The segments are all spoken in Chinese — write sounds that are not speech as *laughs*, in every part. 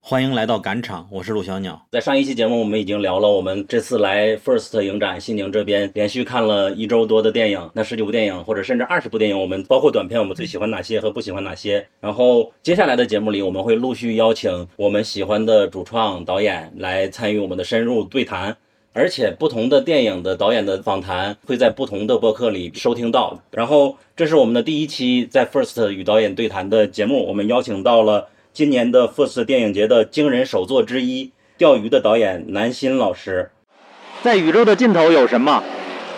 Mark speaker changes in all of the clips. Speaker 1: 欢迎来到赶场，我是陆小鸟。
Speaker 2: 在上一期节目，我们已经聊了，我们这次来 First 影展西宁这边，连续看了一周多的电影，那十几部电影或者甚至二十部电影，我们包括短片，我们最喜欢哪些和不喜欢哪些。然后接下来的节目里，我们会陆续邀请我们喜欢的主创导演来参与我们的深入对谈。而且不同的电影的导演的访谈会在不同的播客里收听到。然后，这是我们的第一期在 First 与导演对谈的节目，我们邀请到了今年的 First 电影节的惊人首作之一《钓鱼》的导演南新老师。
Speaker 3: 在宇宙的尽头有什么？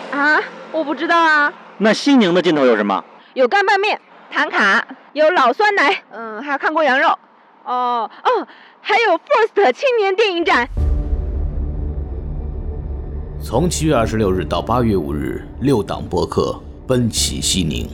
Speaker 4: 啊，我不知道啊。
Speaker 3: 那西宁的尽头有什么？
Speaker 4: 有干拌面、糖卡，有老酸奶，嗯，还有炕锅羊肉。哦哦，还有 First 青年电影展。
Speaker 5: 从七月二十六日到八月五日，六档播客奔袭西宁。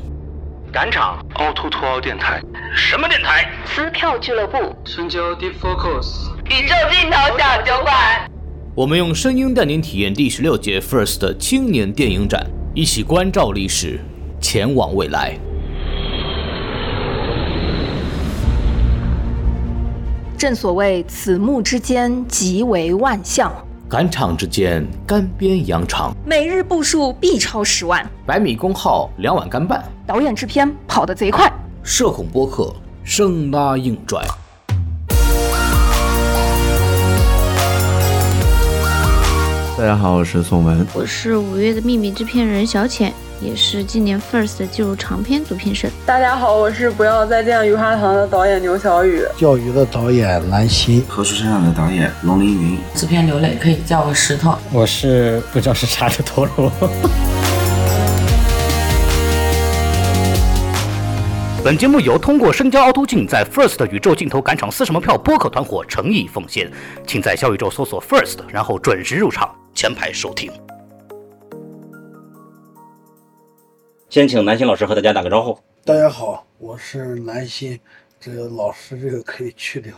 Speaker 6: 赶场凹凸凸凹电台，
Speaker 7: 什么电台？
Speaker 8: 撕票俱乐部，
Speaker 6: 深交 Deep Focus，
Speaker 9: 宇宙尽头小酒馆。
Speaker 5: 我们用声音带您体验第十六届 First 青年电影展，一起关照历史，前往未来。
Speaker 10: 正所谓此目之间，即为万象。
Speaker 5: 赶场之间，干煸羊肠，
Speaker 10: 每日步数必超十万，
Speaker 5: 百米公号两碗干拌，
Speaker 10: 导演制片跑得贼快，
Speaker 5: 社恐播客生拉硬拽。
Speaker 11: 大家好，我是宋文，
Speaker 12: 我是五月的秘密制片人小浅，也是今年 First 进入长片组评审。
Speaker 13: 大家好，我是不要再见鱼花堂的导演牛小雨，
Speaker 14: 钓鱼的导演兰溪，
Speaker 15: 何处山上的导演龙凌云，
Speaker 16: 制片刘磊可以叫我石头，
Speaker 17: 我是不知道是啥的陀螺。
Speaker 18: *laughs* 本节目由通过深交凹凸镜在 First 宇宙尽头赶场撕什么票播客团伙诚意奉献，请在小宇宙搜索 First，然后准时入场，前排收听。
Speaker 2: 先请南新老师和大家打个招呼。
Speaker 14: 大家好，我是南新。这个老师，这个可以
Speaker 17: *laughs*
Speaker 14: 去掉。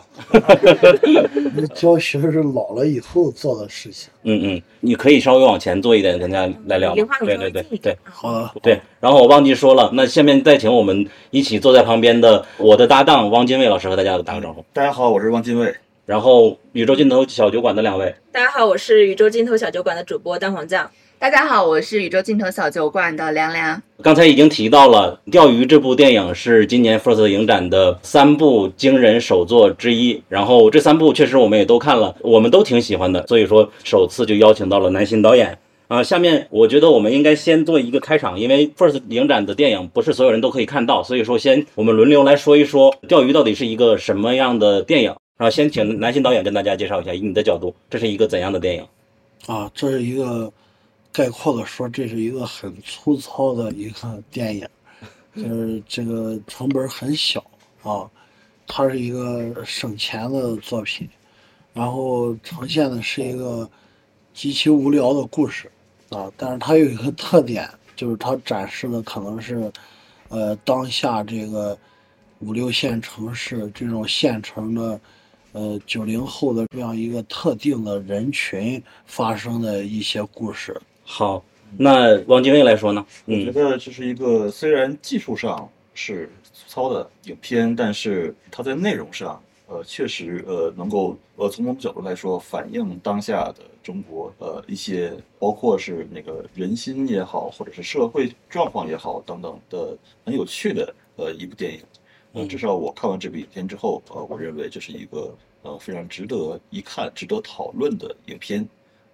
Speaker 14: 教学是老了以后做的事情。
Speaker 2: 嗯嗯，你可以稍微往前坐一点，跟大家来聊。对对对对，
Speaker 14: 好的。
Speaker 2: 对，然后我忘记说了，那下面再请我们一起坐在旁边的我的搭档汪金卫老师和大家打个招呼。
Speaker 11: 大家好，我是汪金卫。
Speaker 2: 然后宇宙尽头小酒馆的两位。
Speaker 19: 大家好，我是宇宙尽头小酒馆的主播蛋黄酱。
Speaker 20: 大家好，我是宇宙尽头小酒馆的凉凉。
Speaker 2: 刚才已经提到了，《钓鱼》这部电影是今年 First 影展的三部惊人首作之一。然后这三部确实我们也都看了，我们都挺喜欢的，所以说首次就邀请到了南新导演啊。下面我觉得我们应该先做一个开场，因为 First 影展的电影不是所有人都可以看到，所以说先我们轮流来说一说《钓鱼》到底是一个什么样的电影。啊，先请南新导演跟大家介绍一下，以你的角度，这是一个怎样的电影？
Speaker 14: 啊，这是一个。概括的说，这是一个很粗糙的一个电影，就是这个成本很小啊，它是一个省钱的作品，然后呈现的是一个极其无聊的故事啊，但是它有一个特点，就是它展示的可能是，呃，当下这个五六线城市这种县城的。呃，九零后的这样一个特定的人群发生的一些故事。
Speaker 2: 好，那汪精卫来说呢？嗯
Speaker 11: 我觉得这是一个虽然技术上是粗糙的影片，但是它在内容上，呃，确实呃能够呃从某种角度来说反映当下的中国呃一些包括是那个人心也好，或者是社会状况也好等等的很有趣的呃一部电影。嗯，至少我看完这部影片之后，呃，我认为这是一个呃非常值得一看、值得讨论的影片，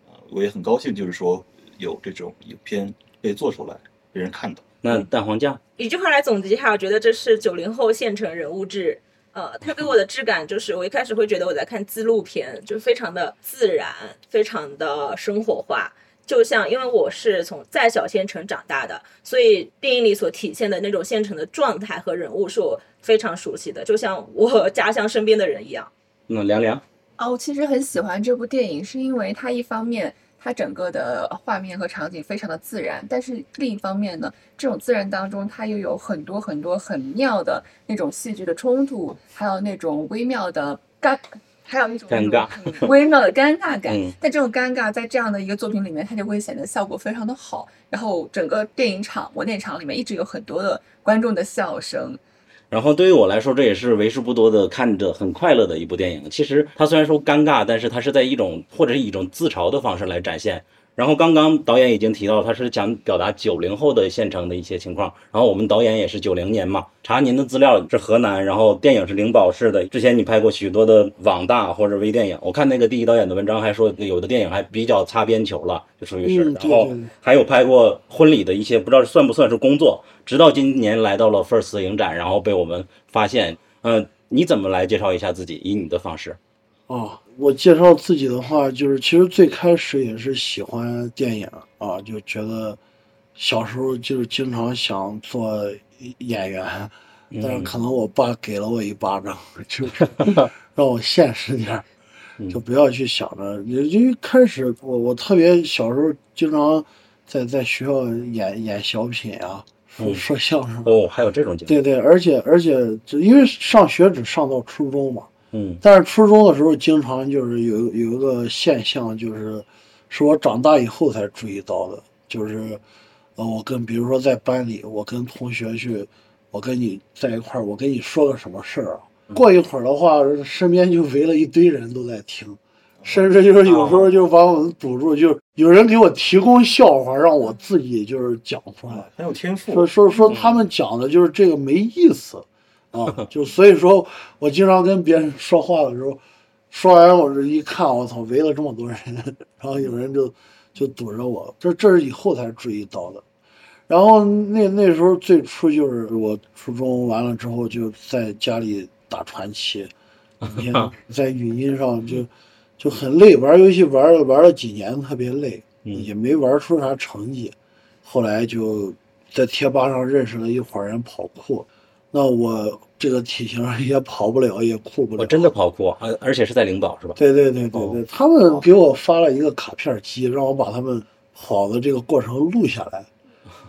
Speaker 11: 呃，我也很高兴，就是说有这种影片被做出来，被人看到。
Speaker 2: 那蛋黄酱
Speaker 19: 一句话来总结一下，我觉得这是九零后县城人物志。呃，它给我的质感就是，我一开始会觉得我在看纪录片，就非常的自然，非常的生活化。就像，因为我是从在小县城长大的，所以电影里所体现的那种县城的状态和人物是我非常熟悉的，就像我家乡身边的人一样。
Speaker 2: 那凉凉
Speaker 20: 啊，我其实很喜欢这部电影，是因为它一方面它整个的画面和场景非常的自然，但是另一方面呢，这种自然当中它又有很多很多很妙的那种戏剧的冲突，还有那种微妙的尴。还有一种
Speaker 2: 尴
Speaker 20: *laughs*
Speaker 2: 尬、
Speaker 20: 微妙的尴尬感，嗯、但这种尴尬在这样的一个作品里面，它就会显得效果非常的好。然后整个电影场，我那场里面一直有很多的观众的笑声。
Speaker 2: 然后对于我来说，这也是为数不多的看着很快乐的一部电影。其实它虽然说尴尬，但是它是在一种或者是一种自嘲的方式来展现。然后刚刚导演已经提到，他是想表达九零后的县城的一些情况。然后我们导演也是九零年嘛，查您的资料是河南，然后电影是灵宝市的。之前你拍过许多的网大或者微电影，我看那个第一导演的文章还说，有的电影还比较擦边球了，就属于
Speaker 14: 嗯
Speaker 2: 是。然后
Speaker 14: 对对
Speaker 2: 还有拍过婚礼的一些，不知道算不算是工作。直到今年来到了 First 影展，然后被我们发现。嗯、你怎么来介绍一下自己？以你的方式。
Speaker 14: 啊，我介绍自己的话，就是其实最开始也是喜欢电影啊，就觉得小时候就是经常想做演员，但是可能我爸给了我一巴掌，就是让我现实点儿， *laughs* 就不要去想着。因为开始我我特别小时候经常在在学校演演小品啊，说
Speaker 2: 嗯
Speaker 14: 说相声，
Speaker 2: 哦，还有这种经
Speaker 14: 对
Speaker 2: 历。
Speaker 14: 对，而且而且就因为上学只上到初中嘛。
Speaker 2: 嗯
Speaker 14: 但是初中的时候，经常就是有有一个现象，就是是我长大以后才注意到的，就是，呃，我跟比如说在班里，我跟同学去，我跟你在一块儿，我跟你说个什么事儿啊？
Speaker 2: 嗯
Speaker 14: 过一会儿的话，身边就围了一堆人都在听，甚至就是有
Speaker 2: 哦
Speaker 14: 时候就把我们堵住，就有人给我提供笑话，让我自己就是讲出来，
Speaker 11: 很有天赋。
Speaker 14: 说说说他们讲的就是这个没意思啊，就所以说我经常跟别人说话的时候，说完我这一看，我操，围了这么多人，然后有人就就堵着我，这这是以后才注意到的。然后那那时候最初就是我初中完了之后就在家里打传奇，每天在语音上就就很累，玩游戏玩了玩了几年特别累，也没玩出啥成绩。后来就在贴吧上认识了一伙人跑酷，那我这个体型也跑不了，也酷不了
Speaker 2: 我。真的跑酷，而而且是在灵宝是吧？哦
Speaker 14: 对对对对对，他们给我发了一个卡片机，让我把他们跑的这个过程录下来。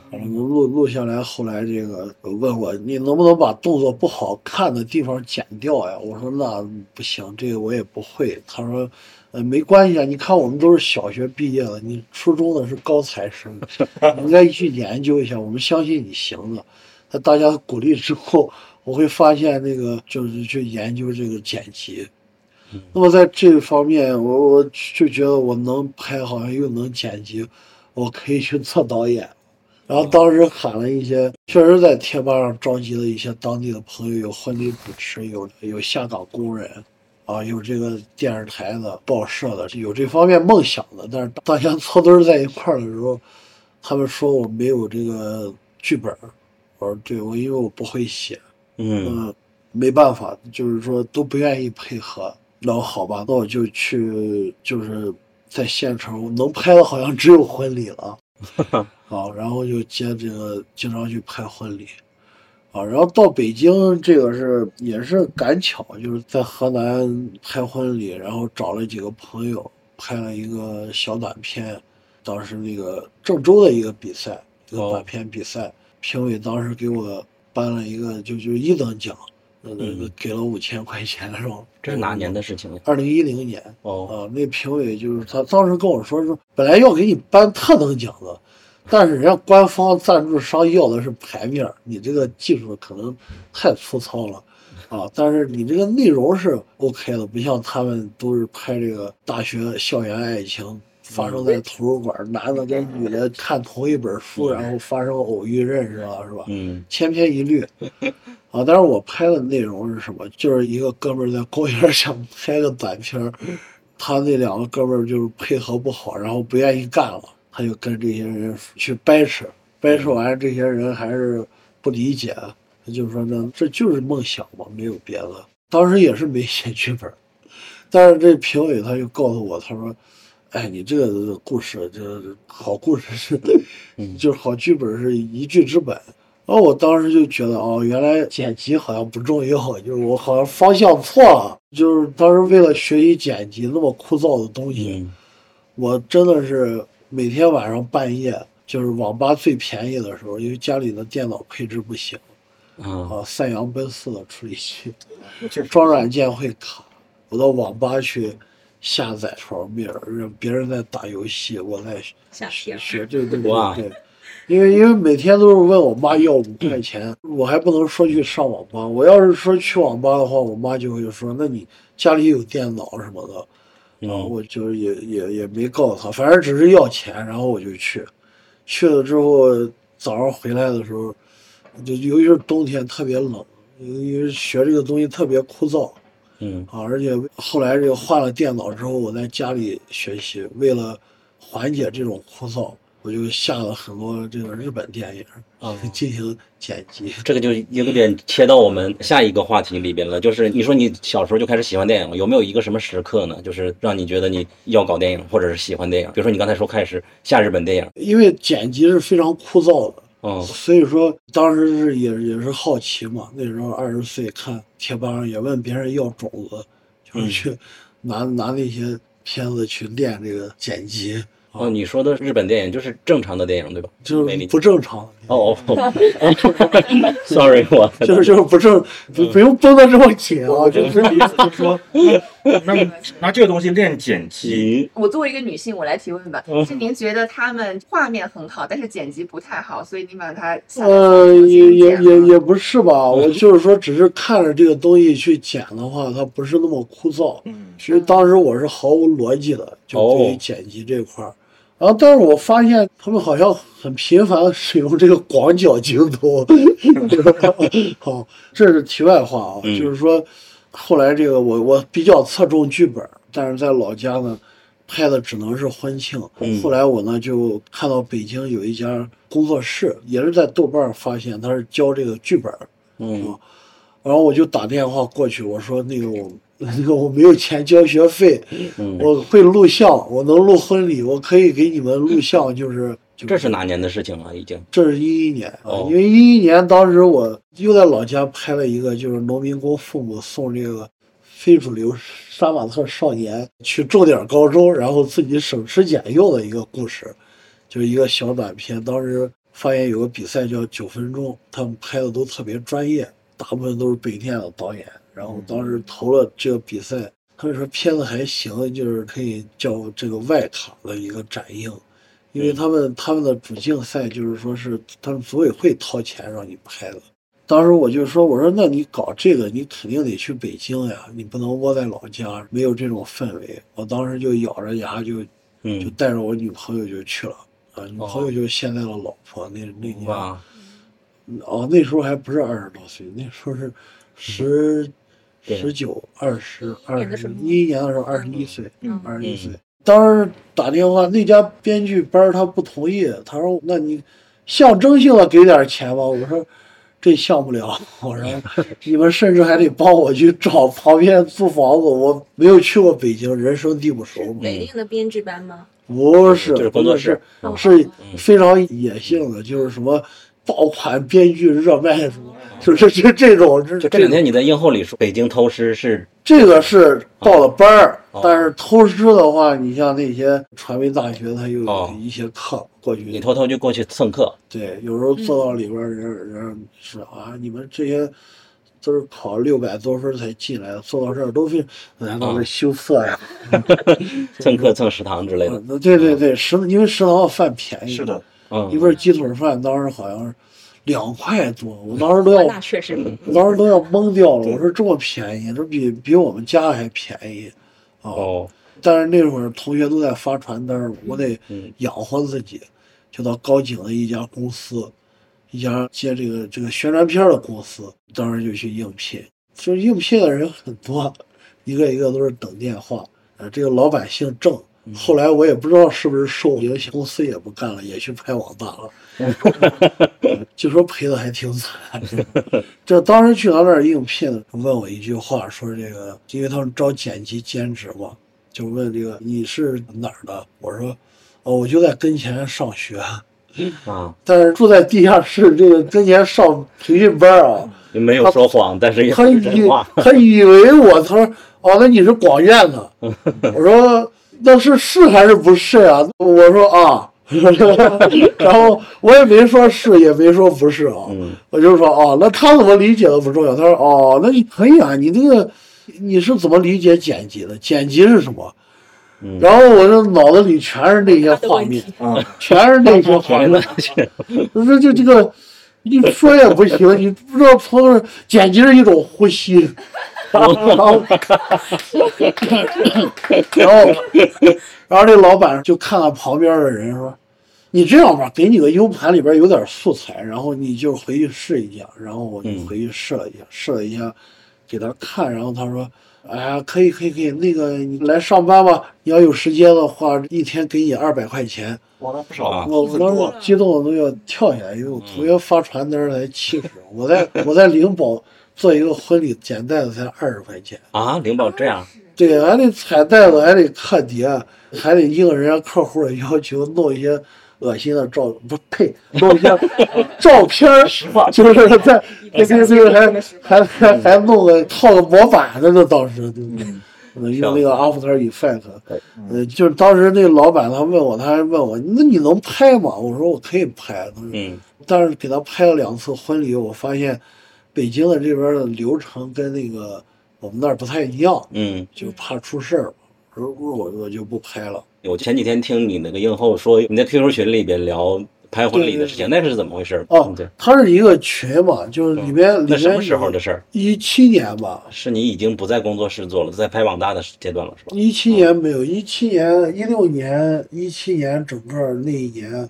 Speaker 14: 反正录录下来，后来这个问我你能不能把动作不好看的地方剪掉呀？我说那不行，这个我也不会。他说，呃，没关系啊，你看我们都是小学毕业了，你初中的是高材生，你应该去研究一下，我们相信你行的。在大家鼓励之后，我会发现那个就是去研究这个剪辑。那么在这方面，我我就觉得我能拍，好像又能剪辑，我可以去做导演。然后当时喊了一些，确实在贴吧上召集了一些当地的朋友，有婚礼主持，有有下岗工人，啊，有这个电视台的、报社的，有这方面梦想的。但是大家凑堆儿在一块儿的时候，他们说我没有这个剧本儿，我说对，我因为我不会写，
Speaker 2: 嗯
Speaker 14: 呃没办法，就是说都不愿意配合。那我好吧，那我就去，就是在县城我能拍的，好像只有婚礼了。啊，然后就接这个，经常去拍婚礼，啊，然后到北京这个是也是赶巧，就是在河南拍婚礼，然后找了几个朋友拍了一个小短片，当时那个郑州的一个比赛，一个短片比赛，评委当时给我颁了一个就就一等奖，那那个给了五千块钱，然后
Speaker 2: 嗯这是哪年的事情呀？
Speaker 14: 二零一零年啊、
Speaker 2: 哦
Speaker 14: 那评委就是他当时跟我说说，本来要给你颁特等奖的，但是人家官方赞助商要的是牌面儿，你这个技术可能太粗糙了啊，但是你这个内容是 OK 的，不像他们都是拍这个大学校园爱情。发生在图书馆，男的跟女的看同一本书，然后发生偶遇认识了，是吧？
Speaker 2: 嗯，
Speaker 14: 千篇一律 *laughs* 啊。但是我拍的内容是什么？就是一个哥们儿在公园想拍个短片儿，他那两个哥们儿就是配合不好，然后不愿意干了，他就跟这些人去掰扯，掰扯完这些人还是不理解，啊他就说呢，这就是梦想嘛，没有别的。当时也是没写剧本儿，但是这评委他就告诉我，他说。哎，你这个故事，这好故事是，就是好剧本是一剧之本。然后我当时就觉得，哦，原来剪辑好像不重要，就是我好像方向错了。就是当时为了学习剪辑那么枯燥的东西，我真的是每天晚上半夜，就是网吧最便宜的时候，因为家里的电脑配置不行，
Speaker 2: 啊，
Speaker 14: 啊，三阳奔四的处理器，装软件会卡。我到网吧去下载《床面，让别人在打游戏，我在
Speaker 19: 下片儿
Speaker 14: 学这个东西。
Speaker 2: 哇
Speaker 14: 对，因为因为每天都是问我妈要五块钱，我还不能说去上网吧。我要是说去网吧的话，我妈就会说：“那你家里有电脑什么的。”然后我就也也也没告诉她，反正只是要钱，然后我就去。去了之后，早上回来的时候，就尤其是冬天特别冷，尤其是学这个东西特别枯燥。
Speaker 2: 嗯
Speaker 14: 啊，而且后来这个换了电脑之后，我在家里学习，为了缓解这种枯燥，我就下了很多这个日本电影啊进行剪辑。
Speaker 2: *laughs* 这个就有点切到我们下一个话题里边了，就是你说你小时候就开始喜欢电影了，有没有一个什么时刻呢？就是让你觉得你要搞电影，或者是喜欢电影？比如说你刚才说开始下日本电影，
Speaker 14: 因为剪辑是非常枯燥的，
Speaker 2: 嗯，
Speaker 14: 所以说当时是也也是好奇嘛，那时候二十岁看贴吧上也问别人要种子，就是去拿、拿那些片子去练这个剪辑，
Speaker 2: 哦，你说的日本电影就是正常的电影对吧？
Speaker 14: 啊就是不正常。
Speaker 2: 哦哦哦 *laughs* ，sorry，我
Speaker 14: *laughs* 就是就是不正，不 *laughs* 不用绷得这么紧啊！就是
Speaker 11: 意思就是
Speaker 14: *laughs*
Speaker 11: 说，那拿这个东西练剪辑，
Speaker 20: 我作为一个女性，我来提问吧
Speaker 11: 嗯，
Speaker 20: 是您觉得他们画面很好，但是剪辑不太好，所以你把它下
Speaker 14: 呃，也也也也不是吧，我就是说，只是看着这个东西去剪的话，它不是那么枯燥。
Speaker 11: 嗯，
Speaker 14: 其实当时我是毫无逻辑的，就对于剪辑这块儿。然后，但是我发现他们好像很频繁地使用这个广角镜头。 *laughs* 好，这是题外话啊，
Speaker 2: 嗯
Speaker 14: 就是说，后来这个我我比较侧重剧本，但是在老家呢，拍的只能是婚庆。
Speaker 2: 嗯
Speaker 14: 后来我呢就看到北京有一家工作室，也是在豆瓣儿发现他是教这个剧本儿，
Speaker 2: 嗯，
Speaker 14: 然后我就打电话过去，我说那个我 *laughs* 那个我没有钱交学费，
Speaker 2: 嗯
Speaker 14: 我会录像，我能录婚礼，我可以给你们录像，就是
Speaker 2: 这是哪年的事情了？已经
Speaker 14: 这是一一年啊，
Speaker 2: 哦
Speaker 14: 因为一一年当时我又在老家拍了一个，就是农民工父母送这个非主流杀马特少年去重点高中，然后自己省吃俭用的一个故事，就是一个小短片。当时发现有个比赛叫九分钟，他们拍的都特别专业，大部分都是北电的导演。然后当时投了这个比赛，他们说片子还行，就是可以叫这个外卡的一个展映。因为他们他们的主竞赛就是说是他们组委会掏钱让你拍的。当时我就说，我说那你搞这个，你肯定得去北京呀，你不能窝在老家，没有这种氛围。我当时就咬着牙就，
Speaker 2: 嗯哦
Speaker 14: 就带着我女朋友就去了，啊，女朋友就是现在的老婆，那那年，
Speaker 2: 哇
Speaker 14: 哦，那时候还不是二十多岁，那时候是十
Speaker 2: 嗯对
Speaker 14: 十九、二十、二
Speaker 2: 年的时
Speaker 14: 十
Speaker 2: 候
Speaker 14: 一年的时候，二十一岁，
Speaker 2: 嗯
Speaker 14: 二十一岁
Speaker 2: 嗯。
Speaker 14: 当时打电话，那家编剧班儿他不同意，他说：“那你象征性的给点钱吧。”我说：“这象不了。” *laughs* 我说：“你们甚至还得帮我去找旁边租房子，我没有去过北京，人生地不熟嘛。”
Speaker 19: 北电的编制班吗？
Speaker 14: 不是，
Speaker 2: 就是工作室
Speaker 14: 不是是非常野性的，就是什么爆款编剧热卖什么，就是这这种，这
Speaker 2: 就这两天你在映后里说北京偷师是
Speaker 14: 这个是报了班儿
Speaker 2: 哦，
Speaker 14: 但是偷师的话，你像那些传媒大学，它又
Speaker 2: 哦
Speaker 14: 有一些课过去，
Speaker 2: 你偷偷就过去蹭课，
Speaker 14: 对，有时候坐到里边儿人，人是啊，你们这些都是考六百多分才进来的，坐到这儿都非难道是羞涩呀？
Speaker 2: 蹭课蹭食堂之类的。
Speaker 14: 那对对对，
Speaker 19: 嗯
Speaker 14: 食因为食堂的饭便宜，是的，
Speaker 2: 嗯
Speaker 14: 一份鸡腿饭当时好像是两块多，我当时都要，
Speaker 19: 那确实，
Speaker 2: 嗯
Speaker 19: 嗯
Speaker 14: 我当时都要懵掉了，我说这么便宜，这比比我们家还便宜，啊
Speaker 2: 哦，
Speaker 14: 但是那会儿同学都在发传单儿，我得
Speaker 2: 嗯
Speaker 14: 养活自己，就到高井的一家公司，一家接这个这个宣传片儿的公司，当时就去应聘。就是应聘的人很多，一个一个都是等电话。呃，这个老板姓郑，后来我也不知道是不是受影响，公司也不干了，也去拍网大了。
Speaker 2: 嗯
Speaker 14: *laughs* 就说赔的还挺惨。 *laughs* 这当时去他那儿应聘，问我一句话，说这个，因为他们招剪辑兼职嘛，就问这个你是哪儿的？我说，哦，我就在跟前上学， *laughs*
Speaker 2: 啊，
Speaker 14: 但是住在地下室，这个跟前上培训班啊。
Speaker 2: 没有说谎，但是嗯也
Speaker 14: 他
Speaker 2: 是
Speaker 14: 以
Speaker 2: 真话。
Speaker 14: 他以为我，他说哦，那你是广院的。 *laughs* 我说那是是还是不是呀、我说啊， *laughs* 然后我也没说是，也没说不是啊。
Speaker 2: 嗯
Speaker 14: 我就说哦，那他怎么理解的不重要。他说哦，那你可以啊，你那个你是怎么理解剪辑的？剪辑是什么？
Speaker 2: 嗯
Speaker 14: 然后我的脑子里全是那些画面
Speaker 11: 啊，
Speaker 14: 全是那些画面，这就这个你说也不行，你不知道从哪儿简直是一种呼吸， *laughs* 然后然后然后这老板就看看旁边的人说：“你这样吧，给你个 U 盘里边有点素材，然后你就回去试一下。”然后我就回去试了一下，试了一下，给他看，然后他说：“哎呀，可以，可以，可以，那个你来上班吧，你要有时间的话，一天给你二百块钱。”
Speaker 11: 哇，那不少啊，
Speaker 14: 我我
Speaker 11: 很
Speaker 14: 当
Speaker 11: 多啊
Speaker 14: 时激动的都要跳下来，因为我同学发传单才七十，我在我在灵宝做一个婚礼，简单的才二十块钱。
Speaker 2: *laughs* 啊，灵宝这样，
Speaker 14: 对，还得彩带子，还得看碟，啊还得应人家客户的要求弄一些恶心的照，不呸，弄一些照片儿，就是在那个那个还还还还弄个套个模板的呢，当时对不对？呃用那个 After Effect，呃，就是当时那老板他问我，他还问我，那你能拍吗？我说我可以拍，他说
Speaker 2: 嗯，
Speaker 14: 但是给他拍了两次婚礼，我发现北京的这边的流程跟那个我们那儿不太一样，
Speaker 2: 嗯，
Speaker 14: 就怕出事儿嘛。我说我我就不拍了。
Speaker 2: 我前几天听你那个映后说你在 QQ 群里边聊拍婚礼的事情，那是怎么回事？
Speaker 14: 哦
Speaker 2: 对，哦
Speaker 14: 它是一个群嘛，就是里面、里
Speaker 2: 那
Speaker 14: 面
Speaker 2: 什么时候的事儿？
Speaker 14: 一七年吧，
Speaker 2: 是你已经不在工作室做了，在拍网大的阶段了，是吧？
Speaker 14: 一七年没有，一七年、一六年、一七年整个那一年，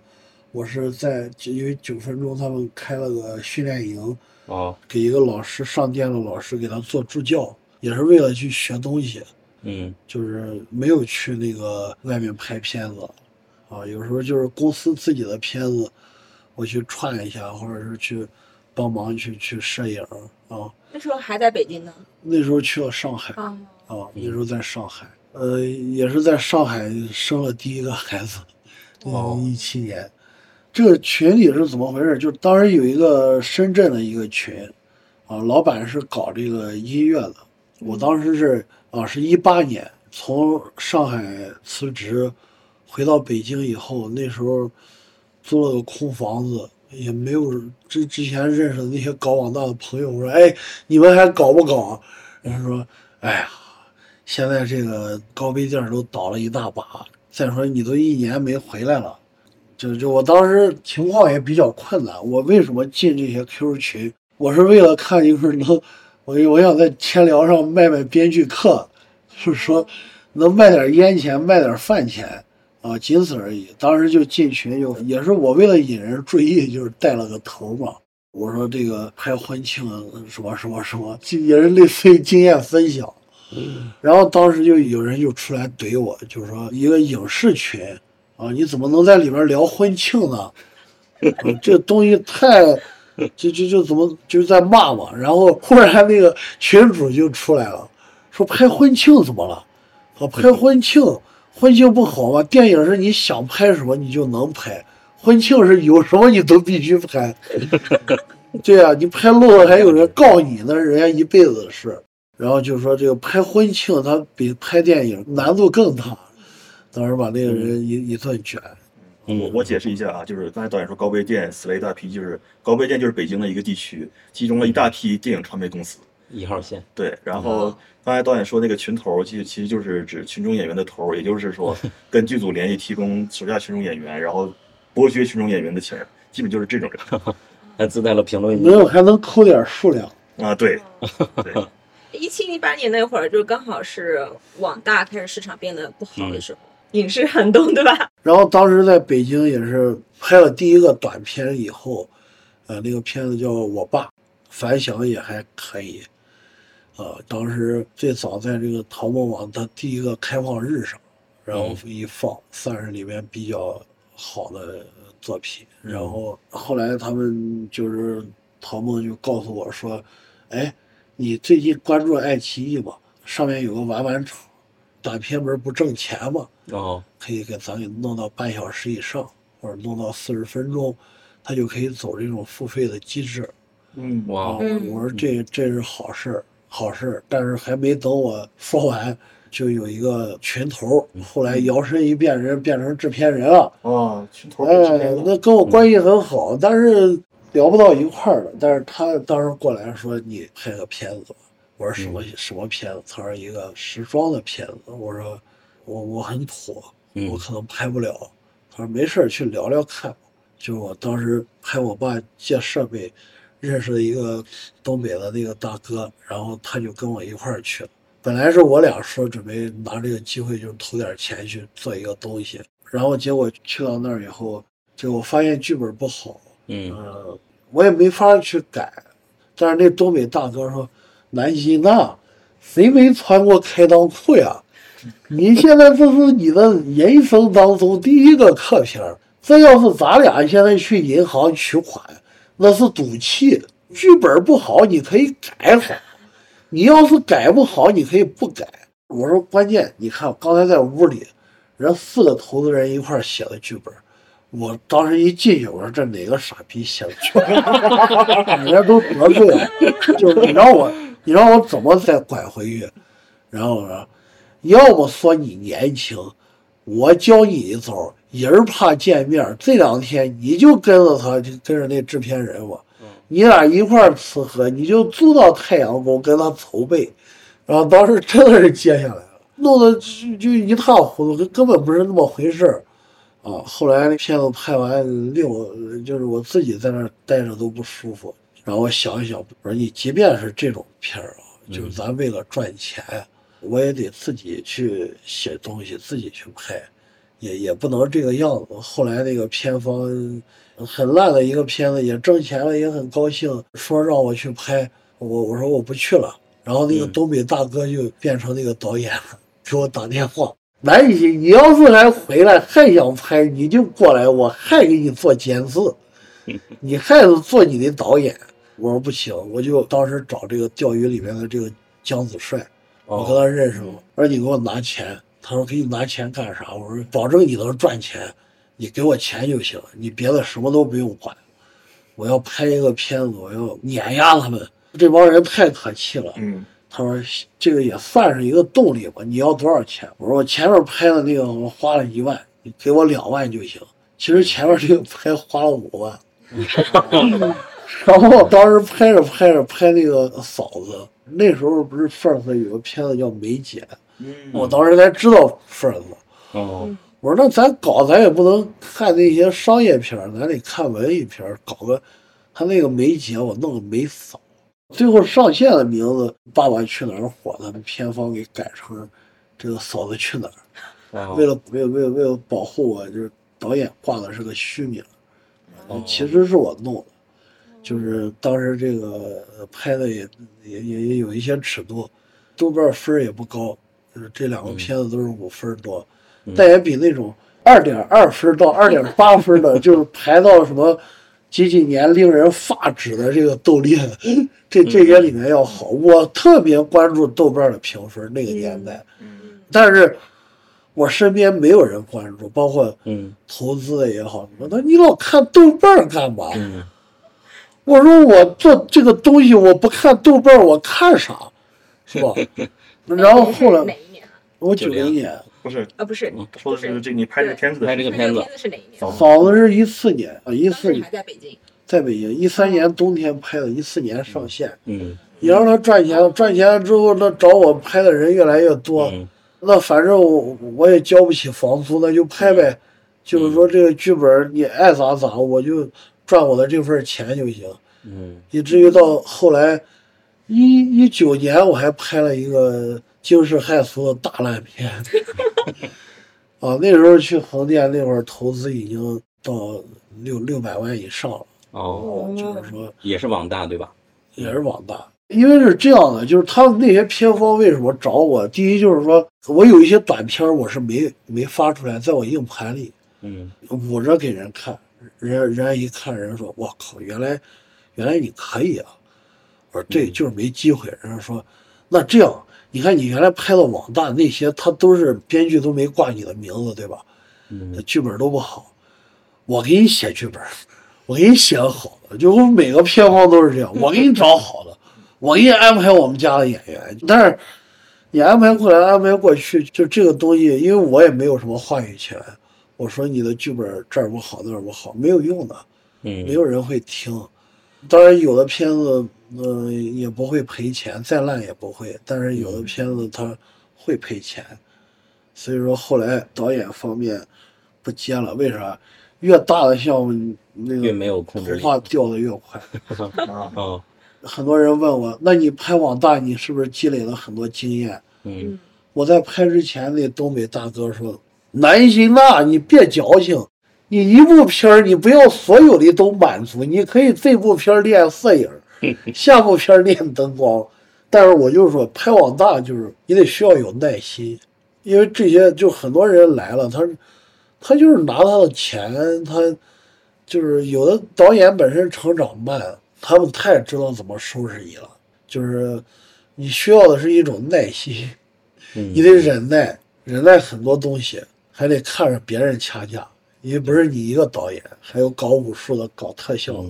Speaker 14: 我是在因为九分钟他们开了个训练营，
Speaker 2: 哦，
Speaker 14: 给一个老师上电的老师给他做助教，也是为了去学东西。
Speaker 2: 嗯，
Speaker 14: 就是没有去那个外面拍片子，啊，有时候就是公司自己的片子，我去串一下，或者是去帮忙去去摄影啊。
Speaker 19: 那时候还在北京呢。
Speaker 14: 那时候去了上海
Speaker 19: 啊，
Speaker 14: 啊，那时候在上海，呃，也是在上海生了第一个孩子，
Speaker 2: 哦
Speaker 14: 一七年。这个群里是怎么回事？就当时有一个深圳的一个群，啊，老板是搞这个音乐的，我当时是啊，是一八年从上海辞职，回到北京以后，那时候租了个空房子，也没有之之前认识的那些搞网大的朋友我说，哎，你们还搞不搞啊？人家说，哎呀，现在这个高碑店都倒了一大把，再说你都一年没回来了。就就我当时情况也比较困难，我为什么进这些 QQ 群？我是为了看一会儿能，我我想在天聊上卖卖编剧课，就是说能卖点烟钱，卖点饭钱啊，仅此而已。当时就进群就也是我为了引人注意，就是带了个头嘛。我说这个拍婚庆什么什么什么，这也是类似于经验分享。
Speaker 7: 嗯
Speaker 14: 然后当时就有人就出来怼我，就是说一个影视群啊，你怎么能在里边聊婚庆呢？啊这东西太，就就就怎么就是在骂嘛。然后忽然那个群主就出来了，说拍婚庆怎么了？啊，拍婚庆，婚庆不好吗？电影是你想拍什么你就能拍，婚庆是有什么你都必须拍。 *laughs* 对啊，你拍漏了还有人告你呢，人家一辈子的事。然后就说这个拍婚庆，它比拍电影难度更大。当时把那个人一、一顿卷。
Speaker 2: 嗯
Speaker 11: 我我解释一下啊，就是刚才导演说高碑店死了一大批，就是高碑店就是北京的一个地区，集中了一大批电影传媒公司。
Speaker 2: 一号线，
Speaker 11: 对，然后
Speaker 2: 哦
Speaker 11: 刚才导演说那个群头，其实其实就是指群众演员的头，也就
Speaker 2: *laughs*
Speaker 11: 是说跟剧组联系提供手下群众演员，然后剥削群众演员的钱，基本就是这种人
Speaker 2: *laughs* 还自带了评论哦
Speaker 14: 没有还能扣点数量。
Speaker 11: 啊。对，
Speaker 19: 一七一八年那会儿，就刚好是网大开始市场变得不好的时候，
Speaker 14: 嗯
Speaker 19: 影视寒冬，
Speaker 14: *laughs*
Speaker 19: 对吧？
Speaker 14: 然后当时在北京也是拍了第一个短片以后，呃，那个片子叫《我爸》，反响也还可以。呃，当时最早在这个淘宝网它第一个开放日上，然后一放，算是里面比较好的作品。然后后来他们就是陶梦就告诉我说：“哎，你最近关注爱奇艺吗？上面有个玩玩场，短片不是不挣钱吗？”
Speaker 2: 哦，
Speaker 14: 可以给咱给弄到半小时以上，或者弄到四十分钟，他就可以走这种付费的机制。
Speaker 11: 嗯，
Speaker 14: 啊
Speaker 2: 哇，
Speaker 14: 我说这这是好事，好事。但是还没等我说完，就有一个群头，后来摇身一变人变成制片人了。
Speaker 11: 啊，群头
Speaker 14: 哎，那跟我关系很好，但是聊不到一块儿了。但是他当时过来说：“你拍个片子吧。”我说：“什么、什么片子？”他说：“一个时装的片子。”我说：“我我很土，我可能拍不了。他说没事儿去聊聊看。就是我当时拍我爸借设备，认识了一个东北的那个大哥，然后他就跟我一块儿去了。本来是我俩说准备拿这个机会就投点钱去做一个东西，然后结果去到那儿以后，就我发现剧本不好，
Speaker 2: 嗯
Speaker 14: 呃，我也没法去改。但是那东北大哥说：“南希，那谁没穿过开裆裤呀？你现在这是你的人生当中第一个客片儿，这要是咱俩现在去银行取款，那是赌气。剧本不好，你可以改好；你要是改不好，你可以不改。”我说：“关键，你看我刚才在屋里，人四个投资人一块儿写的剧本。”我当时一进去，我说这哪个傻逼写的剧本？ *laughs* 人家都得罪了，就是你让我，你让我怎么再拐回去？然后我说，要么说你年轻，我教你一招，人儿怕见面儿，这两天你就跟着他，就跟着那制片人吧，你俩一块儿吃喝，你就住到太阳宫跟他筹备。然后当时真的是接下来了，弄得就就一塌糊涂，根本不是那么回事儿。啊，后来那片子拍完，令我就是我自己在那儿待着都不舒服。然后我想一想，我说你即便是这种片儿啊，就是咱为了赚钱，我也得自己去写东西，自己去拍，也也不能这个样子。后来那个片方很烂的一个片子，也挣钱了，也很高兴，说让我去拍，我我说我不去了。然后那个东北大哥就变成那个导演了，给我打电话，南希，你要是还回来还想拍，你就过来，我还给你做监制，你还是做你的导演。我说不行，我就当时找这个钓鱼里面的这个姜子帅，我跟他认识了，我说你给我拿钱，他说给你拿钱干啥？我说保证你能赚钱，你给我钱就行，你别的什么都不用管。我要拍一个片子，我要碾压他们，这帮人太可气了。
Speaker 11: 嗯，
Speaker 14: 他说这个也算是一个动力吧。你要多少钱？我说我前面拍的那个我花了一万，你给我两万就行。其实前面这个拍花了五万，然后我当时拍着拍着拍那个嫂子，那时候不是 First 有个片子叫《梅姐》，
Speaker 7: 嗯
Speaker 8: 嗯
Speaker 14: 我当时才知道 First。
Speaker 2: 哦，
Speaker 14: 我说那咱搞，咱也不能看那些商业片儿，咱得看文艺片儿，搞个他那个梅姐，我弄个梅嫂。最后上线的名字《爸爸去哪儿》火了，片方给改成这个《嫂子去哪儿》。为了为了为了为了保护我，就是导演挂的是个虚名，嗯其实是我弄的，就是当时这个呃拍的也也也也有一些尺度，豆瓣分儿也不高，就是这两个片子都是五分儿多，但也比那种二点二分儿到二点八分儿的，就是排到什么几几年令人发指的这个斗笠，
Speaker 19: 嗯
Speaker 14: *laughs* 这这些里面要好。我特别关注豆瓣的评分，那个年代，
Speaker 19: 嗯
Speaker 14: 但是。我身边没有人关注，包括投资的也好，我说你老看豆瓣儿干嘛？我说我做这个东西，我不看豆瓣儿，我看啥？ *laughs* 是
Speaker 2: *laughs*
Speaker 14: 吧？然后后来
Speaker 19: 哪一年
Speaker 14: 我九零年，
Speaker 11: 不是
Speaker 19: 啊？不是，
Speaker 11: 说的是这你拍这个片子，
Speaker 2: 嗯拍这个片子
Speaker 19: 是哪一年？
Speaker 14: 嫂子是一四年啊，一四
Speaker 19: 你
Speaker 14: 年
Speaker 19: 还在北京。嗯
Speaker 14: 在北京，一三年冬天拍的，一四年上线。
Speaker 2: 嗯，
Speaker 14: 你让他赚钱，赚钱了之后，那找我拍的人越来越多，那反正我我也交不起房租，那就拍呗。就是说这个剧本你爱咋咋，我就赚我的这份钱就行。
Speaker 2: 嗯，
Speaker 14: 以至于到后来，一一九年我还拍了一个惊世骇俗的大烂片。啊，那时候去横店那会儿投资已经到六六百万以上了，
Speaker 2: 哦，
Speaker 14: 就是说
Speaker 2: 也是网大对吧？
Speaker 14: 也是网大。因为是这样的，就是他们那些片方为什么找我？第一就是说我有一些短片儿我是没没发出来，在我硬盘里
Speaker 2: 嗯，
Speaker 14: 捂着给人看，人人家一看，人家说：“我靠，原来原来你可以啊！”我说：“对，就是没机会。”人家说：“那这样，你看你原来拍的网大那些，他都是编剧都没挂你的名字，对吧？
Speaker 2: 嗯，
Speaker 14: 剧本都不好，我给你写剧本，我给你写个好的，就我们每个片方都是这样，我给你找好的，我给你安排我们家的演员，但是。”你安排过来，安排过去，就这个东西，因为我也没有什么话语权。我说你的剧本这儿不好，那儿不好，没有用的，
Speaker 2: 嗯
Speaker 14: 没有人会听。当然，有的片子，嗯、也不会赔钱，再烂也不会。但是有的片子它会赔钱，所以说后来导演方面不接了，为啥？越大的项目，你那个
Speaker 2: 越没有控制力
Speaker 14: 头发掉的越快。
Speaker 2: 啊，
Speaker 14: 很多人问我，那你拍网大，你是不是积累了很多经验？
Speaker 2: 嗯，
Speaker 14: 我在拍之前，那东北大哥说：“南辛呐，你别矫情，你一部片儿你不要所有的都满足，你可以这部片儿练摄影儿，
Speaker 2: *laughs*
Speaker 14: 下部片儿练灯光。”但是我就是说，拍网大就是你得需要有耐心，因为这些就很多人来了，他他就是拿他的钱，他就是有的导演本身成长慢，他们太知道怎么收拾你了，就是你需要的是一种耐心。 *laughs* 你得忍耐，忍耐很多东西，还得看着别人掐架，因为不是你一个导演，还有搞武术的、搞特效的，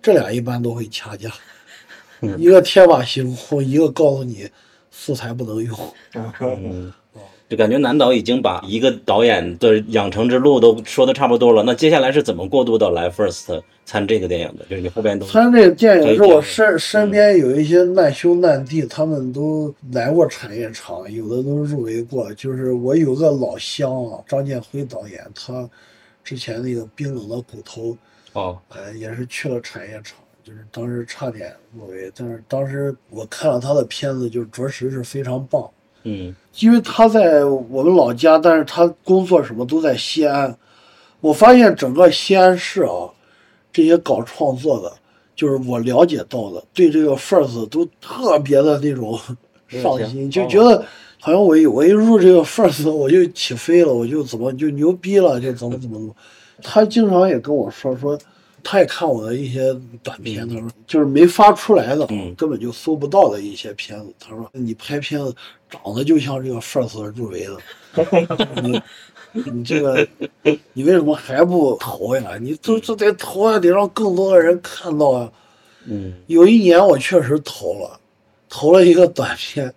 Speaker 14: 这俩一般都会掐架， *laughs* 一个天马行空，一个告诉你素材不能用。
Speaker 2: 就感觉南导已经把一个导演的养成之路都说的差不多了，那接下来是怎么过渡到来 First 参这个电影的？就是你后边都
Speaker 14: 他这个电影是我身身边有一些难兄难弟，他们都来过产业厂，有的都入围过。就是我有个老乡啊，张建辉导演，他之前那个《冰冷的骨头》
Speaker 2: 哦，
Speaker 14: 呃，也是去了产业厂，就是当时差点入围，但是当时我看了他的片子，就着实是非常棒。
Speaker 2: 嗯，
Speaker 14: 因为他在我们老家，但是他工作什么都在西安。我发现整个西安市啊，这些搞创作的，就是我了解到的，对这个 first 都特别的那种
Speaker 2: 热情
Speaker 14: 上心，就
Speaker 2: 哦
Speaker 14: 觉得好像我一我一入这个 first 我就起飞了，我就怎么就牛逼了，就怎么怎么怎 *laughs* 么。他经常也跟我说说，他也看我的一些短片，
Speaker 2: 嗯
Speaker 14: 他说就是没发出来的，根本就搜不到的一些片子。他说你拍片子长得就像这个 first 入围的，你 *laughs* 你这个你为什么还不投呀？你这这得投啊，得让更多的人看到啊。
Speaker 2: 嗯
Speaker 14: 有一年我确实投了，投了一个短片，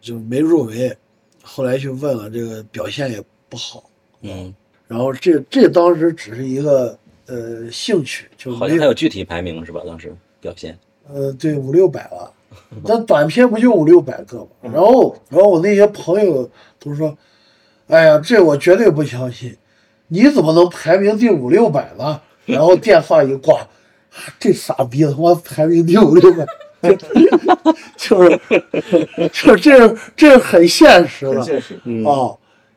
Speaker 14: 就没入围，后来去问了，这个表现也不好。
Speaker 2: 嗯，
Speaker 14: 然后这这当时只是一个呃兴趣，就
Speaker 2: 好
Speaker 14: 没
Speaker 2: 像还有具体排名是吧？当时表现
Speaker 14: 呃对五六百吧，但短片不就五六百个嘛。然后然后我那些朋友都说，哎呀，这我绝对不相信，你怎么能排名第五六百呢？然后电话一挂，啊这傻逼他妈排名第五六百。 *laughs* 就是就是这是这是很现实的，
Speaker 11: 很现实嗯
Speaker 14: 啊，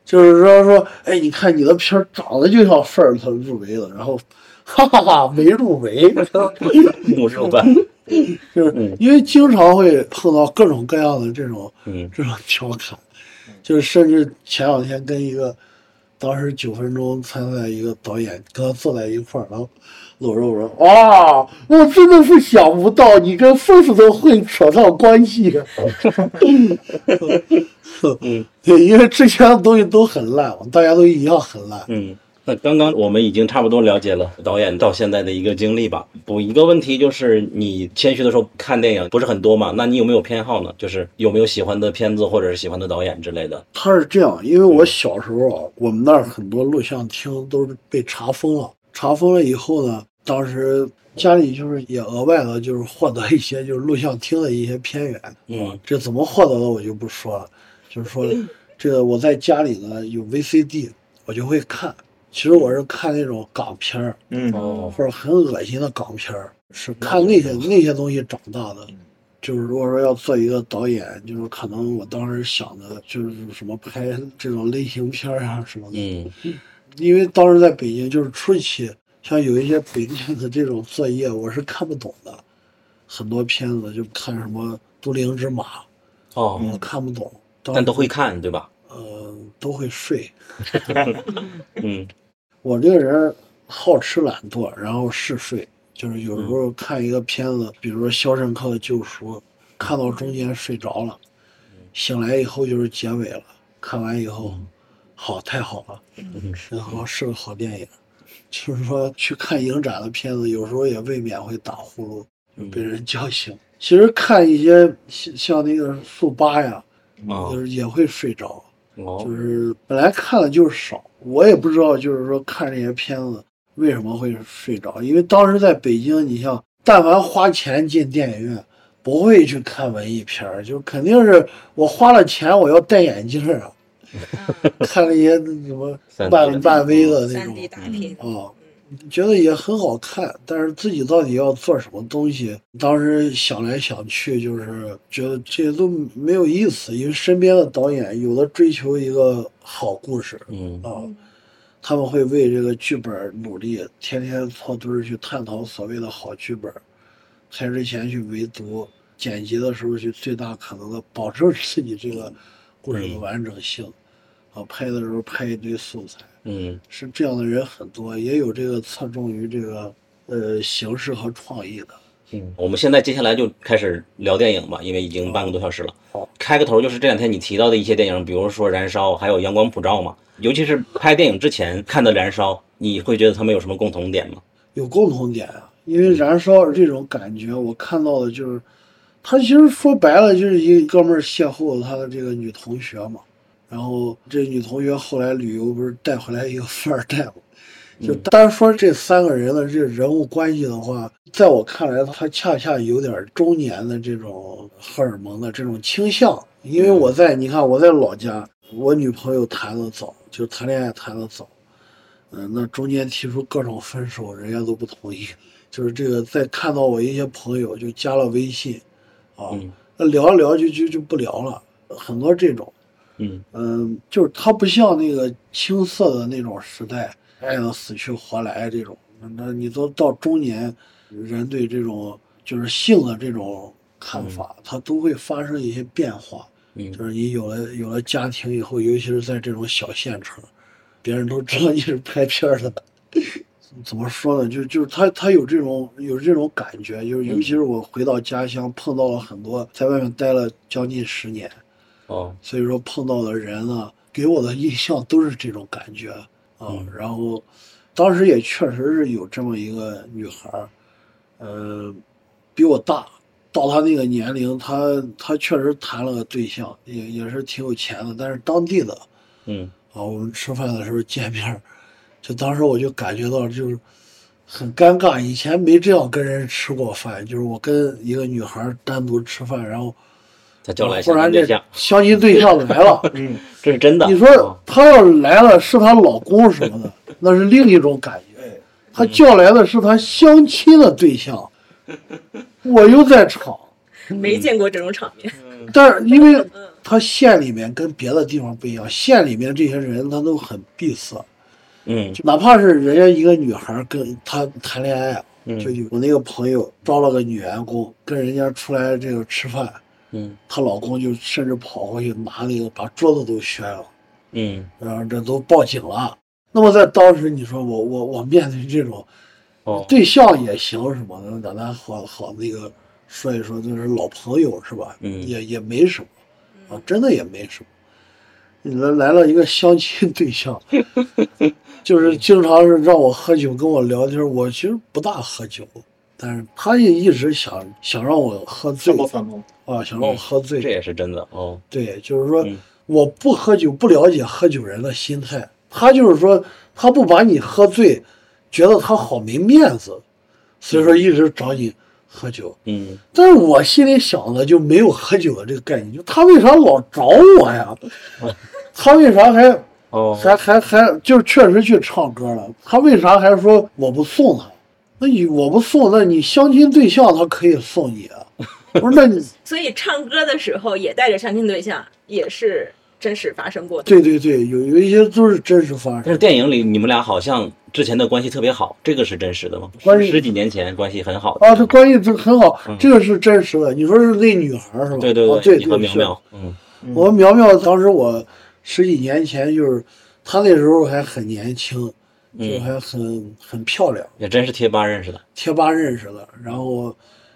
Speaker 14: 就是说说，哎，你看你的片儿长得就像 first 入围了，然后哈哈哈没入围， *laughs*
Speaker 2: *laughs* 五六百，
Speaker 14: 就是因为经常会碰到各种各样的这种
Speaker 2: 嗯
Speaker 14: 这种调侃，就是甚至前两天跟一个当时九分钟参赛一个导演跟他坐在一块儿，然后搂着我说：“哇，我真的是想不到你跟 first 都会扯上关系。啊
Speaker 2: 嗯，
Speaker 14: 对，因为之前的东西都很烂，大家都一样很烂。
Speaker 2: 嗯，那刚刚我们已经差不多了解了导演到现在的一个经历吧。补一个问题，就是你谦虚的时候看电影不是很多嘛？那你有没有偏好呢？就是有没有喜欢的片子或者是喜欢的导演之类的？
Speaker 14: 他是这样，因为我小时候啊，我们那儿很多录像厅都是被查封了，查封了以后呢，当时家里就是也额外的，就是获得一些就是录像厅的一些片源。
Speaker 2: 嗯
Speaker 14: 这怎么获得的我就不说了，就是说这个我在家里呢有 VCD，我就会看。其实我是看那种港片儿，
Speaker 11: 嗯
Speaker 2: 哦
Speaker 14: 或者很恶心的港片儿，是看那些那些东西长大的。就是如果说要做一个导演，就是可能我当时想的就是什么拍这种类型片儿啊什么的。
Speaker 2: 嗯
Speaker 14: 因为当时在北京就是初期，像有一些北京的这种作业，我是看不懂的，很多片子就看什么《都灵之马》，
Speaker 2: 哦，
Speaker 14: 我看不懂，
Speaker 2: 但都会看对吧？
Speaker 14: 呃都会睡。
Speaker 2: 嗯
Speaker 14: 我这个人好吃懒惰，然后嗜睡，就是有时候看一个片子，比如说《肖申克的救赎》，看到中间睡着了，醒来以后就是结尾了。看完以后，好，太好了，然后是个好电影。就是说去看影展的片子，有时候也未免会打呼噜，就被人叫醒。其实看一些像像那个速八呀，
Speaker 2: 哦
Speaker 14: 就是也会睡着。
Speaker 2: 哦
Speaker 14: 就是本来看的就是少，我也不知道，就是说看这些片子为什么会睡着，因为当时在北京，你像但凡花钱进电影院，不会去看文艺片儿，就肯定是我花了钱，我要戴眼镜儿啊，
Speaker 19: 嗯
Speaker 14: *laughs* 看了一些什么
Speaker 2: 三 D
Speaker 14: 漫
Speaker 2: 的
Speaker 14: 漫威的那
Speaker 19: 三
Speaker 14: 种
Speaker 19: D 打拼，
Speaker 14: 啊，觉得也很好看，但是自己到底要做什么东西，当时想来想去，就是觉得这些都没有意思，因为身边的导演有的追求一个好故事，
Speaker 2: 嗯
Speaker 14: 啊，他们会为这个剧本努力，天天操堆儿去探讨所谓的好剧本，开之前去围读，剪辑的时候去最大可能的保证自己这个故事的完整性，啊，拍的时候拍一堆素材。
Speaker 2: 嗯
Speaker 14: 是这样的人很多，也有这个侧重于这个呃形式和创意的。
Speaker 2: 嗯，我们现在接下来就开始聊电影吧，因为已经半个多小时了。开个头就是这两天你提到的一些电影，比如说《燃烧》，还有《阳光普照》嘛。尤其是拍电影之前看的《燃烧》，你会觉得他们有什么共同点吗？
Speaker 14: 有共同点啊，因为燃烧这种感觉，我看到的就是，他其实说白了就是一个哥们儿邂逅他的这个女同学嘛，然后这女同学后来旅游不是带回来一个富二代嘛，就
Speaker 2: 嗯
Speaker 14: 单说这三个人的这人物关系的话，在我看来，他恰恰有点中年的这种荷尔蒙的这种倾向。因为我在你看我在老家，我女朋友谈的早，就谈恋爱谈的早，嗯，那中间提出各种分手，人家都不同意。 *laughs* 就是这个，再看到我一些朋友就加了微信，啊，
Speaker 2: 嗯
Speaker 14: 那聊一聊就就就不聊了，很多这种。
Speaker 2: 嗯
Speaker 14: 嗯，就是它不像那个青涩的那种时代，爱的死去活来这种。那你都到中年，人对这种就是性的这种看法，它都会发生一些变化。
Speaker 2: 嗯
Speaker 14: 就是你有了有了家庭以后，尤其是在这种小县城，别人都知道你是拍片儿的。怎么说呢？就就是他他有这种有这种感觉，就是尤其是
Speaker 2: 嗯
Speaker 14: 我回到家乡，碰到了很多在外面待了将近十年，
Speaker 2: 哦，
Speaker 14: 所以说碰到的人啊，给我的印象都是这种感觉啊。
Speaker 2: 嗯
Speaker 14: 然后当时也确实是有这么一个女孩儿，呃，比我大，到她那个年龄，她她确实谈了个对象，也也是挺有钱的，但是当地的
Speaker 2: 嗯
Speaker 14: 啊，我们吃饭的时候见面儿，就当时我就感觉到就是很尴尬，以前没这样跟人吃过饭，就是我跟一个女孩儿单独吃饭，然后。
Speaker 2: 他叫来
Speaker 14: 忽
Speaker 2: 相
Speaker 14: 然
Speaker 2: 亲对
Speaker 14: 这
Speaker 2: 象，
Speaker 14: 相亲对象啊来了，
Speaker 2: 嗯， *laughs* 这是真的。
Speaker 14: 你说她要来了是她老公什么的， *laughs* 那是另一种感觉。她叫来的是她相亲的对象，我又在场，嗯
Speaker 19: 没见过这种场面。
Speaker 2: 嗯
Speaker 14: 但是因为她县里面跟别的地方不一样，县里面这些人他都很闭塞，
Speaker 2: 嗯
Speaker 14: 就哪怕是人家一个女孩儿跟她谈恋爱啊，
Speaker 2: 嗯
Speaker 14: 就有我那个朋友招了个女员工，跟人家出来这个吃饭，
Speaker 2: 嗯
Speaker 14: 她老公就甚至跑过去拿那个把桌子都掀了。
Speaker 2: 嗯，
Speaker 14: 然后啊这都报警了。那么在当时，你说我我我面对这种
Speaker 2: 哦，
Speaker 14: 对象也行什么的，咱咱好好那个说一说，就是老朋友是吧？
Speaker 2: 嗯
Speaker 14: 也也没什么啊，真的也没什么。你来来了一个相亲 *laughs* 对
Speaker 2: *laughs*
Speaker 14: 象，就是经常是让我喝酒跟我聊天，我其实不大喝酒，但是他也一直想想让我喝醉，啊，想让我喝醉，
Speaker 2: 嗯这也是真的哦。
Speaker 14: 对，就是说、我不喝酒，不了解喝酒人的心态。他就是说，他不把你喝醉，觉得他好没面子，所以说一直找你喝酒。
Speaker 2: 嗯，
Speaker 14: 但是我心里想的就没有喝酒的这个概念，就他为啥老找我呀？他为啥还
Speaker 2: 哦
Speaker 14: 还还还就是确实去唱歌了？他为啥还说我不送他？那你我不送，那你相亲对象他可以送你啊？我说
Speaker 2: *laughs*
Speaker 14: 那你
Speaker 19: 所以唱歌的时候也带着相亲对象，也是真实发生过的。
Speaker 14: 对对对，有有一些都是真实发生的。
Speaker 2: 但是电影里你们俩好像之前的关系特别好，这个是真实的吗？
Speaker 14: 关系
Speaker 2: 十几年前关系很好的。
Speaker 14: 啊，这关系这很好
Speaker 2: 嗯，
Speaker 14: 这个是真实的。你说是那女孩儿是吧？
Speaker 2: 对对
Speaker 14: 啊对，
Speaker 2: 你
Speaker 14: 对
Speaker 2: 和苗
Speaker 14: 是
Speaker 2: 苗，嗯
Speaker 14: 我苗苗当时我十几年前就是，她那时候还很年轻，就
Speaker 2: 嗯
Speaker 14: 还很很漂亮，
Speaker 2: 也真是贴吧认识的。
Speaker 14: 贴吧认识的。然后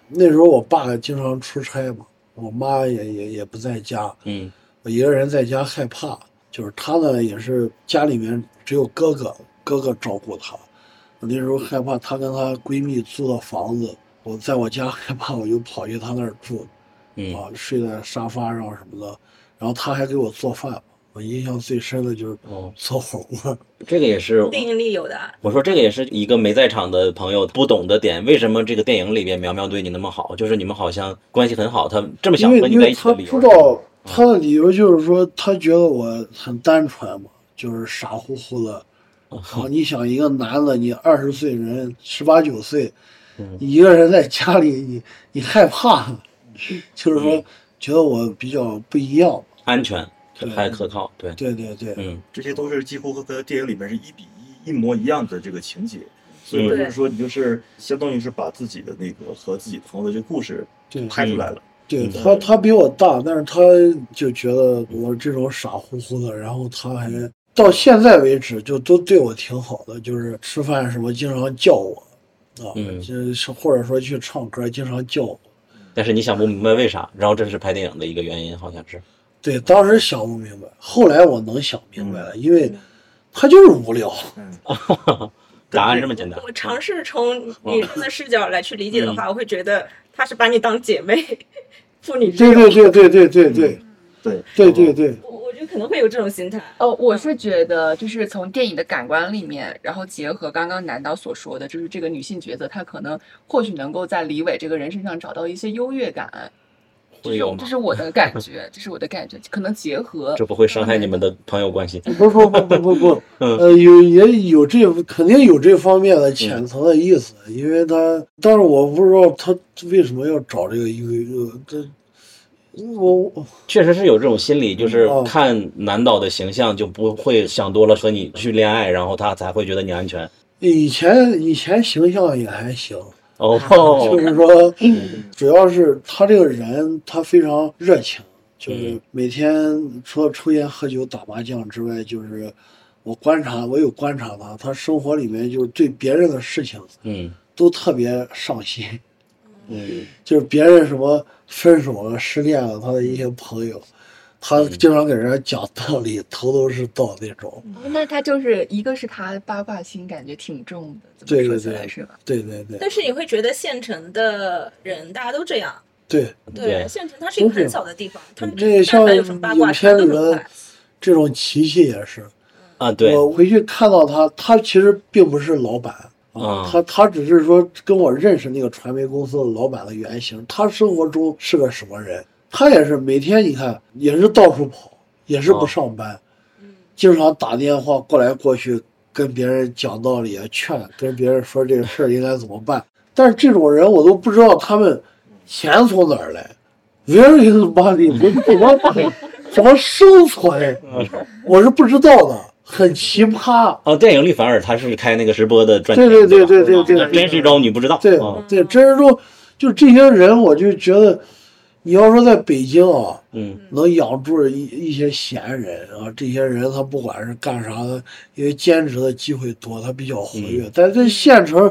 Speaker 14: 那时候我爸经常出差嘛，我妈也也也不在家，
Speaker 2: 嗯
Speaker 14: 我一个人在家害怕。就是她呢，也是家里面只有哥哥，哥哥照顾她。我那时候害怕她跟她闺蜜租的房子，我在我家害怕，我就跑去她那儿住，
Speaker 2: 嗯
Speaker 14: 啊，睡在沙发上什么的。然后她还给我做饭，我印象最深的就是做火锅。
Speaker 2: 这个也是
Speaker 19: 电影里有的，
Speaker 2: 我说这个也是一个没在场的朋友不懂的点，为什么这个电影里边苗苗对你那么好？就是你们好像关系很好，他这么想
Speaker 14: 因
Speaker 2: 和
Speaker 14: 为
Speaker 2: 你
Speaker 14: 因
Speaker 2: 在
Speaker 14: 为
Speaker 2: 一起的
Speaker 14: 她
Speaker 2: 理
Speaker 14: 知
Speaker 2: 由。
Speaker 14: 道他的理由就是说，他觉得我很单纯嘛，就是傻乎乎的。
Speaker 2: 嗯
Speaker 14: 然后你想，一个男的，你二十岁人，十八九岁，你一个人在家里，你你害怕， *laughs* 就是
Speaker 2: 嗯
Speaker 14: 说觉得我比较不一样。
Speaker 2: 安全还可靠，对
Speaker 14: 对对对，
Speaker 2: 嗯，
Speaker 11: 这些都是几乎和和电影里面是一比一一模一样的这个情节，所以
Speaker 14: 嗯
Speaker 11: 就是说你就是相当于是把自己的那个和自己朋友的这个故事
Speaker 14: 对
Speaker 11: 拍出来了。
Speaker 14: 对
Speaker 11: 嗯
Speaker 14: 他，他比我大，但是他就觉得我这种傻乎乎的，然后他还到现在为止就都对我挺好的，就是吃饭什么经常叫我，啊，
Speaker 11: 嗯
Speaker 14: 就是或者说去唱歌经常叫我。
Speaker 2: 但是你想不明白为啥，然后这是拍电影的一个原因，好像是。
Speaker 14: 对，当时想不明白，后来我能想明白了，
Speaker 11: 嗯
Speaker 14: 因为他就是无聊。
Speaker 2: 答案这么简单，
Speaker 19: 我尝试
Speaker 14: 嗯
Speaker 19: 从女生的视角来去理解的话，我会觉得她是把你当姐妹，妇女之
Speaker 14: 对
Speaker 19: 友。
Speaker 14: 对对对对对对
Speaker 11: 嗯
Speaker 14: 对
Speaker 11: 对
Speaker 14: 对对，
Speaker 19: 我我觉得可能会有这种心态。
Speaker 20: 哦，我是觉得就是从电影的感官里面，然后结合刚刚南导所说的，就是这个女性角色，她可能或许能够在李伟这个人身上找到一些优越感，
Speaker 2: 会有
Speaker 20: 这
Speaker 2: 吗？
Speaker 20: 是我的感觉，这是我的感觉，可能结合
Speaker 2: 这不会伤害你们的朋友关系。嗯
Speaker 14: 不不不不不
Speaker 2: *laughs*
Speaker 14: 不，呃，有也有这肯定有这方面的潜层的意思，因为他，但是我不知道他为什么要找这个一个这，我我
Speaker 2: 确实是有这种心理，就是
Speaker 14: 哦
Speaker 2: 看男导的形象就不会想多了和你去恋爱，然后他才会觉得你安全。
Speaker 14: 以前以前形象也还行，
Speaker 2: 哦，
Speaker 14: 啊 *laughs*
Speaker 2: 嗯
Speaker 14: 就是说，主要是他这个人他非常热情，
Speaker 2: 嗯
Speaker 14: 就是每天除了抽烟喝酒打麻将之外，就是我观察我有观察他，他生活里面就是对别人的事情
Speaker 2: 嗯
Speaker 14: 都特别上心。
Speaker 2: 嗯
Speaker 14: 就是别人什么分手了、失恋了，他的一些朋
Speaker 20: 嗯
Speaker 14: 友，他经常给人家讲道理，头头是道那种。
Speaker 20: 哦那她就是一个是她八卦心感觉挺重的，怎么
Speaker 14: 对
Speaker 20: 说
Speaker 14: 对
Speaker 20: 起来
Speaker 14: 对
Speaker 20: 是吧？，
Speaker 14: 对对对
Speaker 19: 但是你会觉得县城的人大家都这样，
Speaker 14: 对
Speaker 19: 对，县城它是一个
Speaker 14: 都这
Speaker 19: 很
Speaker 14: 样
Speaker 19: 小的地方，它
Speaker 14: 这像
Speaker 19: 但凡有什么八卦
Speaker 14: 影片里
Speaker 19: 全都很
Speaker 14: 的这种琪琪也是，
Speaker 2: 啊，对，
Speaker 14: 我回去看到他，他其实并不是老板。
Speaker 2: 啊
Speaker 14: 他他只是说跟我认识那个传媒公司的老板的原型，他生活中是个什么人？他也是每天你看也是到处跑，也是不上班，经常打电话过来过去跟别人讲道理啊，劝跟别人说这个事儿应该怎么办。但是这种人我都不知道他们钱从哪儿来，where is money？我怎么买 *laughs* 怎么生存？我是不知道的，很奇葩。
Speaker 2: 哦，电影里反而他是开那个直播的赚钱，
Speaker 14: 对对对对对
Speaker 2: 吧
Speaker 14: 对
Speaker 2: 那
Speaker 14: 对，
Speaker 2: 真实招你不知道。
Speaker 14: 对
Speaker 2: 啊
Speaker 14: 对，真是说，就这些人，我就觉得，你要说在北京啊，
Speaker 2: 嗯，
Speaker 14: 能养住一一些闲人啊，这些人他不管是干啥的，因为兼职的机会多，他比较活跃。但是在县城，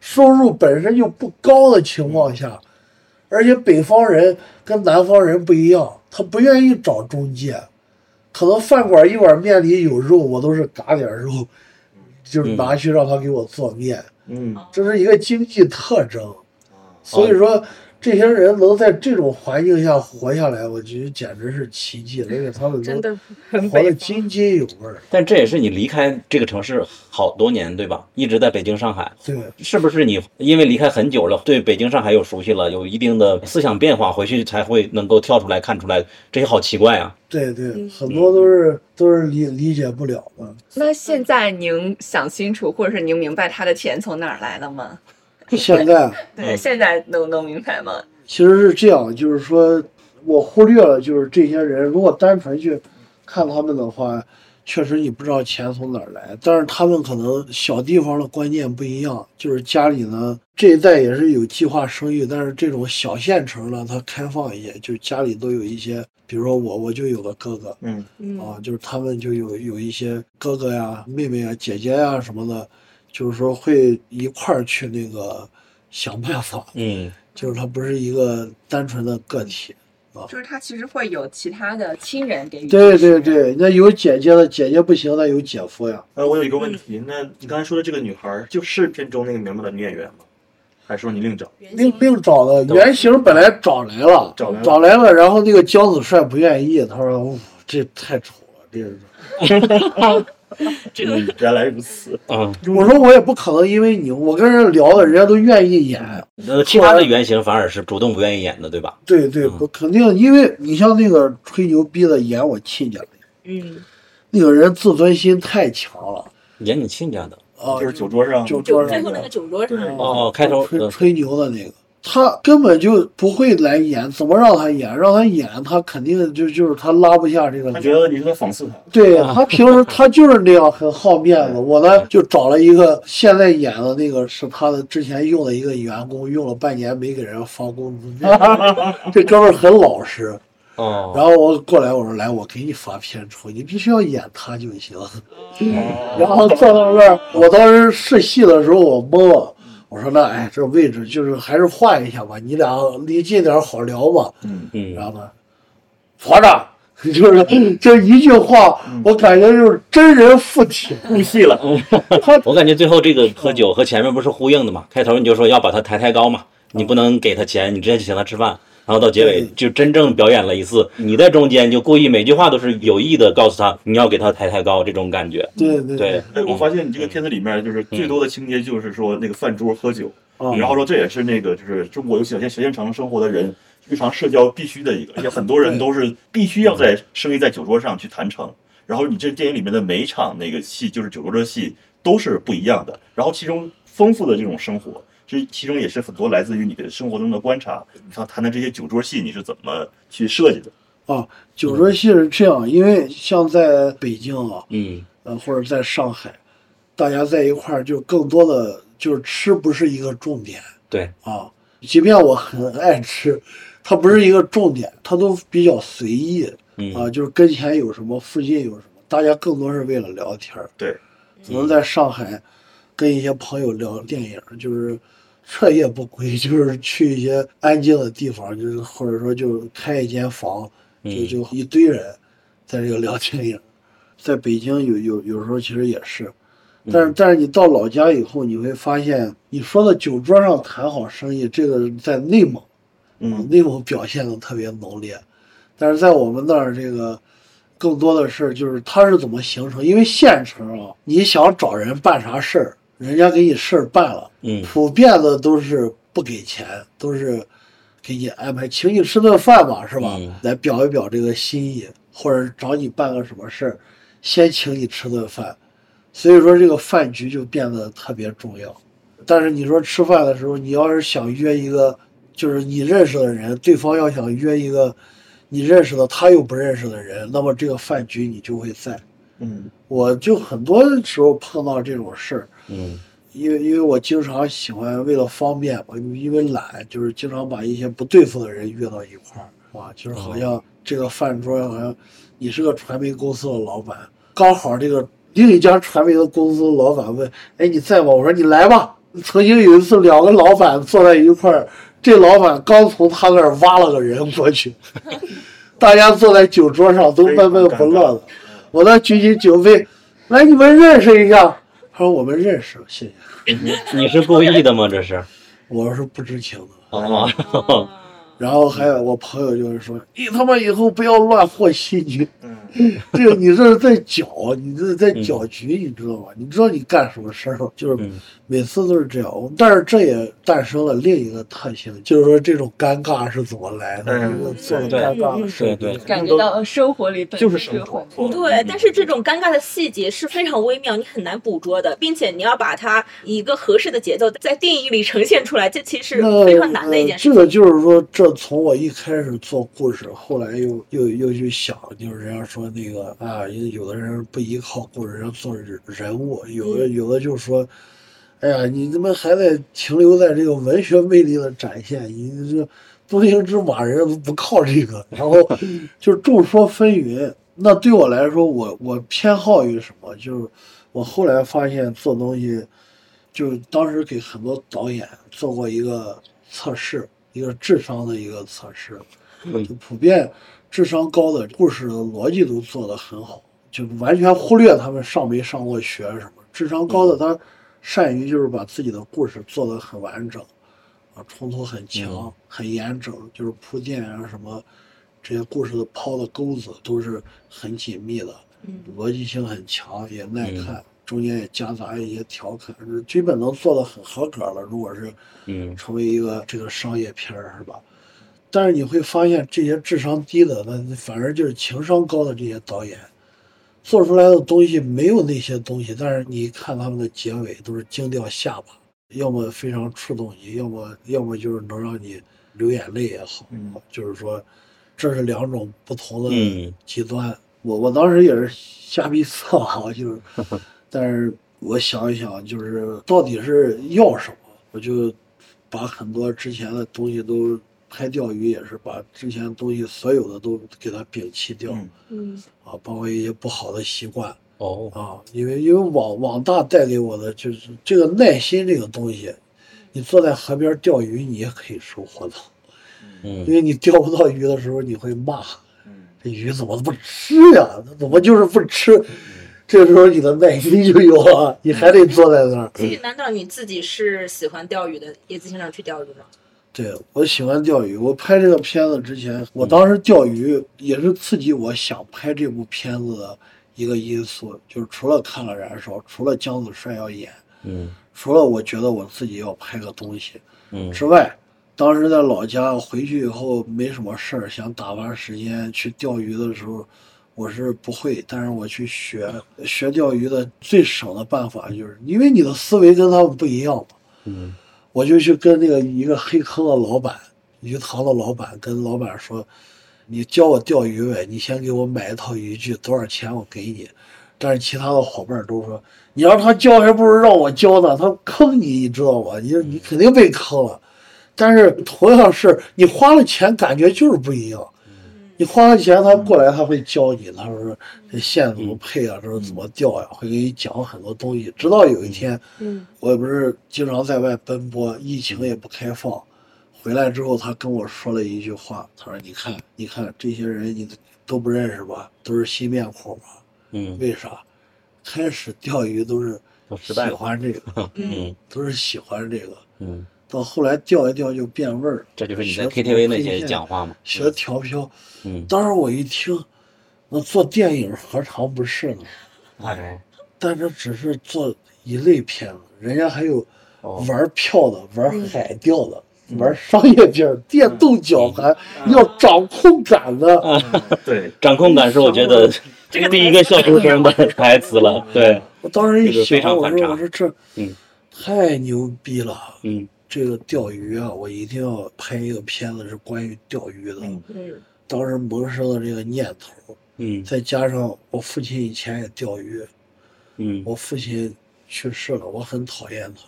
Speaker 14: 收入本身就不高的情况下，而且北方人跟南方人不一样，他不愿意找中介，可能饭馆一碗面里有肉，我都是嘎点儿肉，就是拿去让他给我做面。
Speaker 11: 嗯，
Speaker 14: 这是一个经济特征。所以说，这些人能在这种环境下活下来，我觉得简直是奇迹，而且他们
Speaker 19: 真的
Speaker 14: 能活得津津有味儿。
Speaker 2: 但这也是你离开这个城市好多年，对吧？一直在北京、上海，
Speaker 14: 对，
Speaker 2: 是不是你因为离开很久了，对北京、上海有熟悉了，有一定的思想变化，回去才会能够跳出来看出来这些好奇怪啊！
Speaker 14: 对
Speaker 19: 嗯
Speaker 14: 对，很多都是都是理理解不了
Speaker 19: *laughs*
Speaker 14: 的。
Speaker 20: 那现在您想清楚，或者是您明白她的钱从哪儿来了吗？
Speaker 14: 现在
Speaker 20: 对，现在能能明白吗？
Speaker 14: 其实是这样，就是说我忽略了，就是这些人如果单纯去看他们的话，确实你不知道钱从哪儿来，但是他们可能小地方的观念不一样，就是家里呢这一代也是有计划生育，但是这种小县城呢，它开放一些，就家里都有一些，比如说我我就有个哥哥，
Speaker 11: 嗯
Speaker 14: 啊，就是他们就有有一些哥哥呀、妹妹呀、姐姐呀什么的，就是说会一块儿去那个 *laughs* 想办法，
Speaker 2: 嗯，
Speaker 14: *laughs* 就是他不是一个单纯的个体。
Speaker 20: 就是她其实会有其他的亲人给予
Speaker 14: 对对对，那有姐姐的姐姐不行，那有姐夫呀。
Speaker 11: 呃，我有一个问题，那你刚才说的这个女孩儿就是片中那个名白的女演员吗？还是说你另找？
Speaker 14: 另另找的原型本来找来了，
Speaker 11: 找来了
Speaker 14: 找来了，然后那个姜子帅不愿意，他说、哦、这太丑了，这个。
Speaker 19: 这个
Speaker 11: 嗯原来如此
Speaker 2: 啊！
Speaker 14: 我说我也不可能因为你，我跟人聊了，人家都愿意演。
Speaker 2: 呃，其他的原型反而是主动不愿意演的，对吧？
Speaker 14: 对对，
Speaker 2: 嗯
Speaker 14: 我肯定，因为你像那个吹牛逼的演我亲家的，
Speaker 19: 嗯，
Speaker 14: 那个人自尊心太强了。
Speaker 2: 演你亲家的
Speaker 14: 啊，
Speaker 11: 就是酒桌上，
Speaker 14: 酒桌
Speaker 19: 最
Speaker 14: 上
Speaker 19: 后那个酒桌上，
Speaker 2: 哦，开头
Speaker 14: 吹吹牛的那个，他根本就不会来演，怎么让他演？让他演，他肯定就就是他拉不下这个
Speaker 11: 他。觉得你是在讽刺他。
Speaker 14: 对啊他平时他就是那样，很好面子。我呢就找了一个现在演的那个是他的之前用的一个员工，用了半年没给人发工资。这哥们儿很老实。
Speaker 2: *laughs* 哦，
Speaker 14: 然后我过来，我说来，我给你发片酬，你必须要演他就行。 *laughs* 然后坐到那儿，我当时试戏的时候，我懵了，我说那哎，这位置就是还是换一下吧，你俩离近点儿好聊嘛。
Speaker 11: 嗯
Speaker 2: 嗯，
Speaker 14: 然后呢，团长， *laughs* 就是这一句话，我感觉就是真人附体。
Speaker 11: 嗯 *laughs* 入戏了，
Speaker 2: *laughs* 我感觉最后这个喝酒和前面不是呼应的嘛？开头你就说要把他抬抬高嘛，你不能给他钱，你直接请他吃饭。然后到结尾就真正表演了一次，你在中间就故意每句话都是有意的告诉他你要给他抬抬高这种感觉。
Speaker 14: 对对
Speaker 2: 对，
Speaker 11: 哎，我发现你这个片子里面就是最多的情节就是说那个饭桌喝酒，
Speaker 14: 嗯
Speaker 11: 然后说这也是那个就是中国尤其有些学现场生活的人日常社交必须的一个，而且很多人都是必须要在生意在酒桌上去谈成。然后你这电影里面的每一场那个戏，就是酒桌的戏都是不一样的，然后其中丰富的这种生活。这其中也是很多来自于你的生活中的观察，你看谈谈这些酒桌戏你是怎么去设计的？
Speaker 14: *laughs* 啊，酒桌戏是这样，因为像在北京啊，
Speaker 2: 嗯，
Speaker 14: 呃，或者在上海，大家在一块儿就更多的就是吃不是一个重点
Speaker 2: 对，
Speaker 14: 啊，即便我很爱吃，它不是一个重点，它都比较随意
Speaker 2: 嗯
Speaker 14: 啊，就是跟前有什么，附近有什么，大家更多是为了聊天儿。
Speaker 11: 对，
Speaker 14: 可能在上海跟一些朋友聊电影，就是彻夜不归， *laughs* 就是去一些安静的地方，就是或者说就开一间房，就
Speaker 2: 嗯
Speaker 14: 就一堆人在这个聊 *laughs* 电影。在北京有有有时候其实也是，但是但是你到老家以后，你会发现你说的酒桌上谈好生意，这个在内蒙，啊
Speaker 11: 嗯，
Speaker 14: 内蒙表现的特别浓烈，但是在我们那儿这个。更多的是就是它是怎么形成？因为县
Speaker 7: 嗯
Speaker 14: 城啊，你想找人办啥事儿，人家给你事儿办了，
Speaker 2: 嗯
Speaker 14: 普遍的都是不给钱，都是给你安排，请你吃顿饭吧，是吧？
Speaker 2: 嗯
Speaker 14: 来表一表这个心意，或者找你办个什么事儿，先请你吃顿饭。所以说这个饭局就变得特别重要。但是你说吃饭的时候，你要是想约一个，就是你认识的人，对方要想约一个你认识的他又不认识的人，那么这个饭局你就会在。
Speaker 11: 嗯
Speaker 14: 我就很多时候碰到这种事儿，
Speaker 2: 嗯
Speaker 14: 因为因为我经常喜欢为了方便嘛，因为懒，就是经常把一些不对付的人约到一块儿，啊，就是好像这个饭桌上好像你是个传媒公司的老板，刚好这个另一家传媒的公司老板问，哎，你在吗？我说你来吧。曾经有一次，两个老板坐在一块儿，这老板刚从他那儿挖了个人过去， *laughs* 大家坐在酒桌上都闷闷不乐的。我呢举起酒杯，来你们认识一下。他说我们认识，谢谢。
Speaker 2: 你你是故意的吗？这是
Speaker 14: 我是不知情的。
Speaker 2: 哦，
Speaker 14: 然后还有我朋友就是说，你他妈以后不要乱和稀泥，这个你这是在搅，你这是在搅局，你知道吗？你知道你干什么事儿吗？就是每次都是这样。但是这也诞生了另一个特性，就是说这种尴尬是怎么来的，
Speaker 11: 嗯
Speaker 14: 这个做的尴尬的事儿，
Speaker 2: 对对
Speaker 20: 感觉
Speaker 19: 呃
Speaker 20: 到生活里本
Speaker 11: 就是
Speaker 20: 生活，
Speaker 19: 对，但是这种尴尬的细节是非常微妙，你很难捕捉的，并且你要把它以一个合适的节奏在电影里呈现出来，这其实
Speaker 14: 那
Speaker 19: 是非常难的一件事
Speaker 14: 呃这个
Speaker 19: 情。
Speaker 14: 就是说，这从我一开始做故事，后来又又又去想，就是人家说那个啊，有的人不依靠故事，人家做人人物，有
Speaker 19: 嗯
Speaker 14: 的有的就说，哎呀，你他妈还在停留在这个文学魅力的展现，你这东行之马人家都不靠这个，
Speaker 19: *laughs*
Speaker 14: 然后就众说纷纭。那对我来说，我我偏好于什么？就是我后来发现做东西。就是当时给很多导演做过一个测试，一个智商的一个测试，就普遍智商高的故事的逻辑都做得很好，就完全忽略他们上没上过学什么。智商高的他善于就是把自己的故事做得很完整，啊，冲突很强，很严整，就是铺垫啊什么，这些故事的抛的钩子都是很紧密的。
Speaker 2: 嗯
Speaker 14: 逻辑性很强，也耐看，中间也夹杂一些调侃，就是剧本能做的很合格了。如果是
Speaker 2: 嗯
Speaker 14: 成为一个这个商业片儿，是吧？但是你会发现，这些智商低的，那反而就是情商高的这些导演，做出来的东西没有那些东西，但是你看他们的结尾都是惊掉下巴，要么非常触动你，要么要么就是能让你流眼泪也好，就是说这是两种不同的
Speaker 2: 嗯
Speaker 14: 极端。我我当时也是瞎逼测啊，就是，但是我想一想，就是到底是要什么，我就把很多之前的东西都拍钓鱼，也是把之前的东西所有的都给它摒弃掉。
Speaker 19: 嗯
Speaker 14: 啊，包括一些不好的习惯
Speaker 2: 哦
Speaker 14: 啊，因为因为网网大带给我的就是这个耐心这个东西，你坐在河边钓鱼，你也可以收获到，因
Speaker 2: 嗯
Speaker 14: 为你钓不到鱼的时候，你会骂，这鱼怎么不吃呀、它怎么就是不吃？这时候你的耐心就有了，你还得坐在那儿。
Speaker 19: 所以，难道你自己是喜欢钓鱼的，也自己上去钓鱼吗？
Speaker 14: 对，我喜欢钓鱼。我拍这个片子之前，我当时钓鱼也是刺激我想拍这部片子的一个因素，就是除了看了《燃烧》，除了姜子帅要演，
Speaker 2: 嗯
Speaker 14: 除了我觉得我自己要拍个东西
Speaker 2: 嗯
Speaker 14: 之外，当时在老家回去以后没什么事儿，想打发时间去钓鱼的时候，我是不会，但是我去学学钓鱼的最省的办法就是，因为你的思维跟他们不一样嘛。
Speaker 2: 嗯
Speaker 14: 我就去跟那个一个黑坑的老板，鱼塘的老板，跟老板说：“你教我钓鱼呗，你先给我买一套渔具，多少钱我给你。”但是其他的伙伴都说：“你让他教，还不如让我教呢，他坑你，你知道吗？你你肯定被坑了。”但是同样是你花了钱，感觉就是不一样。你花了钱，他过来他会教你，他说这线怎么配啊，这是怎么钓呀、会给你讲很多东西。直到有一天，
Speaker 19: 嗯
Speaker 14: 我也不是经常在外奔波，疫情也不开放，回来之后他跟我说了一句话，他说：“你看，你看这些人你都不认识吧，都是新面孔吧？
Speaker 2: 嗯
Speaker 14: 为啥？开始钓鱼都是
Speaker 2: 都
Speaker 14: 喜
Speaker 2: 失败了
Speaker 14: 欢这个，
Speaker 2: *laughs* 嗯
Speaker 14: 都是喜欢这个，
Speaker 2: 嗯，
Speaker 14: 到后来钓一钓就变味儿了。
Speaker 2: 这就是你在
Speaker 14: 学
Speaker 2: KTV 那些
Speaker 14: 推荐
Speaker 2: 讲话嘛
Speaker 14: 学调飘。
Speaker 2: 嗯
Speaker 14: 当时我一听，那做电影何尝不是呢？
Speaker 2: 哎，
Speaker 14: 但这只是做一类片子，人家还有
Speaker 2: 哦
Speaker 14: 玩票的、
Speaker 2: 嗯
Speaker 14: 玩海钓的、玩商业片儿、电动绞盘、
Speaker 2: 嗯
Speaker 14: 要掌控感的。
Speaker 11: 对，
Speaker 2: 掌控感是我觉得第一个小出生的台词了，对，
Speaker 14: 我当时
Speaker 2: 这
Speaker 14: 一
Speaker 2: 个非
Speaker 14: 想，
Speaker 2: 常
Speaker 14: 我
Speaker 2: 反
Speaker 14: 说我
Speaker 2: 差，
Speaker 14: 说这
Speaker 2: 嗯
Speaker 14: 太牛逼了，
Speaker 2: 嗯，
Speaker 14: 这个钓鱼啊，我一定要拍一个片子是关于钓鱼的。
Speaker 19: 嗯
Speaker 14: 当时萌生了这个念头，
Speaker 2: 嗯
Speaker 14: 再加上我父亲以前也钓鱼，
Speaker 2: 嗯
Speaker 14: 我父亲去世了，我很讨厌他。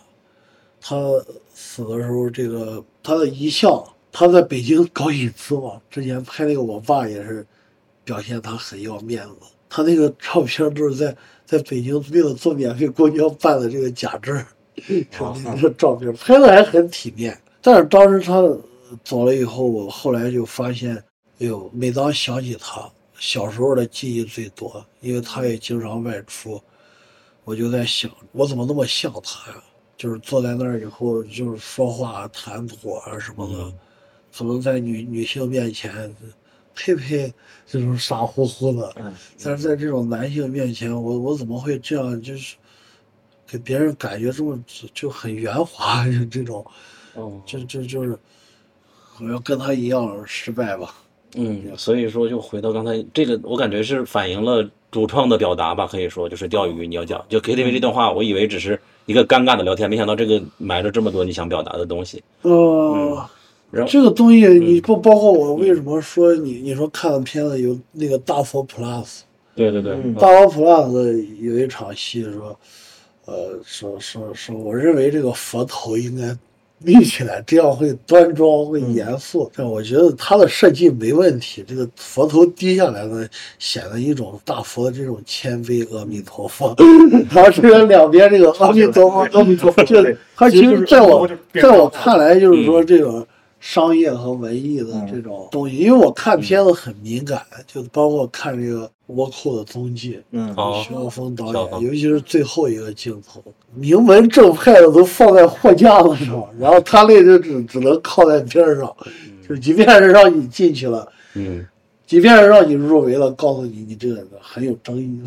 Speaker 14: 他死的时候，这个他的遗像，他在北京搞引资嘛，之前拍那个我爸也是，表现他很要面子。他那个照片都是在在北京为了坐免费公交办的这个假证儿， *laughs* 这个照片拍的还很体面。但是当时他走了以后，我后来就发现，哎呦，每当想起他小时候的记忆最多，因为他也经常外出，我就在想，我怎么那么像他呀？就是坐在那儿以后，就是说话、谈吐啊什么的，怎么在女女性面前，佩佩这种傻乎乎的，但是在这种男性面前，我我怎么会这样？就是给别人感觉这么就很圆滑， *laughs* 就这种，
Speaker 2: 哦，
Speaker 14: 就就就是，我要跟他一样失败吧。
Speaker 2: 嗯，所以说就回到刚才这个，我感觉是反映了主创的表达吧，可以说就是钓鱼你要讲，就 KTV 这段话，我以为只是一个尴尬的聊天，没想到这个埋着这么多你想表达的东西，
Speaker 14: 呃，
Speaker 2: 嗯然后嗯
Speaker 14: 这个东西你不包括我为什么说你你说看的片子有那个大佛 plus，
Speaker 2: 对对对，
Speaker 14: 嗯
Speaker 2: 嗯
Speaker 11: 嗯
Speaker 14: 大王 plus 有一场戏说，呃，说说说，我认为这个佛头应该立起来，这样会端庄，会严
Speaker 2: 嗯
Speaker 14: 肃。但我觉得他的设计没问题，这个佛头低下来呢，显得一种大佛的这种谦卑。阿弥陀
Speaker 2: *laughs*
Speaker 14: 佛，然后这个两边这个阿弥陀佛，阿弥陀佛，这他其实在我在我看来，就是
Speaker 11: 嗯
Speaker 14: 说这种商业和文艺的这种东西，因为我看片子很敏感，就包括看这个倭寇的踪迹，
Speaker 11: 嗯
Speaker 2: 哦
Speaker 14: 徐浩峰导
Speaker 2: 徐浩
Speaker 14: 演，
Speaker 2: 峰
Speaker 14: 尤其是最后一个镜头，名门正派的都放在货架子上，
Speaker 11: 嗯
Speaker 14: 然后他那就只只能靠在边上，就即便是让你进去了，
Speaker 2: 嗯
Speaker 14: 即便是让你入围了，告诉你你这个人很有争议，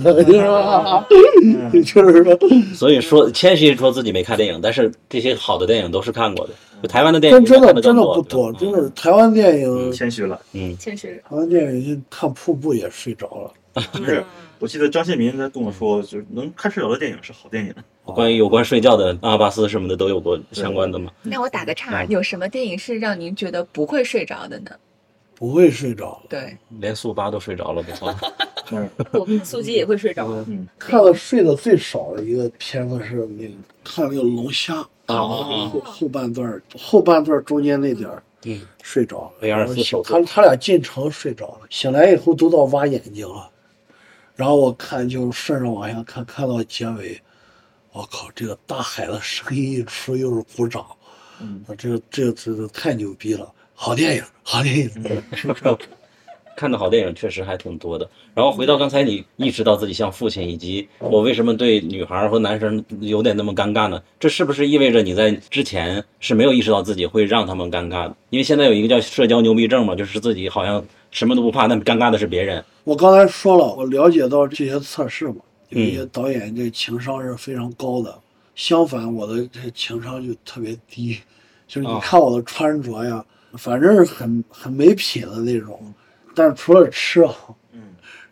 Speaker 11: 嗯
Speaker 14: *laughs* 就是说，就是说，
Speaker 2: 所以说，谦虚说自己没看电影，但是这些好的电影都是看过的。就台湾的电
Speaker 14: 真
Speaker 2: 影
Speaker 14: 真
Speaker 2: 看
Speaker 14: 的
Speaker 2: 得
Speaker 14: 真
Speaker 2: 更
Speaker 14: 的
Speaker 2: 多
Speaker 14: 不多，真的是台湾电影，
Speaker 11: 嗯谦虚了，
Speaker 2: 嗯，
Speaker 11: 谦虚
Speaker 14: 台湾电影看瀑布也睡着了。
Speaker 11: *laughs*
Speaker 14: 嗯
Speaker 11: 是，我记得张谢民他跟我说，就是能看睡着的电影是好电影。
Speaker 2: 关于有关睡觉的阿巴斯什么的都有过相关的吗？
Speaker 20: 那我打个岔，
Speaker 2: 嗯
Speaker 20: 有什么电影是让您觉得不会睡着的呢？
Speaker 14: 不会睡着，
Speaker 20: 对，
Speaker 2: 连速八都睡着了，不错。
Speaker 20: *laughs*
Speaker 19: 我们速激也会睡着。
Speaker 11: 嗯，
Speaker 14: 看了睡得最少的一个片子是那个看那个龙虾
Speaker 2: 啊
Speaker 14: 后后半段儿后半段儿中间那点儿
Speaker 2: 嗯，
Speaker 14: 睡着了，
Speaker 2: 维尔斯手
Speaker 14: 他他俩进城睡着了，醒来以后都到挖眼睛了，然后我看就顺着往下看，看到结尾，我靠，这个大海的声音一出又是鼓掌，
Speaker 11: 嗯，
Speaker 14: 这个这个这个太牛逼了，好电影，好电影，
Speaker 2: 嗯看的好电影确实还挺多的。然后回到刚才，你意识到自己像父亲，以及我为什么对女孩和男生有点那么尴尬呢？这是不是意味着你在之前是没有意识到自己会让他们尴尬的？因为现在有一个叫社交牛逼症嘛，就是自己好像什么都不怕，但尴尬的是别人。
Speaker 14: 我刚才说了，我了解到这些测试嘛，有
Speaker 2: 嗯
Speaker 14: 一些导演这情商是非常高的，相反我的这情商就特别低，就是你
Speaker 2: 啊
Speaker 14: 看我的穿着呀，反正是很很没品的那种，但是除了吃啊，
Speaker 2: 嗯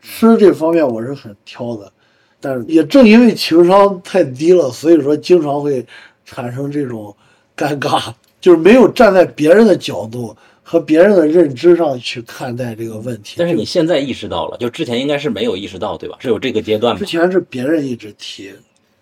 Speaker 14: 吃这方面我是很挑的，但是也正因为情商太低了，所以说经常会产生这种尴尬， *laughs* 就是没有站在别人的角度和别人的认知上去看待这个问题。
Speaker 2: 但是你现在意识到了，就之前应该是没有意识到，对吧？是有这个阶段吗
Speaker 14: 之？前是别人一直提，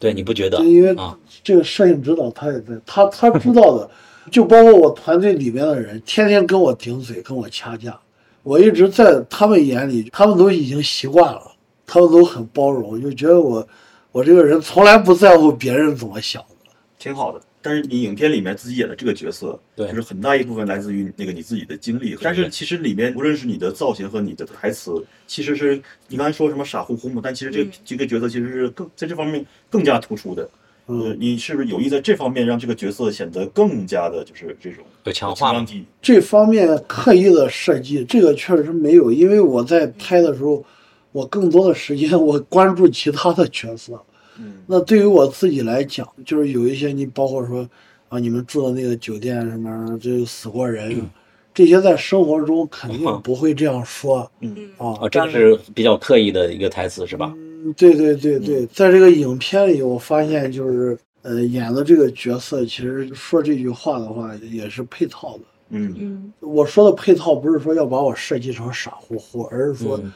Speaker 2: 对，你不觉得
Speaker 14: 就？因为
Speaker 2: 啊
Speaker 14: 这个摄影指导他也在，他他知道的，就包括我团队里面的人，天天跟我顶嘴，跟我掐架，我一直在他们眼里，他们都已经习惯了，他们都很包容，就觉得我我这个人从来不在乎别人怎么想的。
Speaker 11: 挺好的。但是你影片里面自己演的这个角色，对，就是很大一部分来自于那个你自己的经历。但是其实里面无论是你的造型和你的台词，其实是你刚才说什么傻乎乎嘛，但其实
Speaker 14: 嗯
Speaker 11: 这个、这个角色其实是更在这方面更加突出的。
Speaker 14: 嗯
Speaker 11: 呃，你是不是有意在这方面让这个角色显得更加的，就是这种
Speaker 2: 有强
Speaker 11: 化
Speaker 14: 这方面刻意的设计，这个确实没有，因为我在拍的时候，我更多的时间 *laughs* 我关注其他的角色。
Speaker 11: 嗯，
Speaker 14: 那对于我自己来讲，就是有一些你包括说啊，你们住的那个酒店什么，这个死过人，
Speaker 11: 嗯
Speaker 14: 这些在生活中肯
Speaker 11: 啊
Speaker 14: 定不会这样说。
Speaker 11: 嗯
Speaker 14: 啊，
Speaker 2: 哦，这个是比较刻意的一个台词，是吧？
Speaker 14: 嗯，对对对对，在这个影片里，我发现就是呃，演的这个角色，其实说这句话的话也是配套的。
Speaker 11: 嗯
Speaker 14: 我说的配套不是说要把我设计成傻乎乎，而是说
Speaker 11: 嗯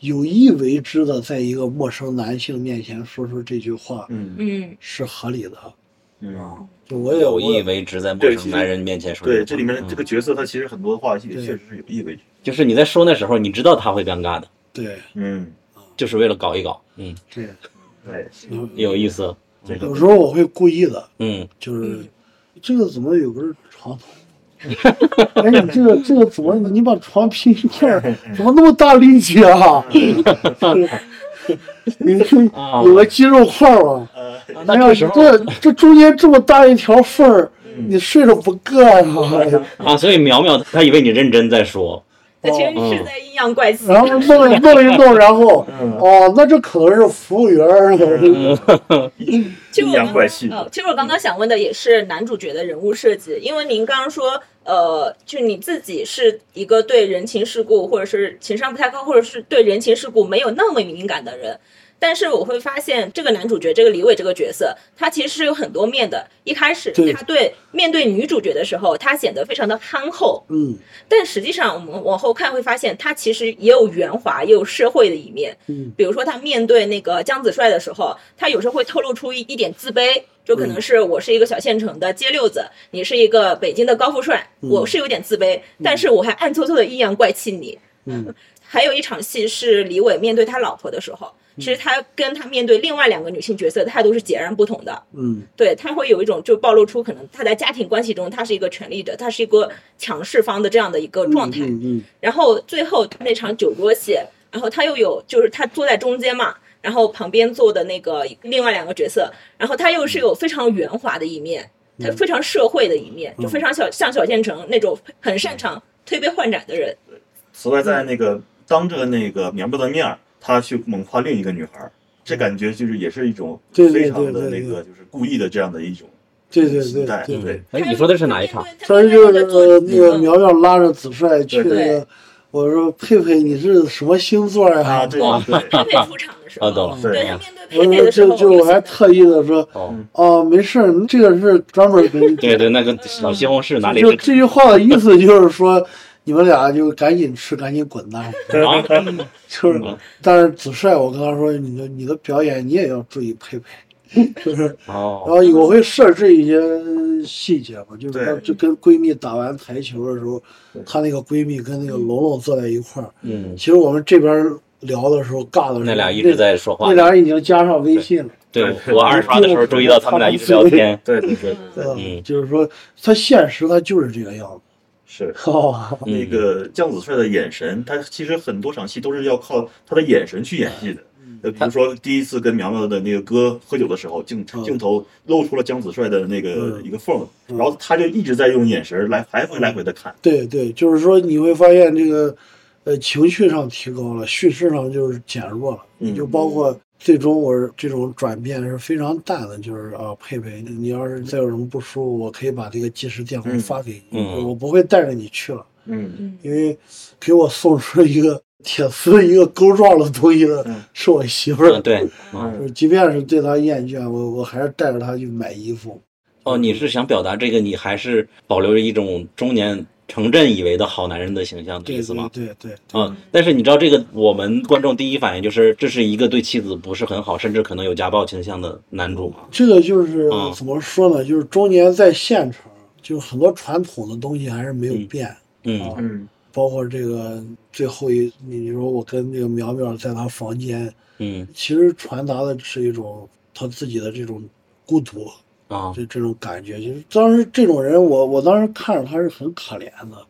Speaker 14: 有意为之的，在一个陌生男性面前说出这句话，
Speaker 11: 嗯
Speaker 19: 嗯，
Speaker 14: 是合理的。
Speaker 11: 嗯，
Speaker 14: 就我也
Speaker 2: 有意为之，在陌生男人面前说
Speaker 11: 对
Speaker 2: 这
Speaker 11: 这
Speaker 2: 种
Speaker 11: 里面的
Speaker 2: 嗯
Speaker 11: 这个角色，他其实很多话也确实是有意为之。
Speaker 2: 就是你在说那时候，你知道他会尴尬的，
Speaker 14: 对，
Speaker 11: 嗯，
Speaker 2: 就是为了搞一搞，嗯，
Speaker 14: 对，
Speaker 11: 对，
Speaker 14: 嗯
Speaker 2: 有意思，这
Speaker 14: 有时候我会故意的，
Speaker 2: 嗯，
Speaker 14: 就是、这个怎么有根床 *laughs* 头？哎，你这个这个怎么你把床拼一块儿，怎么那么大力气啊？ *laughs* 你是有了肌肉块儿吗？
Speaker 2: 啊
Speaker 11: 呃
Speaker 2: 那啊
Speaker 14: 哎呀，
Speaker 2: 这时
Speaker 14: 你
Speaker 2: 候
Speaker 14: 这这中间这么大一条缝儿，
Speaker 2: 嗯
Speaker 14: 你睡着不硌呀？
Speaker 2: 啊，所以苗苗他以为你认真在说，
Speaker 19: 他其
Speaker 11: 哦
Speaker 19: 实
Speaker 11: 嗯
Speaker 19: 是在阴阳怪
Speaker 2: 嗯
Speaker 19: 气。
Speaker 14: *laughs* 然后弄一弄一弄，然后哦，那这可能是服务员儿。
Speaker 2: 嗯
Speaker 19: 就
Speaker 11: *laughs* 阴
Speaker 19: 我
Speaker 11: 阳怪
Speaker 19: 刚
Speaker 11: 气
Speaker 19: 刚，呃，其实我刚刚想问的也是男主角的人物设计，因为您刚刚说，呃，就你自己是一个对人情世故或者是情商不太高，或者是对人情世故没有那么敏感的人。但是我会发现，这个男主角这个李伟这个角色，他其实是有很多面的。一开始
Speaker 14: 对
Speaker 19: 他对面对女主角的时候，他显得非常的憨厚，
Speaker 14: 嗯
Speaker 19: 但实际上我们往后看会发现，他其实也有圆滑，也有社会的一面。
Speaker 14: 嗯
Speaker 19: 比如说他面对那个江子帅的时候，他有时候会透露出一一点自卑，
Speaker 14: 嗯
Speaker 19: 就可能是我是一个小县城的街溜子，你是一个北京的高富帅，
Speaker 14: 嗯
Speaker 19: 我是有点自卑，但是我还暗搓搓的阴阳怪气你。
Speaker 14: 嗯
Speaker 19: 还有一场戏是李伟面对他老婆的时候，
Speaker 14: 嗯
Speaker 19: 其实他跟他面对另外两个女性角色态度是截然不同的。
Speaker 14: 嗯
Speaker 19: 对他会有一种就暴露出可能他在家庭关系中他是一个权力者，他是一个强势方的这样的一个状态。
Speaker 14: 嗯
Speaker 19: 然后最后那场酒桌戏，然后他又有就是他坐在中间嘛，然后旁边坐的那个另外两个角色，然后他又是有非常圆滑的一面，
Speaker 20: 嗯
Speaker 19: 他非常社会的一面，就非常小像小县城那种很擅长推杯换盏的人。
Speaker 11: 此外，在那个当着那个棉布的面儿，他去猛夸另一个女孩儿，这感觉就是也是一种
Speaker 14: 嗯对对
Speaker 11: 非常
Speaker 14: 对
Speaker 11: 的
Speaker 14: 对
Speaker 11: 那个就是故意的这样的一种
Speaker 14: 对对
Speaker 11: 心
Speaker 14: 对
Speaker 11: 态。
Speaker 14: 对
Speaker 11: 对，
Speaker 2: 哎，你说的是哪一场？
Speaker 14: 当时就是呃那个苗苗拉着子帅去
Speaker 11: 对
Speaker 14: 那个，我说佩佩你是什么星座呀？啊，
Speaker 2: *laughs*
Speaker 11: 对对
Speaker 19: 佩佩出场的时候，
Speaker 2: 啊，懂。啊
Speaker 19: 对
Speaker 11: 对
Speaker 19: 他面对
Speaker 14: 我
Speaker 19: *laughs* 佩佩
Speaker 14: 说
Speaker 19: 的时
Speaker 14: 这
Speaker 19: 候，
Speaker 14: 嗯就我还特意的说，哦，没事儿，这个是专门给你
Speaker 2: 对对，那个小西红柿哪里？
Speaker 14: 就是这句话的意思就是说，你们俩就赶紧吃，赶紧滚蛋。就是，但是子帅，我跟他说，你的你的表演你也要注意佩 *laughs* 佩，就是，然
Speaker 2: 哦，
Speaker 14: 后我会设置一些细节嘛，就是她
Speaker 11: 对
Speaker 14: 就跟闺蜜打完台球的时候，她那个闺蜜跟那个龙龙坐在一块儿，
Speaker 2: 嗯
Speaker 14: 其实我们这边聊的时候尬的时候，
Speaker 2: 那俩一直在说话
Speaker 14: 那俩已经加上微信了。
Speaker 2: 对我二刷的时候注意到他们俩一直聊天。
Speaker 11: 对对对，
Speaker 14: 嗯，就是说，他现实他就是这个样子。
Speaker 11: 是
Speaker 14: *laughs* 哦，
Speaker 2: 嗯
Speaker 11: 那个姜子帅的眼神，他其实很多场戏都是要靠他的眼神去演戏的。
Speaker 14: 嗯
Speaker 11: 呃，比如说第一次跟苗苗的那个哥喝酒的时候，镜
Speaker 14: 嗯
Speaker 11: 镜头露出了姜子帅的那个一个缝，然后他就一直在用眼神来来回来回的看。
Speaker 14: 对对，就是说你会发现这个，呃，情绪上提高了，叙事上就是减弱了。
Speaker 11: 嗯
Speaker 14: 就包括最终我是这种转变是非常淡的，就是啊，佩佩，你要是再有什么不舒服，我可以把这个即时电话发给你，
Speaker 11: 嗯嗯
Speaker 14: 我不会带着你去了，
Speaker 11: 嗯
Speaker 14: 因为给我送出一个铁丝一个钩状的东西的是我媳妇儿。
Speaker 2: 嗯，对。
Speaker 14: 就是即便是对她厌倦，我我还是带着她去买衣服。
Speaker 2: 哦，你是想表达这个，你还是保留着一种中年城镇以为的好男人的形象的
Speaker 14: 对
Speaker 2: 意思吗？
Speaker 14: 对对，
Speaker 2: 嗯，但是你知道这个，我们观众第一反应就是这是一个对妻子不是很好，甚至可能有家暴倾向的男主嘛。
Speaker 14: 这个就是
Speaker 2: 嗯
Speaker 14: 怎么说呢？就是中年在县城，就很多传统的东西还是没有变，
Speaker 2: 嗯
Speaker 11: 嗯
Speaker 14: 包括这个最后一，你你说我跟那个苗苗在她房间，
Speaker 2: 嗯
Speaker 14: 其实传达的是一种她自己的这种孤独，
Speaker 2: 啊，
Speaker 14: 这这种感觉。就是当时这种人，我我当时看着她是很可怜的，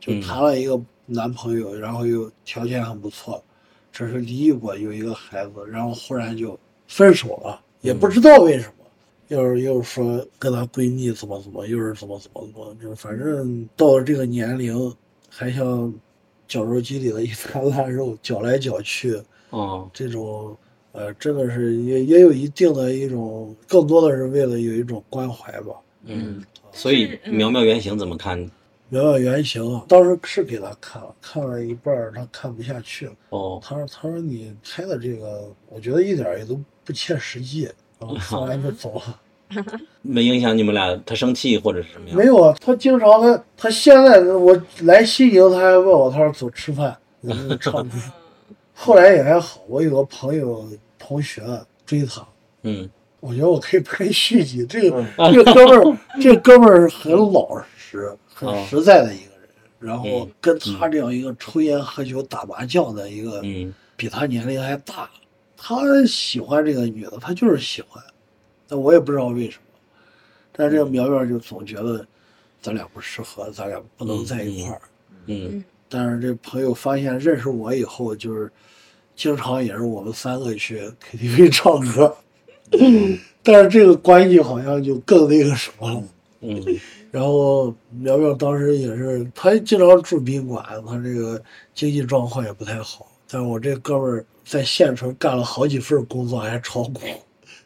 Speaker 14: 就谈了一个男朋友，然后又条件很不错，只是离异过，有一个孩子，然后忽然就分手了，也不知道为什么。又是又是说跟她闺蜜怎么怎么，又是怎么怎么怎么，就是反正到了这个年龄，还像绞肉机里的一滩烂肉，绞来绞去，
Speaker 2: 哦，
Speaker 14: 这种呃，真的是也也有一定的一种，更多的是为了有一种关怀吧。
Speaker 2: 嗯，所以苗苗原型怎么看？
Speaker 14: 苗苗原型啊，当时是给他看了，看了一半儿，他看不下去了。
Speaker 2: 哦，
Speaker 14: 他说：“他说你拍的这个，我觉得一点儿也都不切实际。”然后看完就走了。
Speaker 2: 没影响你们俩，他生气或者是什么样？
Speaker 14: 没有啊，他经常他他现在我来西宁，他还问我，他说走吃饭，我 *laughs* 就唱歌。后来也还好，我有个朋友同学追他，
Speaker 2: 嗯，
Speaker 14: 我觉得我可以拍续集。这个这个哥们儿，这个哥们儿很老实、很
Speaker 2: 哦嗯
Speaker 14: 实在的一个人。然后跟他这样一个抽烟、喝酒、打麻将的一个，
Speaker 2: 嗯
Speaker 14: 比他年龄还大，他喜欢这个女的，他就是喜欢。那我也不知道为什么，但
Speaker 2: 嗯
Speaker 14: 这个苗苗就总觉得咱俩不适合，咱俩不能在一块儿。
Speaker 2: 嗯
Speaker 14: 但是这朋友发现认识我以后，就是经常也是我们三个去 *laughs* KTV 唱歌，但是这个关系好像就更那个什么了。
Speaker 2: 嗯，
Speaker 14: 然后苗苗当时也是，她经常住宾馆，她这个经济状况也不太好。但是我这哥们儿在县城干了好几份工作，还炒股，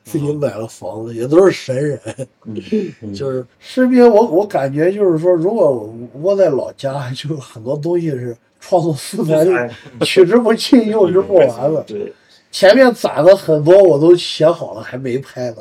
Speaker 14: 自己买了房子，也都是神人。就是身边我我感觉就是说，如果窝在老家，就是很多东西是创作素材就取之不尽，用之不完了。
Speaker 11: 对，
Speaker 14: 前面攒的很多我都写好了，还没拍呢。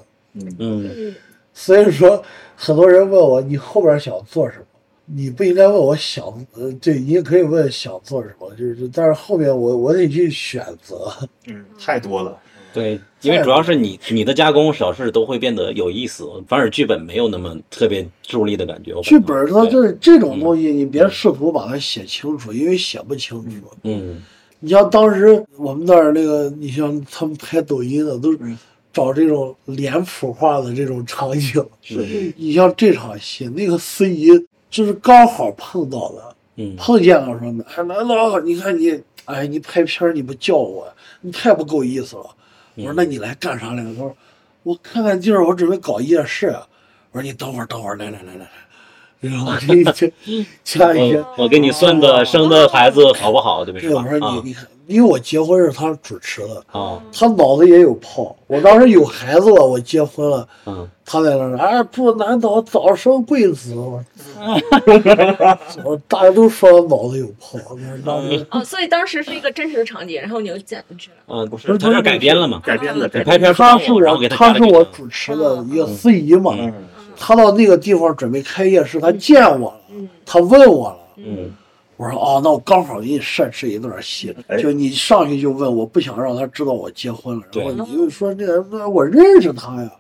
Speaker 2: 嗯
Speaker 14: 所以说，很多人问我你后边想做什么，你不应该问我想，呃，对，你也可以问想做什么，就是，但是后面我我得去选择。
Speaker 11: 嗯，太多了。
Speaker 2: 对，因为主要是你你的加工小事都会变得有意思，反而剧本没有那么特别助力的感觉。我
Speaker 14: 剧本它就是这
Speaker 11: 嗯
Speaker 14: 种东西，你别试图把它写清楚，因为写不清楚。 *laughs*
Speaker 2: 嗯
Speaker 14: 你像当时我们那儿那个，你像他们拍抖音的都
Speaker 11: 嗯
Speaker 14: 找这种脸谱化的这种场景。
Speaker 11: 嗯
Speaker 2: 是
Speaker 14: 你像这场戏，那个司仪就是刚好碰到的，
Speaker 2: 嗯
Speaker 14: 碰见了说，哎，来老，你看你，哎，你拍片儿你不叫我，你太不够意思了。我
Speaker 2: 嗯
Speaker 14: 说那你来干啥来了？他啊说我看看地儿，我准备搞夜市。我说你等会儿，等会儿，来来来来来，然后这这加一些，
Speaker 2: 我给你算个生的孩子好不好，对不对？
Speaker 14: 对，我说
Speaker 2: 啊
Speaker 14: 你你看，因为我结婚是他主持的，
Speaker 2: 啊，
Speaker 14: 他脑子也有泡。我当时有孩子了，我结婚了，
Speaker 2: 嗯，
Speaker 14: 他在那儿，哎，不难倒早生贵子。
Speaker 2: *laughs*
Speaker 14: 我说我说大家都说我脑子有泡，我说那就
Speaker 19: 哦，所以当时是一个真实的场景，然后你又剪进去了。
Speaker 2: 嗯，不是
Speaker 14: 不是
Speaker 2: 他这改编了嘛？
Speaker 11: 改编的改编
Speaker 2: 拍片
Speaker 14: 嗯他是
Speaker 2: 然后
Speaker 14: 我
Speaker 2: 给
Speaker 14: 他
Speaker 2: 他加
Speaker 14: 是
Speaker 2: 了嗯这
Speaker 14: 我
Speaker 2: 个
Speaker 14: 主持的一个司仪嘛，他到那个地方准备开业时，他见我了，他问我了，
Speaker 2: 嗯，
Speaker 14: 我说哦，那我刚好给你设置一段戏，
Speaker 11: 哎
Speaker 14: 就你上去就问我不想让他知道我结婚了，然后你就说那个那我认识他呀。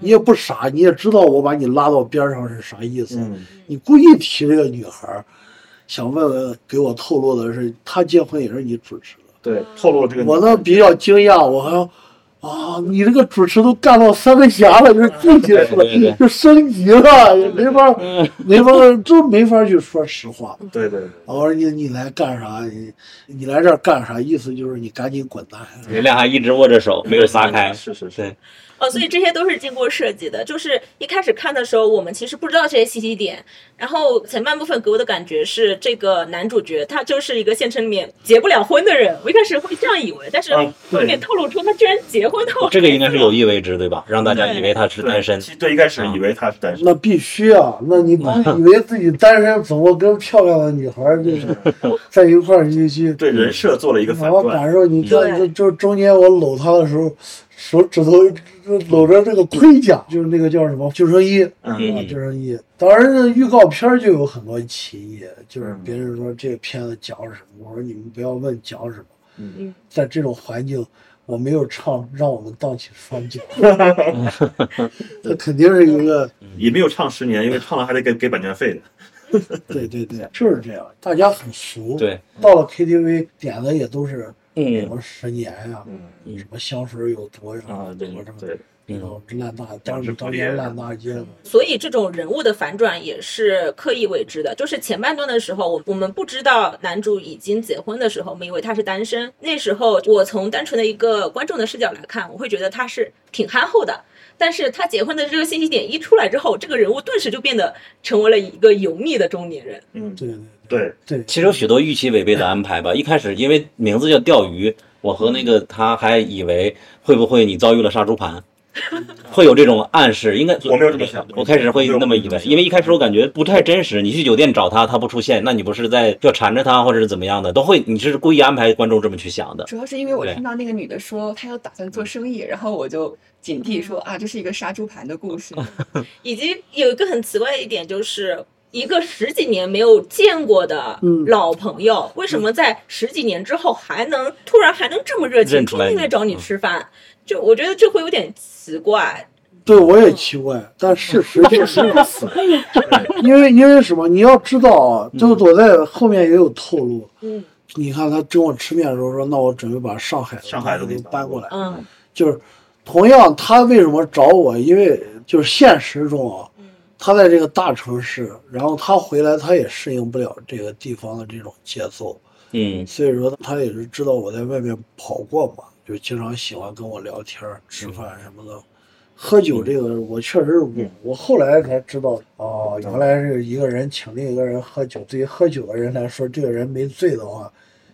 Speaker 14: 你也不傻，你也知道我把你拉到边上是啥意思。
Speaker 11: 嗯
Speaker 14: 你故意提这个女孩儿，想问问给我透露的是，她结婚也是你主持的。
Speaker 11: 对，透露了这个
Speaker 14: 我呢比较惊讶，我还要啊，你这个主持都干到三分侠了，
Speaker 11: *laughs*
Speaker 14: 就是进去式
Speaker 11: 对对对嗯
Speaker 14: 了，就升级了，也没法没法，真没法去说实话。
Speaker 11: 对对，
Speaker 14: 我说你你来干啥？你你来这儿干啥？意思就是你赶紧滚蛋。
Speaker 2: 你俩还一直握着手，没有撒开，
Speaker 11: 是是
Speaker 2: 是，
Speaker 19: 哦，所以这些都是经过设计的。就是一开始看的时候，我们其实不知道这些信息点。然后前半部分给我的感觉是，这个男主角他就是一个县城里面结不了婚的人。我一开始会这样以为，但是
Speaker 2: 啊哦
Speaker 19: 后面透露出他居然结婚了。
Speaker 2: 这个应该是有意为之，对吧？让大家以为他是单身，
Speaker 11: 对，一开始以为他是单身，
Speaker 14: 那必须啊！那
Speaker 11: *laughs*
Speaker 14: 你光以为自己单身，怎么跟漂亮的女孩儿
Speaker 11: *laughs*
Speaker 14: 就是在一块儿去去？
Speaker 11: 对人设做了一个反
Speaker 14: 我
Speaker 11: 转
Speaker 14: 感。受你这样就就中间我搂她的时候，手指头搂着这个盔甲，就是那个叫什么救生衣，
Speaker 11: 嗯
Speaker 14: 是吧？救生
Speaker 2: *laughs*
Speaker 14: 衣。当然，这预告片儿就有很多歧义，就是别人说这个片子讲什么，我说你们不要问讲什么，
Speaker 19: 嗯，
Speaker 14: 在这种环境。我没有唱，让我们荡起双桨， *laughs* 这肯定是一个
Speaker 11: 也没有唱十年，因为唱了还得给给版权费的。
Speaker 14: 对对对，就是这样，大家很熟。
Speaker 11: 对，
Speaker 14: 到了 KTV 点的也都是
Speaker 2: 嗯
Speaker 14: 什么十年呀，什么香水有多少嗯啊，嗯多少
Speaker 11: 对，
Speaker 14: 那种烂大当时当年烂大街。
Speaker 19: 所以这种人物的反转也是刻意为之的。就是前半段的时候，我我们不知道男主已经结婚的时候，我们以为他是单身。那时候我从单纯的一个观众的视角来看，我会觉得他是挺憨厚的。但是他结婚的这个信息点一出来之后，这个人物顿时就变得成为了一个油腻的中年人。
Speaker 11: 嗯，
Speaker 14: 对
Speaker 11: 对
Speaker 14: 对，
Speaker 2: 其实有许多预期违背的安排吧。一开始因为名字叫钓鱼，我和那个他还以为会不会你遭遇了杀猪盘，会有这种暗示。应该
Speaker 11: 我没有这么想
Speaker 2: 我开始会那么以为，因为一开始我感觉不太真实。你去酒店找他，他不出现，那你不是在要缠着他，或者是怎么样的，都会你是故意安排观众这么去想的。
Speaker 20: 主要是因为我
Speaker 2: 对
Speaker 20: 听到那个女的说她要打算做生意，然后我就警惕说啊，这是一个杀猪盘的故事。
Speaker 21: 嗯
Speaker 19: 以及有一个很奇怪的一点，就是一个十几年没有见过的老朋友，为什么在十几年之后还能突然还能这么热情，
Speaker 2: 认出
Speaker 19: 拼
Speaker 2: 来嗯
Speaker 19: 命的找你吃饭？就我觉得这会有点奇怪。
Speaker 14: 对，我也奇怪，但事实
Speaker 19: *laughs*
Speaker 14: 就是如此。因为因为什么？你要知道啊，这个我在后面也有透露。
Speaker 19: 嗯
Speaker 14: 你看他跟我吃面的时候说，那我准备把上海上海的都搬过来。
Speaker 19: 嗯，
Speaker 14: 就是同样，他为什么找我？因为就是现实中啊，他在这个大城市，然后他回来，他也适应不了这个地方的这种节奏，
Speaker 2: 嗯
Speaker 14: 所以说他也是知道我在外面跑过嘛，就经常喜欢跟我聊天儿、吃饭什么的。喝酒这个，我确实是我，我后来才知道，哦，原来是一个人请另一个人喝酒，对于喝酒的人来说，这个人没醉的话，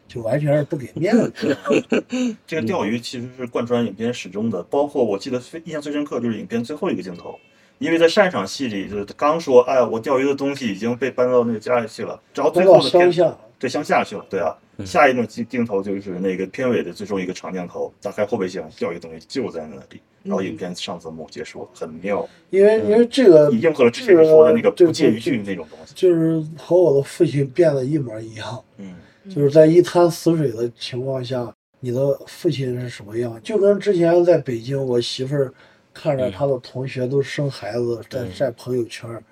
Speaker 14: 就完全是不给面子。
Speaker 11: *laughs* 这个钓鱼其实是贯穿影片始终的，包括我记得非印象最深刻就是影片最后一个镜头，因为在上一场戏里，就是刚说，哎，我钓鱼的东西已经被搬到那个家里去了，然后最后的
Speaker 14: 搬到乡
Speaker 11: 片
Speaker 14: 下，
Speaker 11: 对乡下去了，对啊。下一种镜镜头就是那个片尾的最终一个长镜头，打开后备箱，钓鱼东西就在那里，然后影片上字幕结束，很妙，
Speaker 14: 嗯因为因为这个
Speaker 11: 也应和了之前说的那个
Speaker 14: 这
Speaker 11: 不介于句那种东西。
Speaker 14: 就是和我的父亲变得一模一样。
Speaker 11: 嗯，
Speaker 14: 就是在一滩死水的情况下，你的父亲是什么样？就跟之前在北京，我媳妇儿看
Speaker 11: 嗯
Speaker 14: 着她的同学都生孩子，在晒朋友圈儿，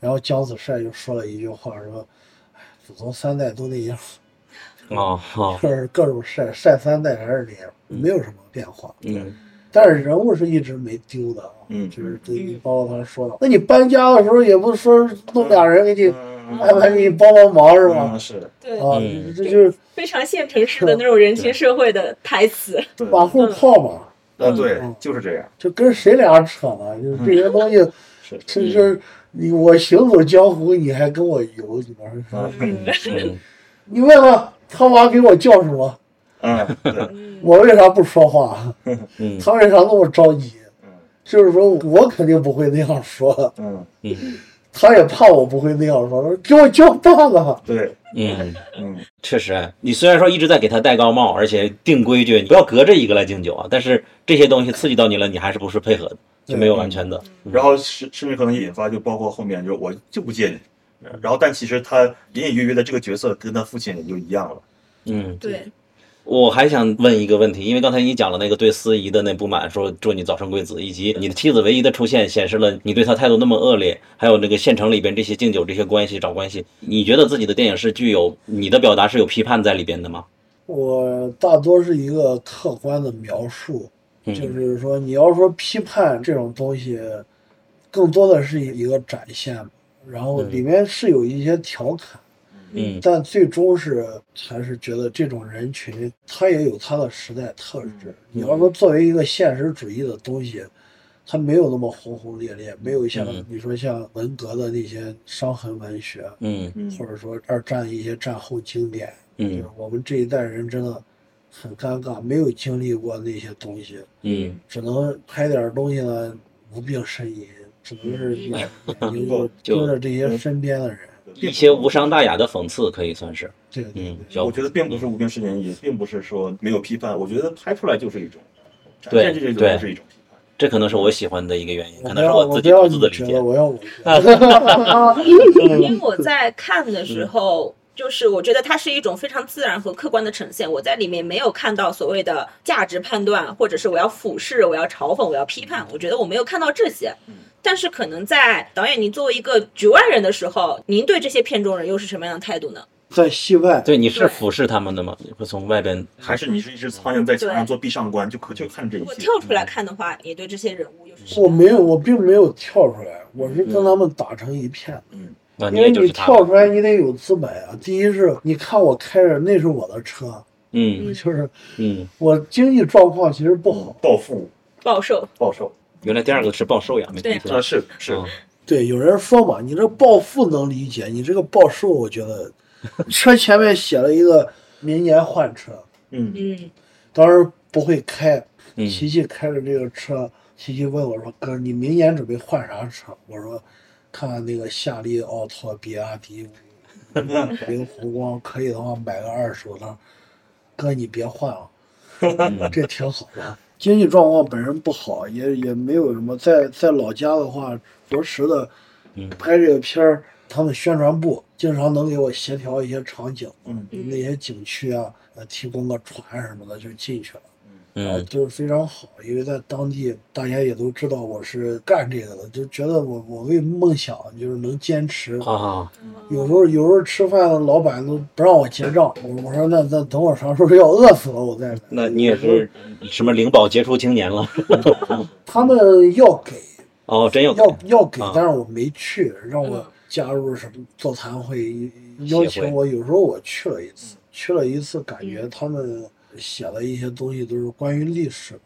Speaker 14: 然后姜子帅就说了一句话，说：“哎，祖宗三代都那样，
Speaker 2: 哦，好，
Speaker 14: 就是各种晒，晒三代还是那样，没有什么变化。”
Speaker 2: 嗯，
Speaker 14: 但是人物是一直没丢的啊，
Speaker 11: 嗯，
Speaker 14: 就是对你包括他说的，那你搬家的时候也不说弄俩人给你，安排给你帮帮忙是吧？
Speaker 11: 是，
Speaker 19: 对
Speaker 14: 啊
Speaker 19: 嗯，
Speaker 14: 这就是
Speaker 19: 非常县城式的那种人情社会的台词。
Speaker 14: 马后炮嘛，
Speaker 11: 啊，对，就是这样。
Speaker 14: 就跟谁俩扯呢？就是这些东西，这就是你我行走江湖，你还跟我游，你玩
Speaker 21: 嗯
Speaker 14: 儿？你问问他妈给我叫什么？我为啥不说话？
Speaker 21: 嗯
Speaker 14: 他为啥那么着急？就是说我肯定不会那样说，
Speaker 11: 嗯
Speaker 2: 嗯，
Speaker 14: 他也怕我不会那样说，给我叫爸爸。
Speaker 11: 对，
Speaker 2: 嗯
Speaker 11: 嗯，
Speaker 2: 确实，你虽然说一直在给他戴高帽，而且定规矩，你不要隔着一个来敬酒啊，但是这些东西刺激到你了，你还是不是配合的，就没有完全的。
Speaker 11: 然后甚甚至可能引发就包括后面就是我就不见你，然后但其实他隐隐约约的这个角色跟他父亲也就一样了。
Speaker 2: 嗯，
Speaker 19: 对，
Speaker 2: 我还想问一个问题，因为刚才你讲了那个对司仪的那不满，说祝你早生贵子，以及你的妻子唯一的出现显示了你对她态度那么恶劣，还有那个县城里边这些敬酒这些关系找关系，你觉得自己的电影是具有你的表达是有批判在里边的吗？
Speaker 14: 我大多是一个客观的描述，
Speaker 2: 嗯
Speaker 14: 就是说你要说批判这种东西，更多的是一个展现，然后里面是有一些调侃，
Speaker 2: 嗯
Speaker 14: 但最终是还是觉得这种人群他也有他的时代特
Speaker 2: 嗯
Speaker 14: 质。你要说作为一个现实主义的东西，它没有那么轰轰烈烈，没有像
Speaker 2: 嗯
Speaker 14: 你说像文革的那些伤痕文学，
Speaker 2: 嗯嗯
Speaker 14: 或者说二战一些战后经典，
Speaker 2: 嗯
Speaker 14: 就是我们这一代人真的很尴尬，没有经历过那些东西，
Speaker 2: 嗯，
Speaker 14: 只能拍点东西呢无病呻吟，只能是
Speaker 2: *laughs*
Speaker 14: 眼睛
Speaker 2: 嗯就
Speaker 14: 盯着这些身边的人。
Speaker 2: 一些无伤大雅的讽刺可以算是。
Speaker 14: 对
Speaker 2: 嗯，小
Speaker 11: 我觉得并不是无病呻吟，也并不是说没有批判，我觉得拍出来就是一种，展
Speaker 2: 对
Speaker 11: 现这种
Speaker 2: 对
Speaker 11: 就是一种。
Speaker 2: 这可能是我喜欢的一个原因，可
Speaker 14: 我
Speaker 2: 能
Speaker 14: 不
Speaker 2: 是
Speaker 14: 要，
Speaker 2: 我
Speaker 14: 我
Speaker 2: 自
Speaker 14: 不
Speaker 2: 己
Speaker 14: 要
Speaker 2: 独自
Speaker 14: 你
Speaker 2: 的
Speaker 14: 觉
Speaker 2: 偏
Speaker 14: 得，
Speaker 2: 见。
Speaker 14: 我要我。
Speaker 2: *laughs*
Speaker 19: 因为我在看的时候，就是我觉得它是一种非常自然和客观的呈现。我在里面没有看到所谓的价值判断，或者是我要俯视、我要嘲讽、我要批判，我觉得我没有看到这些。但是可能在导演您作为一个局外人的时候，您对这些片中人又是什么样的态度呢？
Speaker 14: 在戏外，
Speaker 2: 对，你是俯视他们的吗？你会从外边，
Speaker 11: 还是你是一只苍蝇在墙上做壁上观，就可就看这一
Speaker 19: 我
Speaker 11: 切。
Speaker 19: 跳出来看的话，你对这些人物又是
Speaker 14: 我没有，我并没有跳出来，我是跟他们打成一片。
Speaker 11: 嗯，
Speaker 2: 嗯那你
Speaker 14: 因为
Speaker 2: 也就
Speaker 14: 你
Speaker 2: 是他
Speaker 14: 跳
Speaker 2: 们。
Speaker 14: 出来，你得有资本啊。第一是，你看我开着，那是我的车，
Speaker 2: 嗯
Speaker 14: 就是
Speaker 2: 嗯，
Speaker 14: 我经济状况其实不好，
Speaker 11: 暴富，
Speaker 19: 暴瘦？
Speaker 11: 暴瘦，
Speaker 2: 原来第二个是暴瘦呀，没
Speaker 19: 对
Speaker 2: 听啊错。
Speaker 11: 是是，
Speaker 14: 对，有人说嘛，你这暴富能理解，你这个暴瘦，我觉得车前面写了一个明年换车，
Speaker 11: 嗯
Speaker 19: 嗯，
Speaker 14: 当时不会开，
Speaker 2: 嗯
Speaker 14: 琪琪开着这个车，琪琪问我说：“哥，你明年准备换啥车？”我说：“看看那个夏利、奥拓、比亚 *laughs* 迪、零湖光，可以的话买个二手的。”哥，你别换了，这挺好的。经济状况本身不好，也也没有什么。在在老家的话，着实的
Speaker 2: 嗯
Speaker 14: 拍这个片儿，他们宣传部经常能给我协调一些场景，
Speaker 11: 嗯
Speaker 14: 那些景区啊，呃，提供个船什么的就进去了，啊，
Speaker 2: 嗯
Speaker 14: 就是非常好。因为在当地，大家也都知道我是干这个的，就觉得我我为梦想就是能坚持
Speaker 2: 啊，
Speaker 14: 有时候有时候吃饭，老板都不让我结账，我我说那那等我啥时候要饿死了我再来。
Speaker 2: 那你也是什么灵宝杰出青年了？ *laughs*
Speaker 14: 他们要给
Speaker 2: 哦，真
Speaker 14: *laughs*
Speaker 2: 有
Speaker 14: 要要给，但是我没去，让我加入什么座谈会，邀
Speaker 2: 协
Speaker 14: 请
Speaker 2: 会
Speaker 14: 我。有时候我去了一次，去了一次，感觉他们写的一些东西都是关于历史，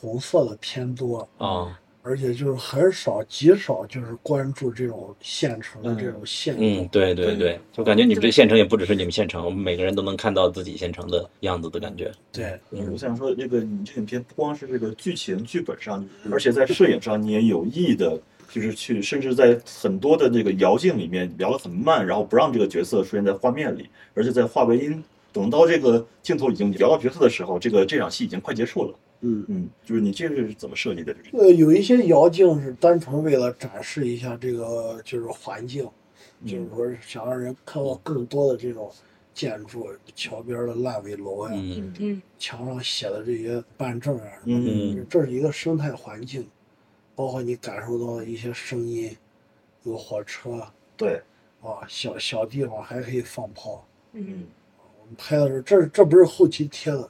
Speaker 14: 红色的偏多，
Speaker 2: 啊，
Speaker 14: 而且就是很少极少就是关注这种县城的这种现状。
Speaker 2: 嗯，对对对，就感觉你们这县城也不只是你们县城，我们每个人都能看到自己县城的样子的感觉。
Speaker 14: 对，
Speaker 11: 我想说，这个你这影片不光是这个剧情剧本上，而且在摄影上你也有意的，就是去甚至在很多的这个摇镜里面聊得很慢，然后不让这个角色出现在画面里，而且在画外音。等到这个镜头已经聊到角色的时候，这个这场戏已经快结束了。
Speaker 14: 嗯
Speaker 11: 嗯，就是你这个是怎么设计的？就是
Speaker 14: 呃，有一些窑镜是单纯为了展示一下这个就是环境，就是
Speaker 2: 嗯
Speaker 14: 说想让人看到更多的这种建筑，桥边的烂尾楼呀、
Speaker 2: 嗯
Speaker 19: 嗯，
Speaker 14: 墙上写的这些办证啊，什么
Speaker 2: 嗯
Speaker 14: 的，这是一个生态环境，包括你感受到的一些声音，有火车
Speaker 11: 对，
Speaker 14: 啊，小小地方还可以放炮。
Speaker 19: 嗯，
Speaker 14: 我们拍的时候，这这不是后期贴的，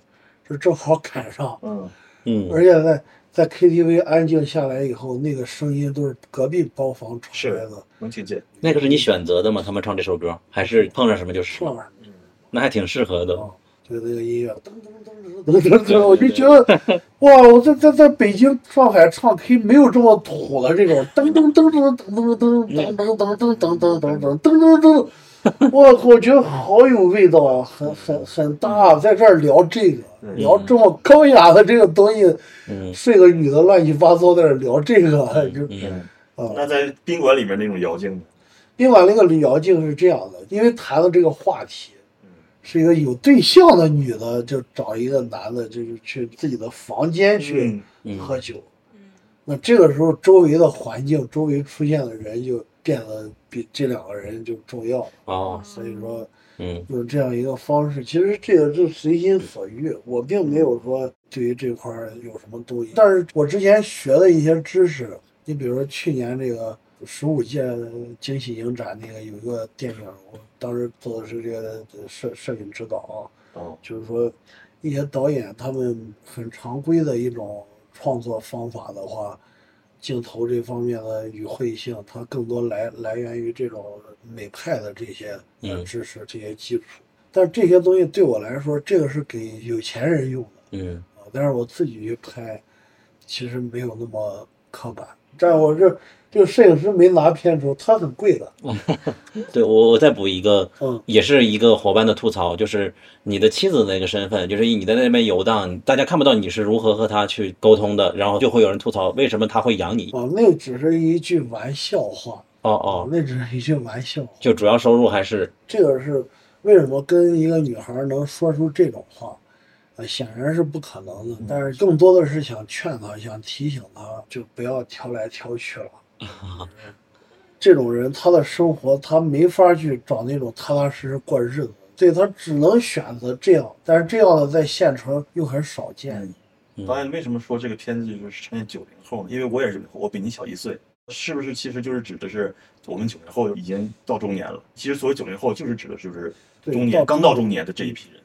Speaker 14: 这正好赶上，
Speaker 11: 嗯
Speaker 2: 嗯
Speaker 14: 而且在在 KTV 安静下来以后，那个声音都是隔壁包房传来的，
Speaker 11: 能听见。
Speaker 2: 那个是你选择的吗？他们唱这首歌，还是碰上什么就是什
Speaker 14: 上
Speaker 2: 么？
Speaker 14: 面
Speaker 2: 那还挺适合的。
Speaker 14: 这个这个音乐，噔噔噔噔噔噔，我就觉得哇，我在在在北京、上海唱 K 没有这么土的这种噔噔噔噔噔噔噔噔噔噔噔噔噔噔噔噔噔噔，我靠，我觉得好有味道啊，很很很大，在这儿聊这个，聊这么高雅的这个东西，睡个女的乱七八糟在这儿聊这个，就
Speaker 11: 那在宾馆里面那种摇镜呢，
Speaker 14: 宾馆那个李瑶静是这样的，因为谈了这个话题，是一个有对象的女的，就找一个男的，就是去自己的房间去喝酒。那这个时候，周围的环境，周围出现的人就变得比这两个人就重要。
Speaker 2: 哦，
Speaker 14: 所以说，
Speaker 2: 嗯，
Speaker 14: 用这样一个方式，其实这个是随心所欲，我并没有说对于这块儿有什么东西。但是我之前学的一些知识，你比如说去年这个十五届惊喜影展那个有一个电影，我当时做的是这个摄摄影指导啊，
Speaker 11: 哦，
Speaker 14: 就是说一些导演他们很常规的一种创作方法的话，镜头这方面的与会性，它更多来来源于这种美派的这些呃
Speaker 2: 嗯
Speaker 14: 知识、这些基础。但这些东西对我来说，这个是给有钱人用的
Speaker 2: 嗯
Speaker 14: 啊，但是我自己去拍，其实没有那么刻板。但我这这个摄影师没拿片酬，他很贵的，
Speaker 2: 对我，我再补一个，
Speaker 14: 嗯
Speaker 2: 也是一个伙伴的吐槽，就是你的妻子的那个身份，就是你在那边游荡，大家看不到你是如何和他去沟通的，然后就会有人吐槽为什么他会养你。
Speaker 14: 啊，那只是一句玩笑话，
Speaker 2: 哦哦，
Speaker 14: 那只是一句玩笑话。
Speaker 2: 就主要收入还是
Speaker 14: 这个是为什么跟一个女孩能说出这种话，呃，显然是不可能的。但是更多的是想劝她，想提醒她，就不要挑来挑去了。这种人，他的生活他没法去找那种踏踏实实过日子，对他只能选择这样。但是这样的在县城又很少见。
Speaker 2: 嗯
Speaker 11: 导演为什么说这个片子就是呈现九零后呢？因为我也是，我比你小一岁，是不是？其实就是指的是我们九零后已经到中年了。其实所谓九零后，就是指的就是
Speaker 14: 对
Speaker 11: 中
Speaker 14: 到
Speaker 11: 年刚到中年的这一批人。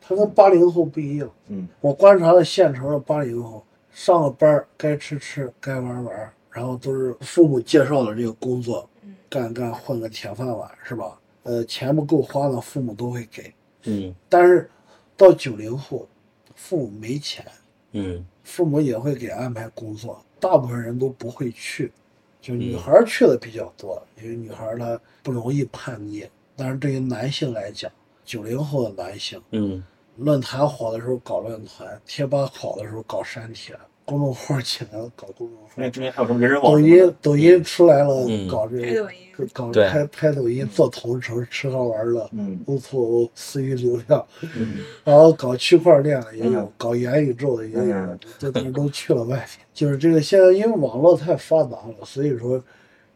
Speaker 14: 他跟八零后不一样。
Speaker 11: 嗯，
Speaker 14: 我观察了县城的八零后，上了班儿该吃吃，该玩儿玩儿，然后都是父母介绍的这个工作，干干混个铁饭碗是吧？呃，钱不够花呢，父母都会给。
Speaker 2: 嗯
Speaker 14: 但是到九零后，父母没钱，
Speaker 2: 嗯
Speaker 14: 父母也会给安排工作，大部分人都不会去，就女孩儿去的比较多，因为女孩儿她不容易叛逆。但是对于男性来讲，九零后的男性，
Speaker 2: 嗯
Speaker 14: 论坛火的时候搞论坛，贴吧火的时候搞删帖，公众号起来了搞公众号，
Speaker 11: 那中间还有什么人人网
Speaker 14: 抖
Speaker 11: 什么的？
Speaker 14: 音抖音出来了
Speaker 11: 嗯
Speaker 14: 搞这个，搞
Speaker 11: 对
Speaker 14: 拍拍抖音做同城吃喝玩乐
Speaker 11: 嗯
Speaker 14: ，O to O 私域流量，
Speaker 11: 嗯
Speaker 14: 然后搞区块链的也有
Speaker 11: 嗯，
Speaker 14: 搞元宇宙的也有
Speaker 11: 嗯，
Speaker 14: *laughs* 这都都去了外面。就是这个现在因为网络太发达了，所以说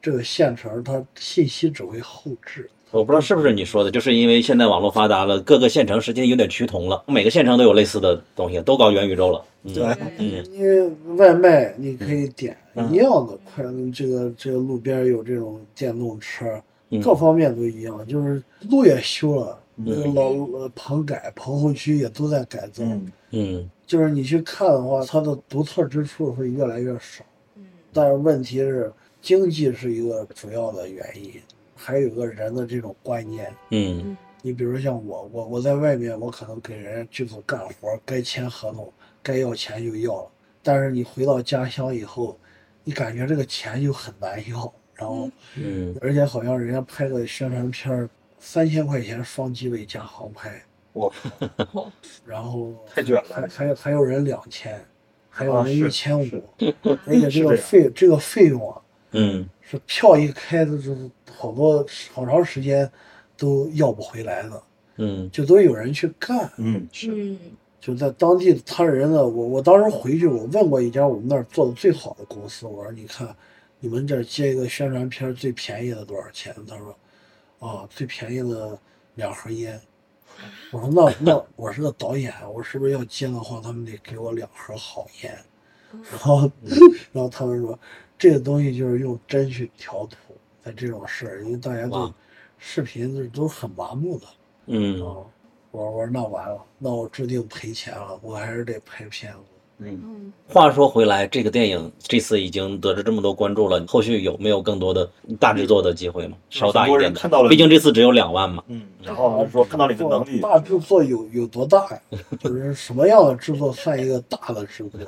Speaker 14: 这个县城它信息只会后置。
Speaker 2: 我不知道是不是你说的，就是因为现在网络发达了，各个县城实际有点趋同了，每个县城都有类似的东西，都搞元宇宙了。嗯
Speaker 14: 对
Speaker 2: 嗯
Speaker 14: 因为外卖你可以点一样的快，这个这个路边有这种电动车，
Speaker 2: 嗯
Speaker 14: 各方面都一样，就是路也修了，
Speaker 2: 嗯
Speaker 14: 那个老呃棚改、棚后区也都在改造，
Speaker 2: 嗯
Speaker 14: 就是你去看的话，它的独特之处会越来越少。但是问题是，经济是一个主要的原因，还有一个人的这种观念。
Speaker 2: 嗯
Speaker 14: 你比如像我，我我在外面，我可能给人家剧组干活，该签合同，该要钱就要了。但是你回到家乡以后，你感觉这个钱就很难要，然后，
Speaker 2: 嗯
Speaker 14: 而且好像人家拍个宣传片儿，三千块钱双机位加航拍，
Speaker 11: 我
Speaker 14: *laughs* 然后
Speaker 11: 太卷了
Speaker 14: 还还还有人两千，还有
Speaker 11: 啊
Speaker 14: 人
Speaker 11: 是
Speaker 14: 一千五
Speaker 2: *laughs*
Speaker 11: 是，
Speaker 14: 而且这个
Speaker 11: 是这样
Speaker 14: 费这个费用啊，
Speaker 2: 嗯
Speaker 14: 是票一开的就是好多好长时间都要不回来的。
Speaker 2: 嗯
Speaker 14: 就都有人去干。
Speaker 11: 嗯，
Speaker 19: 嗯
Speaker 14: 就在当地他人呢，我我当时回去，我问过一家我们那儿做的最好的公司，我说你看，你们这儿接一个宣传片儿最便宜的多少钱？他说，啊，最便宜的两盒烟。我说那那我是个导演，我是不是要接的话，他们得给我两盒好烟？然后 *laughs* 然后他们说，这个东西就是用针去调图，在这种事儿，因为大家对
Speaker 2: 哇
Speaker 14: 视频都都很麻木的。
Speaker 2: 嗯
Speaker 14: 啊我说我说那完了，那我注定赔钱了，我还是得拍片子。
Speaker 2: 嗯，话说回来，这个电影这次已经得着这么多关注了，后续有没有更多的大制作的机会吗？稍大一
Speaker 11: 嗯很多
Speaker 2: 点
Speaker 11: 人看到
Speaker 2: 的，
Speaker 11: 了
Speaker 2: 毕竟这次只有两万嘛。
Speaker 11: 嗯，然后说看到你的能力，
Speaker 14: 大制作有有多大呀？就是什么样的制作算一个大的制作？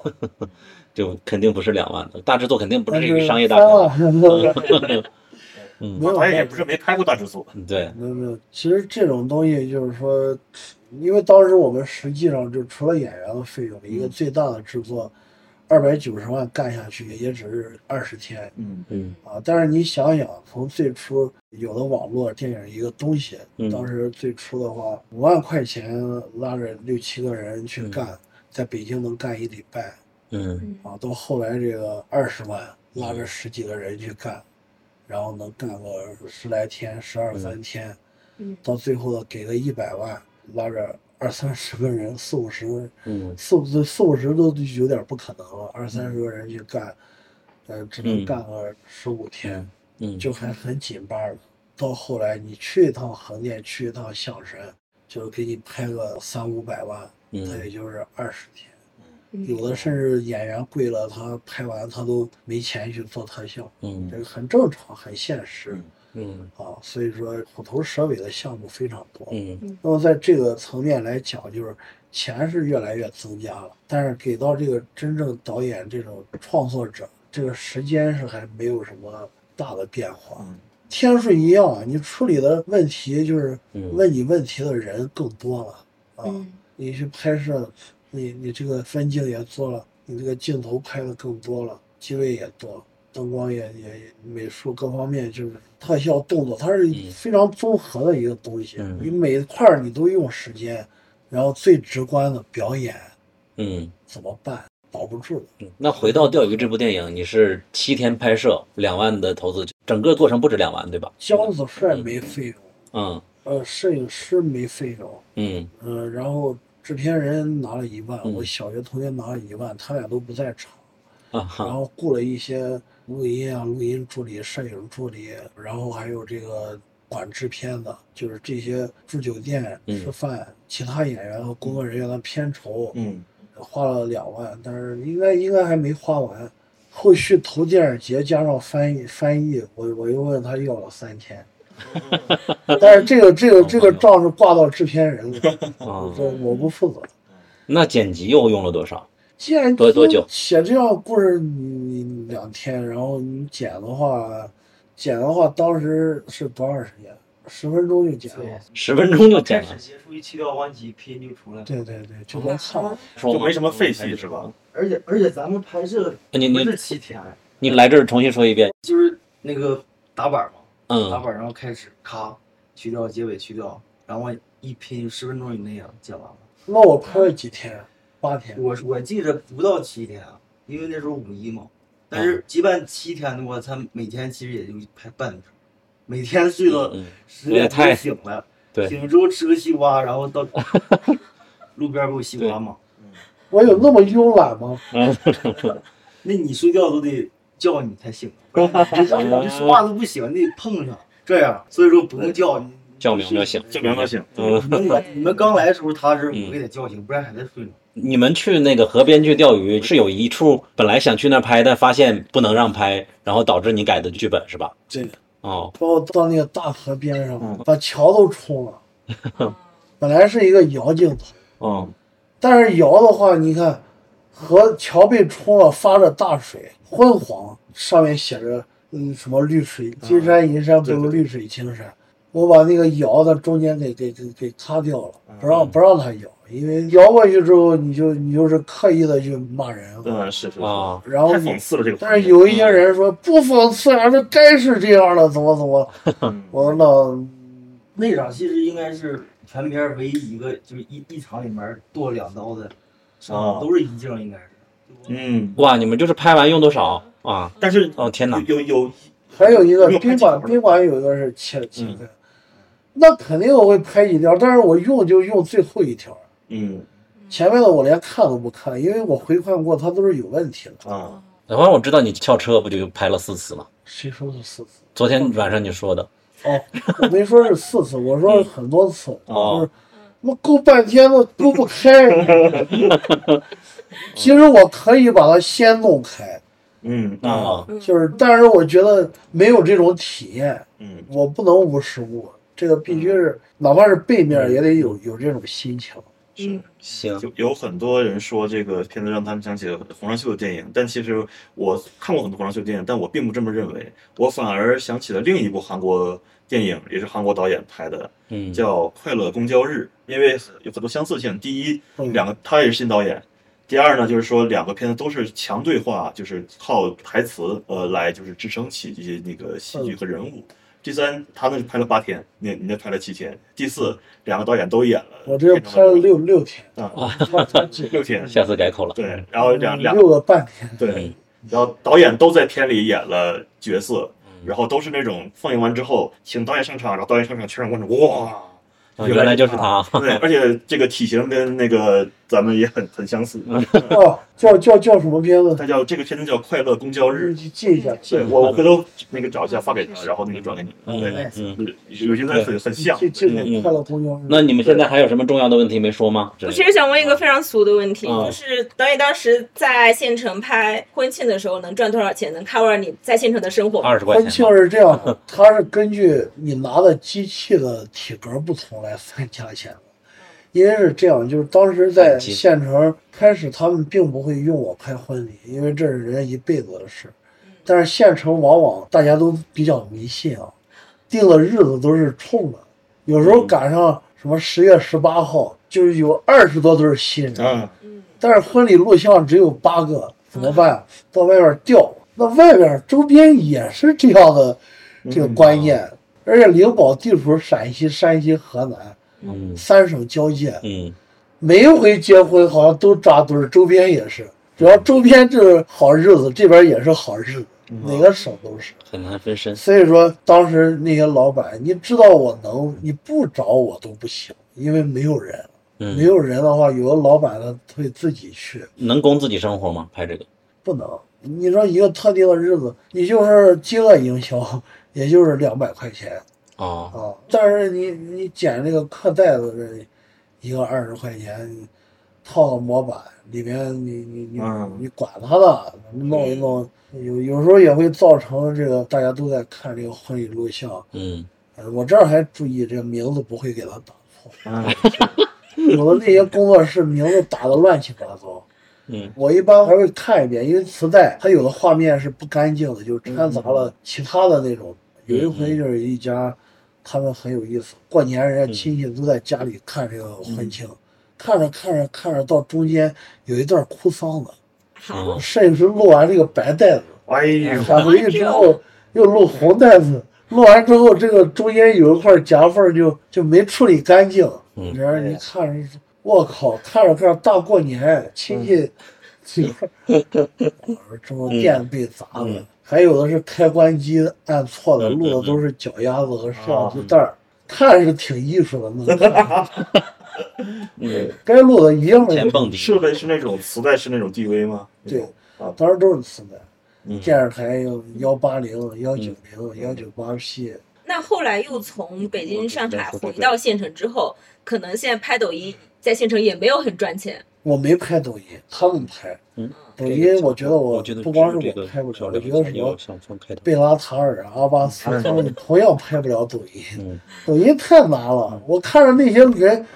Speaker 2: 就肯定不是两万的，大制作肯定不
Speaker 14: 但
Speaker 2: 是一个
Speaker 14: 是
Speaker 2: 商业大
Speaker 14: 三
Speaker 2: 制
Speaker 14: 万
Speaker 2: *laughs* 作。嗯，
Speaker 14: 没有
Speaker 11: 他也不是没拍过大制作，
Speaker 2: 对，
Speaker 14: 没有没有，其实这种东西就是说，因为当时我们实际上就除了演员的费用，
Speaker 11: 嗯
Speaker 14: 一个最大的制作，二百九十万干下去也只是二十天，
Speaker 11: 嗯
Speaker 2: 嗯
Speaker 14: 啊，但是你想想，从最初有了网络电影一个东西
Speaker 11: 嗯，
Speaker 14: 当时最初的话，五万块钱拉着六七个人去干，在北京能干一礼拜，
Speaker 2: 嗯
Speaker 14: 啊，到后来这个二十万拉着十几个人去干，然后能干个十来天、十二三天，
Speaker 19: 嗯
Speaker 14: 到最后给个一百万，拉着二三十个人、四五十个人，
Speaker 2: 嗯
Speaker 14: 四五四五十都有点不可能了，二三十个人去干，呃，只能
Speaker 2: 嗯
Speaker 14: 干个十五天，
Speaker 2: 嗯
Speaker 14: 就还很紧巴了。到后来你去一趟横店，去一趟象山，就是给你拍个三五百万，
Speaker 2: 嗯
Speaker 14: 他也就是二十天。
Speaker 19: 嗯
Speaker 14: 有的甚至演员跪了，他拍完他都没钱去做特效，
Speaker 2: 嗯
Speaker 14: 这个很正常，很现实
Speaker 2: 嗯
Speaker 14: 啊。所以说，虎头蛇尾的项目非常多。
Speaker 2: 嗯
Speaker 14: 那么在这个层面来讲，就是钱是越来越增加了，但是给到这个真正导演这种创作者，这个时间是还没有什么大的变化。天数一样，啊你处理的问题就是
Speaker 2: 嗯
Speaker 14: 问你问题的人更多了。
Speaker 7: 啊
Speaker 19: 嗯
Speaker 14: 你去拍摄，你你这个分镜也做了，你这个镜头拍的更多了，机位也多，灯光也也也美术各方面就是特效动作，它是非常综合的一个东西。
Speaker 2: 嗯
Speaker 14: 你每一块儿你都用时间，然后最直观的表演
Speaker 2: 嗯。
Speaker 14: 怎么办？保不住的。
Speaker 2: 那回到《钓鱼》这部电影，你是七天拍摄，两万的投资，整个过程不止两万，对吧？
Speaker 14: 姜子帅没费用，
Speaker 2: 嗯
Speaker 14: 呃，摄影师没费用，
Speaker 2: 嗯
Speaker 14: 呃，然后制片人拿了一万，
Speaker 2: 嗯
Speaker 14: 我小学同学拿了一万，他俩都不在场。
Speaker 2: 啊
Speaker 14: 然
Speaker 2: 哈
Speaker 14: 后雇了一些录音啊、录音助理、摄影助理，然后还有这个管制片的，就是这些住酒店、
Speaker 11: 嗯
Speaker 14: 吃饭，其他演员和工作人员的片酬，
Speaker 11: 嗯，
Speaker 14: 花了两万，但是应该应该还没花完。后续投电影节加上翻译翻译，我我又问他要了三千，但是这个这个这个账是挂到制片人了，
Speaker 2: 啊，
Speaker 14: 这我不负责。
Speaker 2: 那剪辑又用了多少？
Speaker 14: 既然
Speaker 2: 多多久
Speaker 14: 写这样故事，你你两天，然后你剪的话，剪的话当时是多长时间？十分钟就剪了。
Speaker 2: *laughs* 十分钟就剪
Speaker 7: 开
Speaker 2: 了
Speaker 7: 始，结束一七到弯集拼就出来了。嗯
Speaker 14: 对对对，就能看完。
Speaker 11: 就没什么废戏是吧？
Speaker 7: 而且而且咱们拍摄
Speaker 2: 你你
Speaker 7: 不是七天，
Speaker 2: 你来这儿重新说一遍，
Speaker 7: 就是那个打板嘛，
Speaker 2: 嗯
Speaker 7: 打板然后开始咔去掉结尾去掉，然后一拼十分钟以内啊剪完了。
Speaker 14: 那我拍了几天？啊八天。
Speaker 7: 我我记着不到七天，啊因为那时候五一嘛。但
Speaker 2: 嗯
Speaker 7: 是基本七天的话，他每天其实也就拍半个小时，每天睡到十
Speaker 2: 嗯也
Speaker 7: 点
Speaker 2: 太
Speaker 7: 就醒了，
Speaker 2: 对
Speaker 7: 醒了之后吃个西瓜，然后到路边不有西瓜吗？
Speaker 14: 我有那么慵懒吗？
Speaker 2: 嗯 *laughs*
Speaker 7: 那你睡觉都得叫你才醒，不然
Speaker 2: *laughs*
Speaker 7: 你你说话都不醒，你得碰上这样，所以说不用叫你。
Speaker 2: 叫明就行，
Speaker 11: 叫明就行
Speaker 7: 你们
Speaker 2: 嗯，
Speaker 14: *laughs*
Speaker 7: 你们刚来的时候，他是
Speaker 14: 嗯
Speaker 7: 我给他叫醒，不然还在睡呢。
Speaker 2: 你们去那个河边去钓鱼，是有一处本来想去那儿拍，但发现不能让拍，然后导致你改的剧本是吧？
Speaker 14: 对，
Speaker 2: 哦，
Speaker 14: 把我到那个大河边
Speaker 2: 嗯
Speaker 14: 上，把桥都冲了。
Speaker 2: *laughs*
Speaker 14: 本来是一个摇镜头，
Speaker 2: 哦
Speaker 11: 嗯，
Speaker 14: 但是摇的话，你看河桥被冲了，发着大水，昏黄，上面写着嗯什么绿水金山银山不如绿水青山。我把那个摇的中间给给给给咔掉了，不让不让他摇，因为摇过去之后，你就你就是刻意的去骂人，
Speaker 11: 嗯，是是
Speaker 2: 啊，
Speaker 14: 然后
Speaker 11: 太讽刺了这个
Speaker 14: 但是有一些人说不讽刺啊，这该是这样的，怎么怎么？我说那
Speaker 7: 那场戏是应该是全片唯一一个，就是一一场里面剁两刀的，
Speaker 2: 啊
Speaker 7: 都是一镜，应该是。
Speaker 11: 嗯，
Speaker 2: 哇，你们就是拍完用多少啊？
Speaker 11: 但是
Speaker 2: 哦天哪，
Speaker 11: 有有
Speaker 14: 还有一个宾馆，宾馆有一个是切切
Speaker 11: 嗯
Speaker 14: 的，那肯定我会拍几条，但是我用就用最后一条，
Speaker 11: 嗯
Speaker 14: 前面的我连看都不看，因为我回看过，它都是有问题的。
Speaker 11: 啊，
Speaker 2: 然后我知道你翘车不就拍了四次吗？
Speaker 14: 谁说是四次？
Speaker 2: 昨天晚上你说的，
Speaker 11: *laughs* 嗯
Speaker 14: 哦，我没说是四次，我说是很多次，
Speaker 2: 哦
Speaker 14: 就是我够半天都勾不
Speaker 11: *laughs*
Speaker 14: 开。其实我可以把它先弄开，
Speaker 11: 嗯啊，
Speaker 14: 就是，但是我觉得没有这种体验，
Speaker 11: 嗯，
Speaker 14: 我不能无实物，这个必须是，哪怕是背
Speaker 11: 嗯
Speaker 14: 面也得有有这种心情。
Speaker 19: 嗯，
Speaker 2: 行，
Speaker 11: 就有很多人说这个片子让他们想起了洪尚秀的电影，但其实我看过很多洪尚秀的电影，但我并不这么认为，我反而想起了另一部韩国电影，也是韩国导演拍的，
Speaker 2: 嗯
Speaker 11: 叫《快乐公交日》，因为有很多相似性。第一，
Speaker 2: 嗯
Speaker 11: 两个他也是新导演。第二呢，就是说两个片子都是强对话，就是靠台词呃来就是支撑起一些那个戏
Speaker 2: 嗯
Speaker 11: 剧和人物。第三，他那是拍了八天，你你那拍了七天。第四，两个导演都演了
Speaker 14: 我这拍了六六天，
Speaker 11: *laughs* 啊，六天，
Speaker 2: *laughs* 下次改口了。
Speaker 11: 对，然后两两
Speaker 14: 六个半天，
Speaker 11: 对，然后导演都在片里演了角色，
Speaker 2: 嗯
Speaker 11: 然后都是那种放映完之后，请导演上场，然后导演上场，全场观众哇，
Speaker 2: 啊原来就是他 *laughs*
Speaker 11: 对，而且这个体型跟那个咱们也很很
Speaker 2: *laughs*
Speaker 11: 相似。
Speaker 14: 哦，叫叫叫什么片子？
Speaker 11: 它叫这个片子叫《快乐公交日》，
Speaker 14: 记一下。
Speaker 11: 对我我回头那个找一下发给他，然后那个转给你。对，嗯，有些很很像。
Speaker 14: 这这个快乐公交日，
Speaker 2: 嗯那你们现在还有什么重要的问题没说吗？
Speaker 19: 我其实想问一个非常俗的问题，
Speaker 2: 嗯
Speaker 19: 就是导演当时在县城拍婚庆的时候能赚多少钱？能 cover 你在县城的生活吗？
Speaker 14: 婚庆是这样的，它是根据你拿的机器的体格不同来分价钱的。因为是这样，就是当时在县城开始，他们并不会用我拍婚礼，因为这是人家一辈子的事。但是县城往往大家都比较迷信啊，定了日子都是冲的，有时候赶上什么十月十八号，就是有二十多对儿新人。但是婚礼录像只有八个，怎么办？啊到外边调。那外边周边也是这样的
Speaker 2: 嗯
Speaker 14: 这个观念，而且灵宝地处陕西、山西、河南、
Speaker 2: 嗯
Speaker 14: 三省交界，
Speaker 2: 嗯，
Speaker 14: 每一回结婚好像都扎堆儿，周边也是。只要周边是好日子，这边也是好日子，
Speaker 2: 嗯
Speaker 14: 哪个省都是。
Speaker 2: 很难分身。
Speaker 14: 所以说，当时那些老板，你知道我能，你不找我都不行，因为没有人。
Speaker 2: 嗯
Speaker 14: 没有人的话，有的老板他会自己去。
Speaker 2: 能供自己生活吗？拍这个？
Speaker 14: 不能。你说一个特定的日子，你就是饥饿营销， *laughs* 也就是两百块钱
Speaker 2: 哦，
Speaker 14: 啊。但是你你捡那个课袋子，这一个二十块钱，你套个模板里面你你你
Speaker 11: 嗯
Speaker 14: 你管它呢，弄一弄，有有时候也会造成这个大家都在看这个婚礼录像。
Speaker 2: 嗯，
Speaker 14: 呃我这儿还注意这个名字不会给他打
Speaker 11: 啊，
Speaker 14: *laughs* 有的那些工作室名字打的乱七八糟。
Speaker 2: 嗯
Speaker 14: 我一般还会看一遍，因为磁带它有的画面是不干净的，就掺杂了其他的那种。有一回就是一家，他们很有意思，过年人家亲戚都在家里看这个婚庆，看着看着看着到中间有一段哭丧的，
Speaker 2: 嗯
Speaker 14: 啊摄影师录完这个白带子，
Speaker 11: 哎呦
Speaker 14: 返回去之后又录红带子，录完之后这个中间有一块夹缝儿就就没处理干净，
Speaker 2: 嗯
Speaker 14: 然后你看着一说，我靠，看着看着大过年亲戚几块儿，我说这不店被砸了，
Speaker 2: 嗯
Speaker 14: 还有的是开关机按错
Speaker 11: 嗯
Speaker 14: 了，录的都是脚丫子和摄
Speaker 11: 啊
Speaker 14: 像头带儿，看是挺艺术的那个，
Speaker 2: 嗯，
Speaker 14: 该录的一样
Speaker 11: *laughs*
Speaker 14: 没有。
Speaker 11: 设备是那种磁带是那种 DV 吗？
Speaker 14: 对
Speaker 11: 啊，
Speaker 14: 当时都是磁带，
Speaker 11: 嗯
Speaker 14: 电视台有幺八零、幺九
Speaker 2: 嗯
Speaker 14: 零、幺九八 P，
Speaker 19: 那后来又
Speaker 8: 嗯
Speaker 19: 从北京、上海回到县城之后，可能现在拍抖音在县城也没有很赚钱。
Speaker 14: 我没拍抖音，他们拍。
Speaker 2: 嗯，
Speaker 14: 抖音我觉得我
Speaker 2: 觉得
Speaker 14: 不光是
Speaker 2: 这个
Speaker 14: 我拍不了，
Speaker 2: 漂
Speaker 14: 我
Speaker 2: 亮
Speaker 14: 觉得
Speaker 2: 才
Speaker 14: 什
Speaker 2: 有
Speaker 14: 么
Speaker 2: 想放开头
Speaker 14: 贝拉塔尔、啊阿巴斯
Speaker 2: 嗯
Speaker 14: 他们同样拍不了抖音
Speaker 2: 嗯，
Speaker 14: 抖音太难了。我看着那些人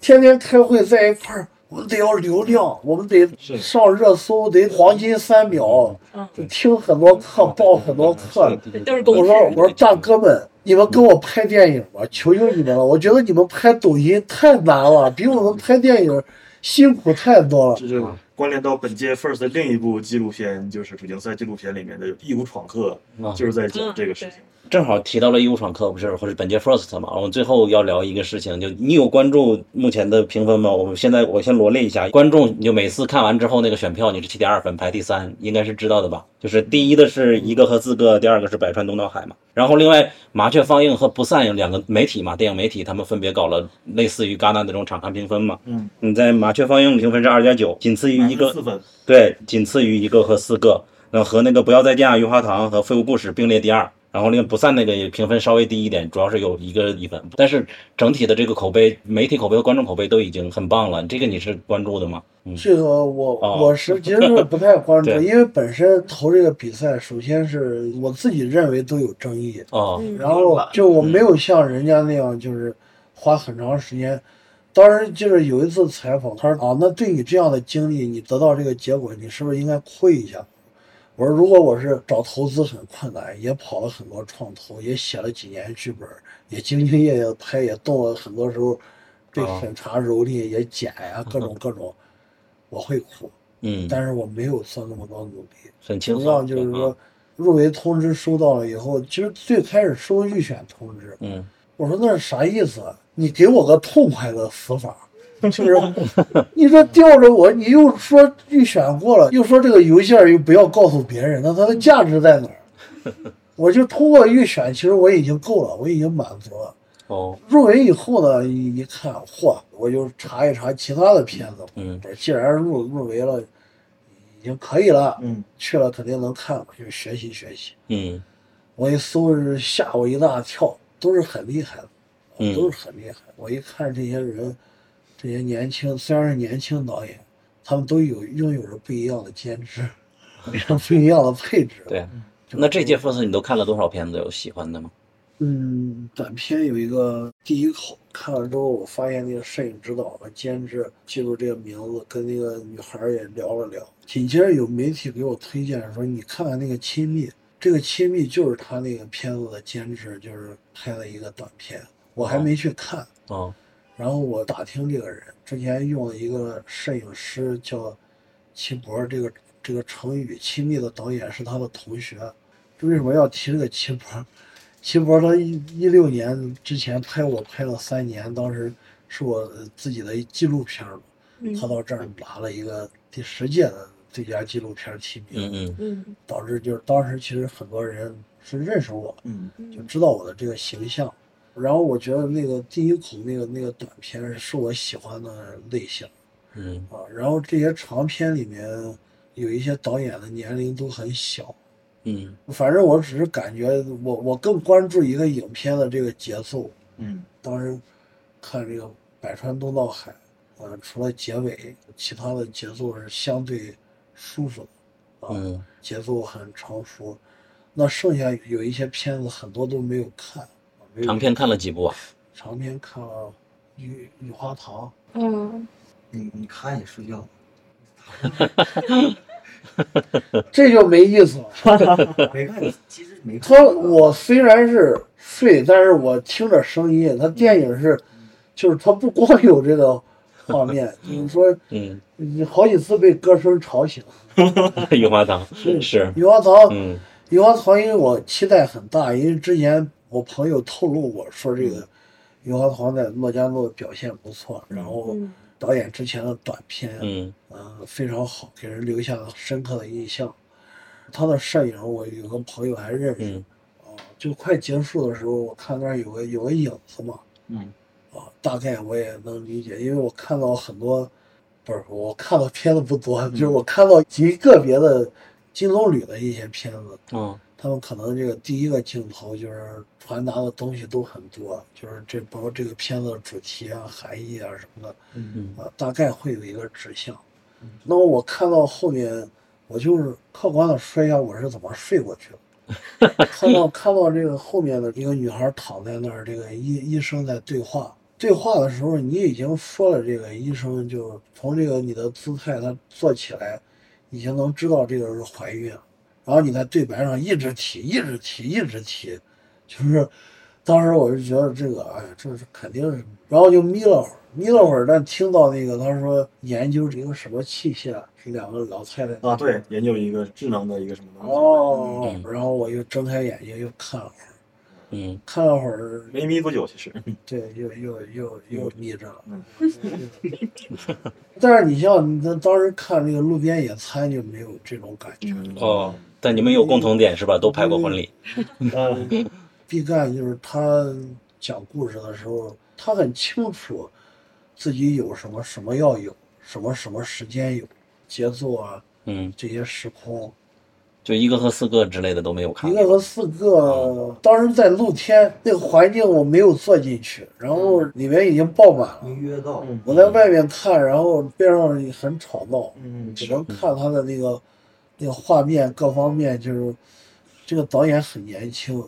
Speaker 14: 天天开会在一块儿。我们得要流量，我们得上热搜，得黄金三秒，就听很多课，报很多课，
Speaker 19: 嗯都是
Speaker 14: 我说我说大哥们，你们跟我拍电影吧，求求你们了！我觉得你们拍抖音太难了，比我们拍电影辛苦太多了。
Speaker 11: 这就关联到本届 First 的另一部纪录片，就是主竞赛纪录片里面的《义无闯客》，就是在讲这个事情。
Speaker 2: 正好提到了《义务闯客》，不是，或者本届 First 嘛，我们最后要聊一个事情，就你有关注目前的评分吗？我们现在我先罗列一下，观众你就每次看完之后那个选票，你是七点二分排第三，应该是知道的吧？就是第一的是一个和四个，第二个是百川东道海嘛。然后另外麻雀放映和不散有两个媒体嘛，电影媒体他们分别搞了类似于戛纳的这种场刊评分嘛。
Speaker 11: 嗯，
Speaker 2: 你在麻雀放映评分是二加九，仅次于一个
Speaker 11: 四分，
Speaker 2: 对，仅次于一个和四个，那和那个不要再见啊、余华堂和废物故事并列第二。然后另不散那个也评分稍微低一点，主要是有一个一分，但是整体的这个口碑、媒体口碑和观众口碑都已经很棒了。这个你是关注的吗？嗯，
Speaker 14: 这个我、
Speaker 2: 哦
Speaker 14: 我是其实是不太关注，
Speaker 2: 对
Speaker 14: 因为本身投这个比赛，首先是我自己认为都有争议，
Speaker 2: 哦
Speaker 14: 嗯然后就我没有像人家那样就是花很长时间。当时就是有一次采访，他说啊，那对你这样的经历，你得到这个结果，你是不是应该亏一下？我说，如果我是找投资很困难，也跑了很多创投，也写了几年剧本，也兢兢业业地拍，也动了很多时候被
Speaker 2: 哦
Speaker 14: 审查蹂躏，也剪呀、各种各种，我会哭。
Speaker 2: 嗯，
Speaker 14: 但是我没有做那么多努力，
Speaker 2: 很轻
Speaker 14: 同
Speaker 2: 松，嗯
Speaker 14: 样就是说，入围通知收到了以后，其实最开始收预选通知，
Speaker 2: 嗯，
Speaker 14: 我说那是啥意思啊？你给我个痛快的死法，就是你这吊着我，你又说预选过了，又说这个邮件儿又不要告诉别人，那它的价值在哪儿？ *laughs* 我就通过预选，其实我已经够了，我已经满足了。
Speaker 2: 哦，
Speaker 14: 入围以后呢，一一看，嚯，我就查一查其他的片子。
Speaker 2: 嗯，
Speaker 14: 既然入入围了，已经可以了。
Speaker 11: 嗯，
Speaker 14: 去了肯定能看，我就学习学习。
Speaker 2: 嗯
Speaker 14: 我一搜是吓我一大跳，都是很厉害的，
Speaker 2: 嗯
Speaker 14: 都是很厉害。我一看这些人，这些年轻虽然是年轻导演，他们都有拥有着不一样的坚持， *laughs* 不一样的配置。
Speaker 2: 对。那这届 first 你都看了多少片子？有喜欢的吗？
Speaker 14: 嗯，短片有一个第一口，看了之后，我发现那个摄影指导和监制记住这个名字，跟那个女孩儿也聊了聊。紧接着有媒体给我推荐说，你看看那个亲密，这个亲密就是他那个片子的监制，就是拍了一个短片，我还没去看。
Speaker 2: 哦，
Speaker 14: 然后我打听这个人，之前用了一个摄影师叫齐博，这个这个成语，亲密的导演是他的同学。这为什么要提这个齐博？齐博他一一六年之前拍我拍了三年，当时是我呃自己的纪录片儿嘛
Speaker 8: 嗯
Speaker 14: 他到这儿拿了一个第十届的最佳纪录片儿提名。
Speaker 2: 嗯
Speaker 8: 嗯
Speaker 14: 导致就是当时其实很多人是认识我，
Speaker 11: 嗯，
Speaker 14: 就知道我的这个形象。然后我觉得那个第一口那个那个短片是我喜欢的类型
Speaker 7: *laughs*
Speaker 2: 嗯
Speaker 14: 啊。然后这些长片里面有一些导演的年龄都很小，
Speaker 2: 嗯
Speaker 14: 反正我只是感觉我我更关注一个影片的这个节奏。
Speaker 11: 嗯
Speaker 14: 当时看这个《百川东到海》，呃，除了结尾，其他的节奏是相对舒服的。啊
Speaker 2: 嗯
Speaker 14: 节奏很成熟。那剩下有一些片子很多都没有看，啊没有
Speaker 2: 长片看了几部啊？
Speaker 14: 长篇看了《雨雨花堂》，
Speaker 4: 嗯，
Speaker 7: 你你看你睡觉，
Speaker 14: 这就没意思了。
Speaker 7: *laughs* 没看你其实没看
Speaker 14: 他我虽然是睡，但是我听着声音，他电影是，
Speaker 7: 嗯
Speaker 14: 就是他不光有这个画面，你说
Speaker 2: 嗯，
Speaker 14: 你好几次被歌声吵
Speaker 2: *laughs*
Speaker 14: 醒。
Speaker 2: 雨花堂是，
Speaker 14: 嗯雨花堂，
Speaker 2: 嗯
Speaker 14: 雨花堂，因为我期待很大，因为之前我朋友透露我说这个雨花堂在诺加诺表现不错，然后
Speaker 7: 嗯
Speaker 14: 导演之前的短片，
Speaker 2: 嗯
Speaker 14: 呃，非常好，给人留下了深刻的印象。他的摄影，我有个朋友还认识，
Speaker 2: 嗯
Speaker 14: 哦、就快结束的时候，我看那儿有个有个影子嘛，
Speaker 11: 嗯
Speaker 14: 啊，大概我也能理解，因为我看到很多，不是我看到片子不多，就是我看到极个别的金棕榈的一些片子，
Speaker 2: 哦
Speaker 14: 他们可能这个第一个镜头就是传达的东西都很多，就是这包括这个片子的主题啊、含义啊什么的，
Speaker 2: 嗯
Speaker 14: 啊，大概会有一个指向。那么我看到后面，我就是客观的说一下我是怎么睡过去的。看到看到这个后面的一个女孩躺在那儿，这个医医生在对话。对话的时候，你已经说了，这个医生就从这个你的姿态，他坐起来，已经能知道这个是怀孕了。然后你在对白上一直提，一直提，一直提，就是当时我就觉得这个，哎呀，这是肯定是，然后就眯了会儿，眯了会儿，但听到那个他说研究一个什么器械，是两个老太太
Speaker 11: 啊，对，研究一个智能的一个什么东西，嗯
Speaker 14: 哦，然后我又睁开眼睛又看了会儿，
Speaker 2: 嗯，
Speaker 14: 看了会儿，
Speaker 11: 没眯多久其实，嗯
Speaker 14: 对，又又又又眯着了。但是你像你当时看那个路边野餐就没有这种感觉，
Speaker 2: 哦，但你们有共同点
Speaker 11: 嗯
Speaker 2: 是吧？都拍过婚礼。
Speaker 14: 毕赣呃就是他讲故事的时候，他很清楚自己有什么什么要有，什么什么时间有节奏啊，
Speaker 2: 嗯
Speaker 14: 这些时空，
Speaker 2: 就一个和四个之类的都没有看
Speaker 14: 一。个和四个，当时在露天那个环境我没有坐进去，然后里面已经爆满了。
Speaker 7: 没约到，
Speaker 14: 我在外面看，然后边上很吵闹，嗯，只能看他的那个那个画面各方面，就是这个导演很年轻，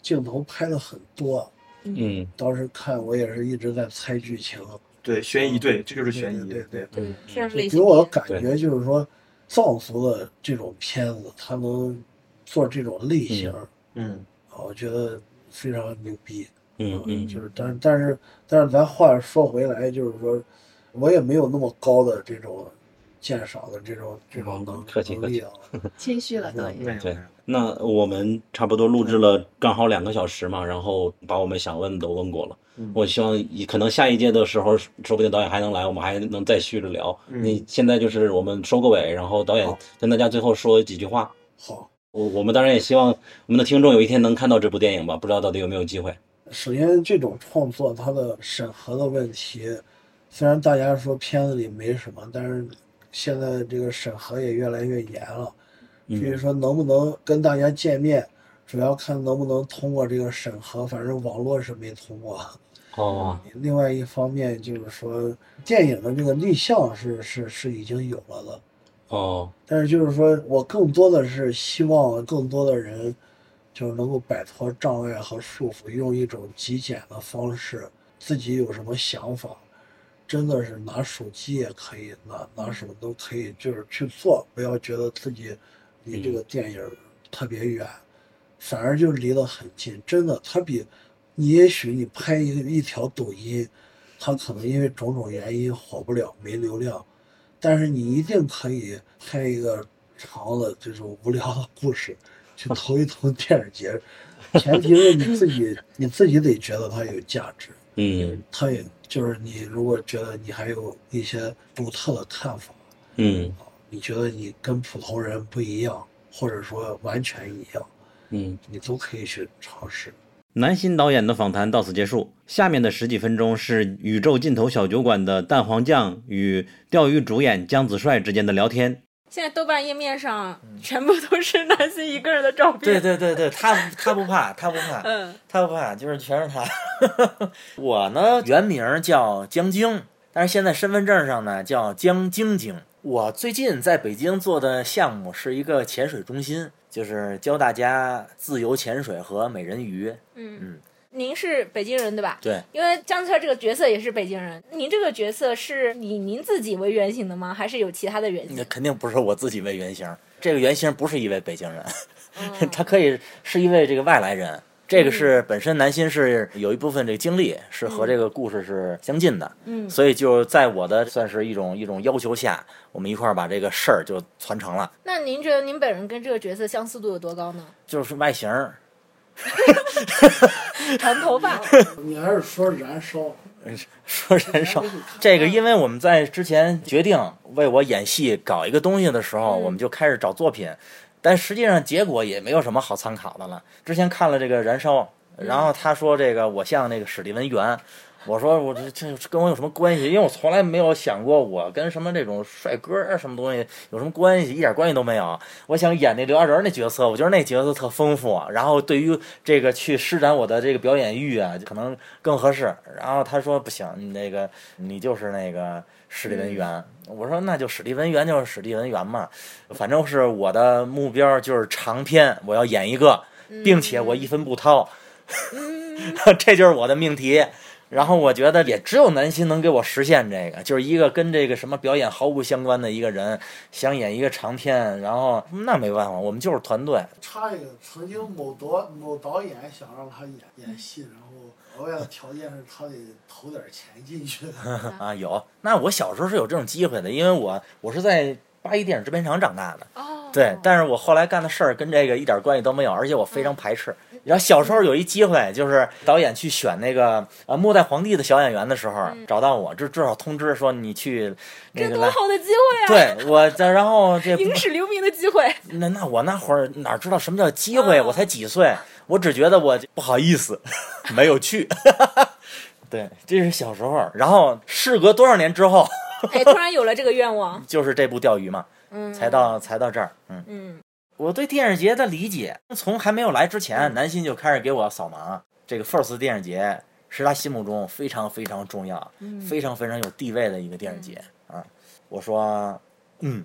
Speaker 14: 镜头拍的很多。
Speaker 2: 嗯，
Speaker 14: 当时看我也是一直在猜剧情，
Speaker 11: 对，悬疑，对，这就是悬疑，
Speaker 14: 对对
Speaker 11: 对，嗯
Speaker 19: 这是类
Speaker 14: 给
Speaker 19: 型
Speaker 14: 我的
Speaker 19: 片。
Speaker 14: 感觉就是说，藏族的这种片子，他能做这种类型，啊
Speaker 11: 嗯，
Speaker 14: 我觉得非常牛逼。
Speaker 2: 嗯嗯，
Speaker 14: 就是，但是但是但是，咱话说回来，就是说，我也没有那么高的这种鉴赏的这种这种能
Speaker 2: 客气
Speaker 14: 能力啊。
Speaker 20: 谦虚了导演。
Speaker 2: 对，那我们差不多录制了刚好两个小时嘛，然后把我们想问的都问过了。
Speaker 11: 嗯
Speaker 2: 我希望以可能下一届的时候，说不定导演还能来，我们还能再续着聊。
Speaker 11: 嗯
Speaker 2: 你现在就是我们收个尾，然后导演跟大家最后说几句话。
Speaker 14: 好，
Speaker 2: 我我们当然也希望我们的听众有一天能看到这部电影吧，不知道到底有没有机会。
Speaker 14: 首先，这种创作它的审核的问题，虽然大家说片子里没什么，但是现在这个审核也越来越严了。至
Speaker 2: 嗯
Speaker 14: 于说能不能跟大家见面，主要看能不能通过这个审核，反正网络是没通过。
Speaker 11: 啊
Speaker 2: 哦，
Speaker 14: 另外一方面就是说，电影的这个立项是是是已经有了的，
Speaker 2: 哦，
Speaker 14: 但是就是说我更多的是希望更多的人，就是能够摆脱障碍和束缚，用一种极简的方式，自己有什么想法，真的是拿手机也可以，拿拿什么都可以，就是去做，不要觉得自己离这个电影特别远，反而就离得很近。真的，它比你也许你拍一个一条抖音，它可能因为种种原因火不了，没流量。但是你一定可以拍一个长的这种无聊的故事，去投一投电影节，前提是你自己你自己得觉得它有价值，
Speaker 2: 嗯
Speaker 14: 它也就是你如果觉得你还有一些独特的看法，
Speaker 2: 嗯
Speaker 14: 你觉得你跟普通人不一样，或者说完全一样，
Speaker 2: 嗯，
Speaker 14: 你都可以去尝试。
Speaker 1: 南新导演的访谈到此结束，下面的十几分钟是《宇宙尽头小酒馆》的蛋黄酱与钓鱼主演姜子帅之间的聊天。
Speaker 19: 现在豆瓣页面上全部都是南希一个人的照片。
Speaker 8: 嗯对对对对，他他不怕，他不怕，
Speaker 19: 嗯，
Speaker 8: 他不怕，就是全是他。我呢，原名叫江晶，但是现在身份证上呢叫江晶晶。我最近在北京做的项目是一个潜水中心，就是教大家自由潜水和美人鱼。
Speaker 19: 嗯
Speaker 8: 嗯，
Speaker 19: 您是北京人对吧？
Speaker 8: 对，
Speaker 19: 因为江策这个角色也是北京人，您这个角色是以您自己为原型的吗？还是有其他的原型
Speaker 8: 那？肯定不是我自己为原型，这个原型不是一位北京人， *laughs* 他可以是一位这个外来人。这个是本身南新是有一部分这个经历是和这个故事是相近的，
Speaker 19: 嗯
Speaker 8: 所以就在我的算是一种一种要求下，我们一块儿把这个事儿就传承了，
Speaker 19: 那您觉得您本人跟这个角色相似度有多高呢？
Speaker 8: 就是外形儿，
Speaker 19: 长头发，
Speaker 14: 你还是说燃烧，
Speaker 8: 说 *laughs* 人少， *laughs* 这个因为我们在之前决定为我演戏搞一个东西的时候，我们就开始找作品，但实际上结果也没有什么好参考的了。之前看了这个《燃烧》，然后他说这个我像那个史蒂文·元，我说我这这这跟我有什么关系？因为我从来没有想过我跟什么这种帅哥啊什么东西有什么关系，一点关系都没有。我想演那刘亚仁那角色，我觉得那角色特丰富，然后对于这个去施展我的这个表演欲啊，可能更合适。然后他说不行，你那个你就是那个史蒂文元。我说那就史蒂文元就是史蒂文元嘛，反正是我的目标就是长篇，我要演一个，并且我一分不掏， *laughs* 这就是我的命题。然后我觉得也只有南希能给我实现这个，就是一个跟这个什么表演毫无相关的一个人，想演一个长片，然后嗯那没办法，我们就是团队，
Speaker 14: 插一个，曾经某导某导演想让他演演戏，然后额外的条件是他得投点钱进去。
Speaker 19: 嗯
Speaker 8: *laughs* 啊，有。那我小时候是有这种机会的，因为我我是在八一电影制片厂长大的。
Speaker 19: 哦。
Speaker 8: 对，但是我后来干的事儿跟这个一点关系都没有，而且我
Speaker 19: 嗯
Speaker 8: 非常排斥。然后小时候有一机会，就是导演去选那个呃《末代皇帝》的小演员的时候，找到我，至至少通知说你去那
Speaker 19: 嗯这
Speaker 8: 个
Speaker 19: 多
Speaker 8: 来。
Speaker 19: 好的机会啊！，
Speaker 8: *laughs* 对我，再然后这
Speaker 19: 影史留名的机会。
Speaker 8: *laughs*
Speaker 19: 嗯
Speaker 8: 那那我那会儿哪知道什么叫机会？我才几岁，我只觉得我不好意思， *laughs* 没有去。 *laughs* 对，这是小时候。然后事隔多少年之后，
Speaker 19: 哎，突然有了这个愿望，
Speaker 8: 就是这部钓鱼嘛，
Speaker 19: 嗯，
Speaker 8: 才到才到这儿。嗯，
Speaker 19: 嗯，
Speaker 8: 我对电影节的理解，从还没有来之前，南新就开始给我扫盲。这个 FIRST 电影节是他心目中非常非常重要、
Speaker 21: 嗯
Speaker 8: 非常非常有地位的一个电影节啊。我说，嗯，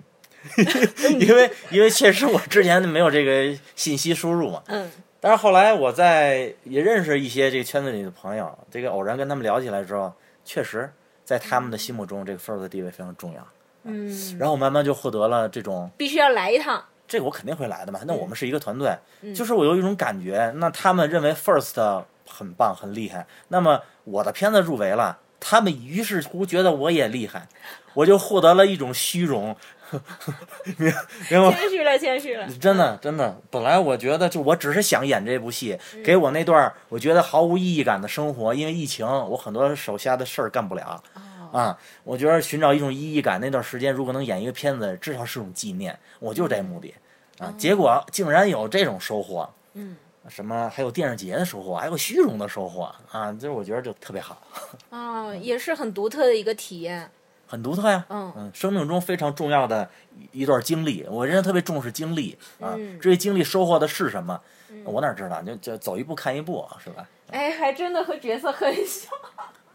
Speaker 8: 因为因为确实我之前没有这个信息输入嘛，
Speaker 19: 嗯
Speaker 8: 但是后来我在也认识一些这个圈子里的朋友，这个偶然跟他们聊起来之后，确实在他们的心目中，这个 FIRST 的地位非常重要。
Speaker 19: 嗯，
Speaker 8: 然后我慢慢就获得了这种，
Speaker 19: 必须要来一趟，
Speaker 8: 这个我肯定会来的嘛。那我们是一个团队，
Speaker 19: 嗯
Speaker 8: 就是我有一种感觉，那他们认为 First 很棒很厉害，那么我的片子入围了，他们于是乎觉得我也厉害，我就获得了一种虚荣， *laughs* 明明白吗？
Speaker 19: 谦虚了，谦虚了。
Speaker 8: *laughs* 真的，真的，本来我觉得就我只是想演这部戏，
Speaker 19: 嗯
Speaker 8: 给我那段儿我觉得毫无意义感的生活，因为疫情，我很多手下的事儿干不了。
Speaker 19: 哦
Speaker 8: 啊，我觉得寻找一种意义感，那段时间如果能演一个片子，至少是种纪念，我就这目的啊。结果竟然有这种收获，
Speaker 19: 嗯
Speaker 8: 什么还有电视节的收获，还有虚荣的收获啊，就是我觉得就特别好，
Speaker 19: 哦，也是很独特的一个体验。
Speaker 8: 很独特呀。
Speaker 19: 嗯
Speaker 8: 生命中非常重要的一一段经历，我人家特别重视经历啊
Speaker 19: 嗯。
Speaker 8: 至于经历收获的是什么，
Speaker 19: 嗯
Speaker 8: 我哪知道？就就走一步看一步，啊是吧？
Speaker 19: 哎，还真的和角色很像。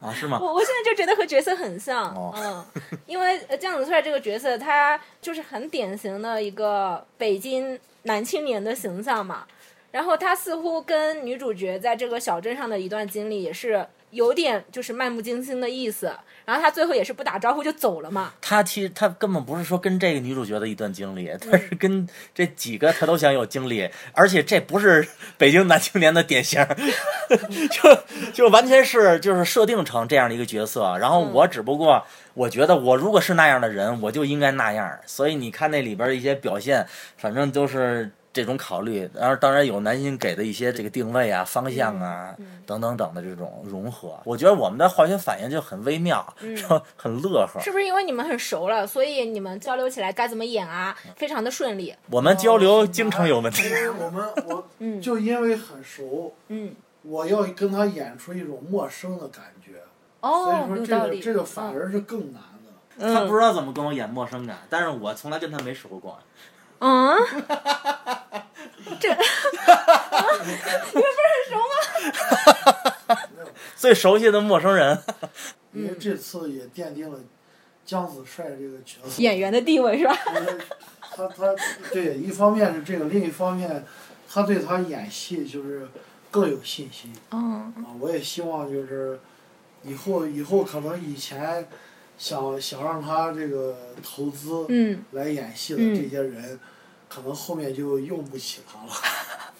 Speaker 8: 啊，是吗？
Speaker 19: 我我现在就觉得和角色很像，
Speaker 8: 哦
Speaker 19: 嗯，因为呃姜子翠这个角色，她就是很典型的一个北京男青年的形象嘛。然后她似乎跟女主角在这个小镇上的一段经历也是有点就是漫不经心的意思。然后她最后也是不打招呼就走了嘛。
Speaker 8: 他其实他根本不是说跟这个女主角的一段经历，他是跟这几个他都想有经历，而且这不是北京男青年的典型， *laughs* 就就完全是就是设定成这样的一个角色。啊然后
Speaker 19: 嗯
Speaker 8: 我只不过我觉得我如果是那样的人，我就应该那样。所以你看那里边的一些表现，反正都是这种考虑。然后当然有男星给的一些这个定位啊、方向啊、
Speaker 19: 嗯
Speaker 8: 等等等的这种融合。我觉得我们的化学反应就很微妙， *laughs*
Speaker 19: 嗯
Speaker 8: 然后很乐呵。
Speaker 19: 是不是因为你们很熟了，所以你们交流起来该怎么演啊，
Speaker 8: 嗯
Speaker 19: 非常的顺利？
Speaker 8: 我们交流经常有问题
Speaker 14: 因。为我们我就因为很熟，
Speaker 19: 嗯，
Speaker 14: 我要跟他演出一种陌生的感觉，
Speaker 19: 哦
Speaker 14: 所以
Speaker 19: 有
Speaker 14: 说这
Speaker 19: 道
Speaker 14: 个
Speaker 19: 理
Speaker 14: 这个反而是更难的。
Speaker 8: 他不知道怎么跟我演陌生感，但是我从来跟他没熟过。
Speaker 19: 嗯，这你们不是很熟吗？
Speaker 8: 最熟悉的陌生人，
Speaker 14: 因为这次也奠定了姜子帅这个角色
Speaker 19: 演员的地位
Speaker 8: *laughs*
Speaker 19: 是吧？
Speaker 14: 他他对，一方面是这个，另一方面，他对他演戏就是更有信心。
Speaker 19: 嗯
Speaker 14: 啊，我也希望就是以后以后可能以前想想让他这个投资
Speaker 19: 嗯
Speaker 14: 来演戏的
Speaker 19: 嗯
Speaker 14: 这些人，可能后面就用不起他了。 *laughs*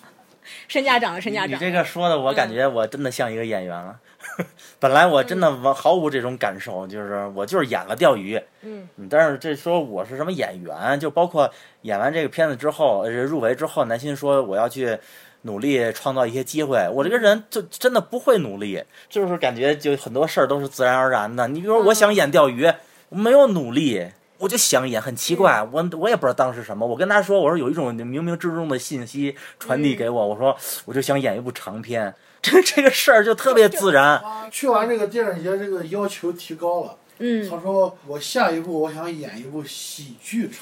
Speaker 19: 身价涨了，身价
Speaker 8: 你
Speaker 19: 涨。
Speaker 8: 这个说的，我感觉我真的像一个演员了。 *laughs* 本来我真的完毫无这种感受，就是我就是演了钓鱼。
Speaker 19: 嗯
Speaker 8: 但是这说我是什么演员，就包括演完这个片子之后，呃入围之后，南心说我要去努力创造一些机会。我这个人就真的不会努力，就是感觉就很多事儿都是自然而然的。你比如说我想演钓鱼，我没有努力。我就想演，很奇怪，我我也不知道当时什么。我跟他说，我说有一种冥冥之中的信息传递给我，我说我就想演一部长片， *laughs* 这这个事儿就特别自然。
Speaker 14: 他去完这个电影节，这个要求提高了。
Speaker 19: 嗯，
Speaker 14: 他说我下一步我想演一部喜剧长片。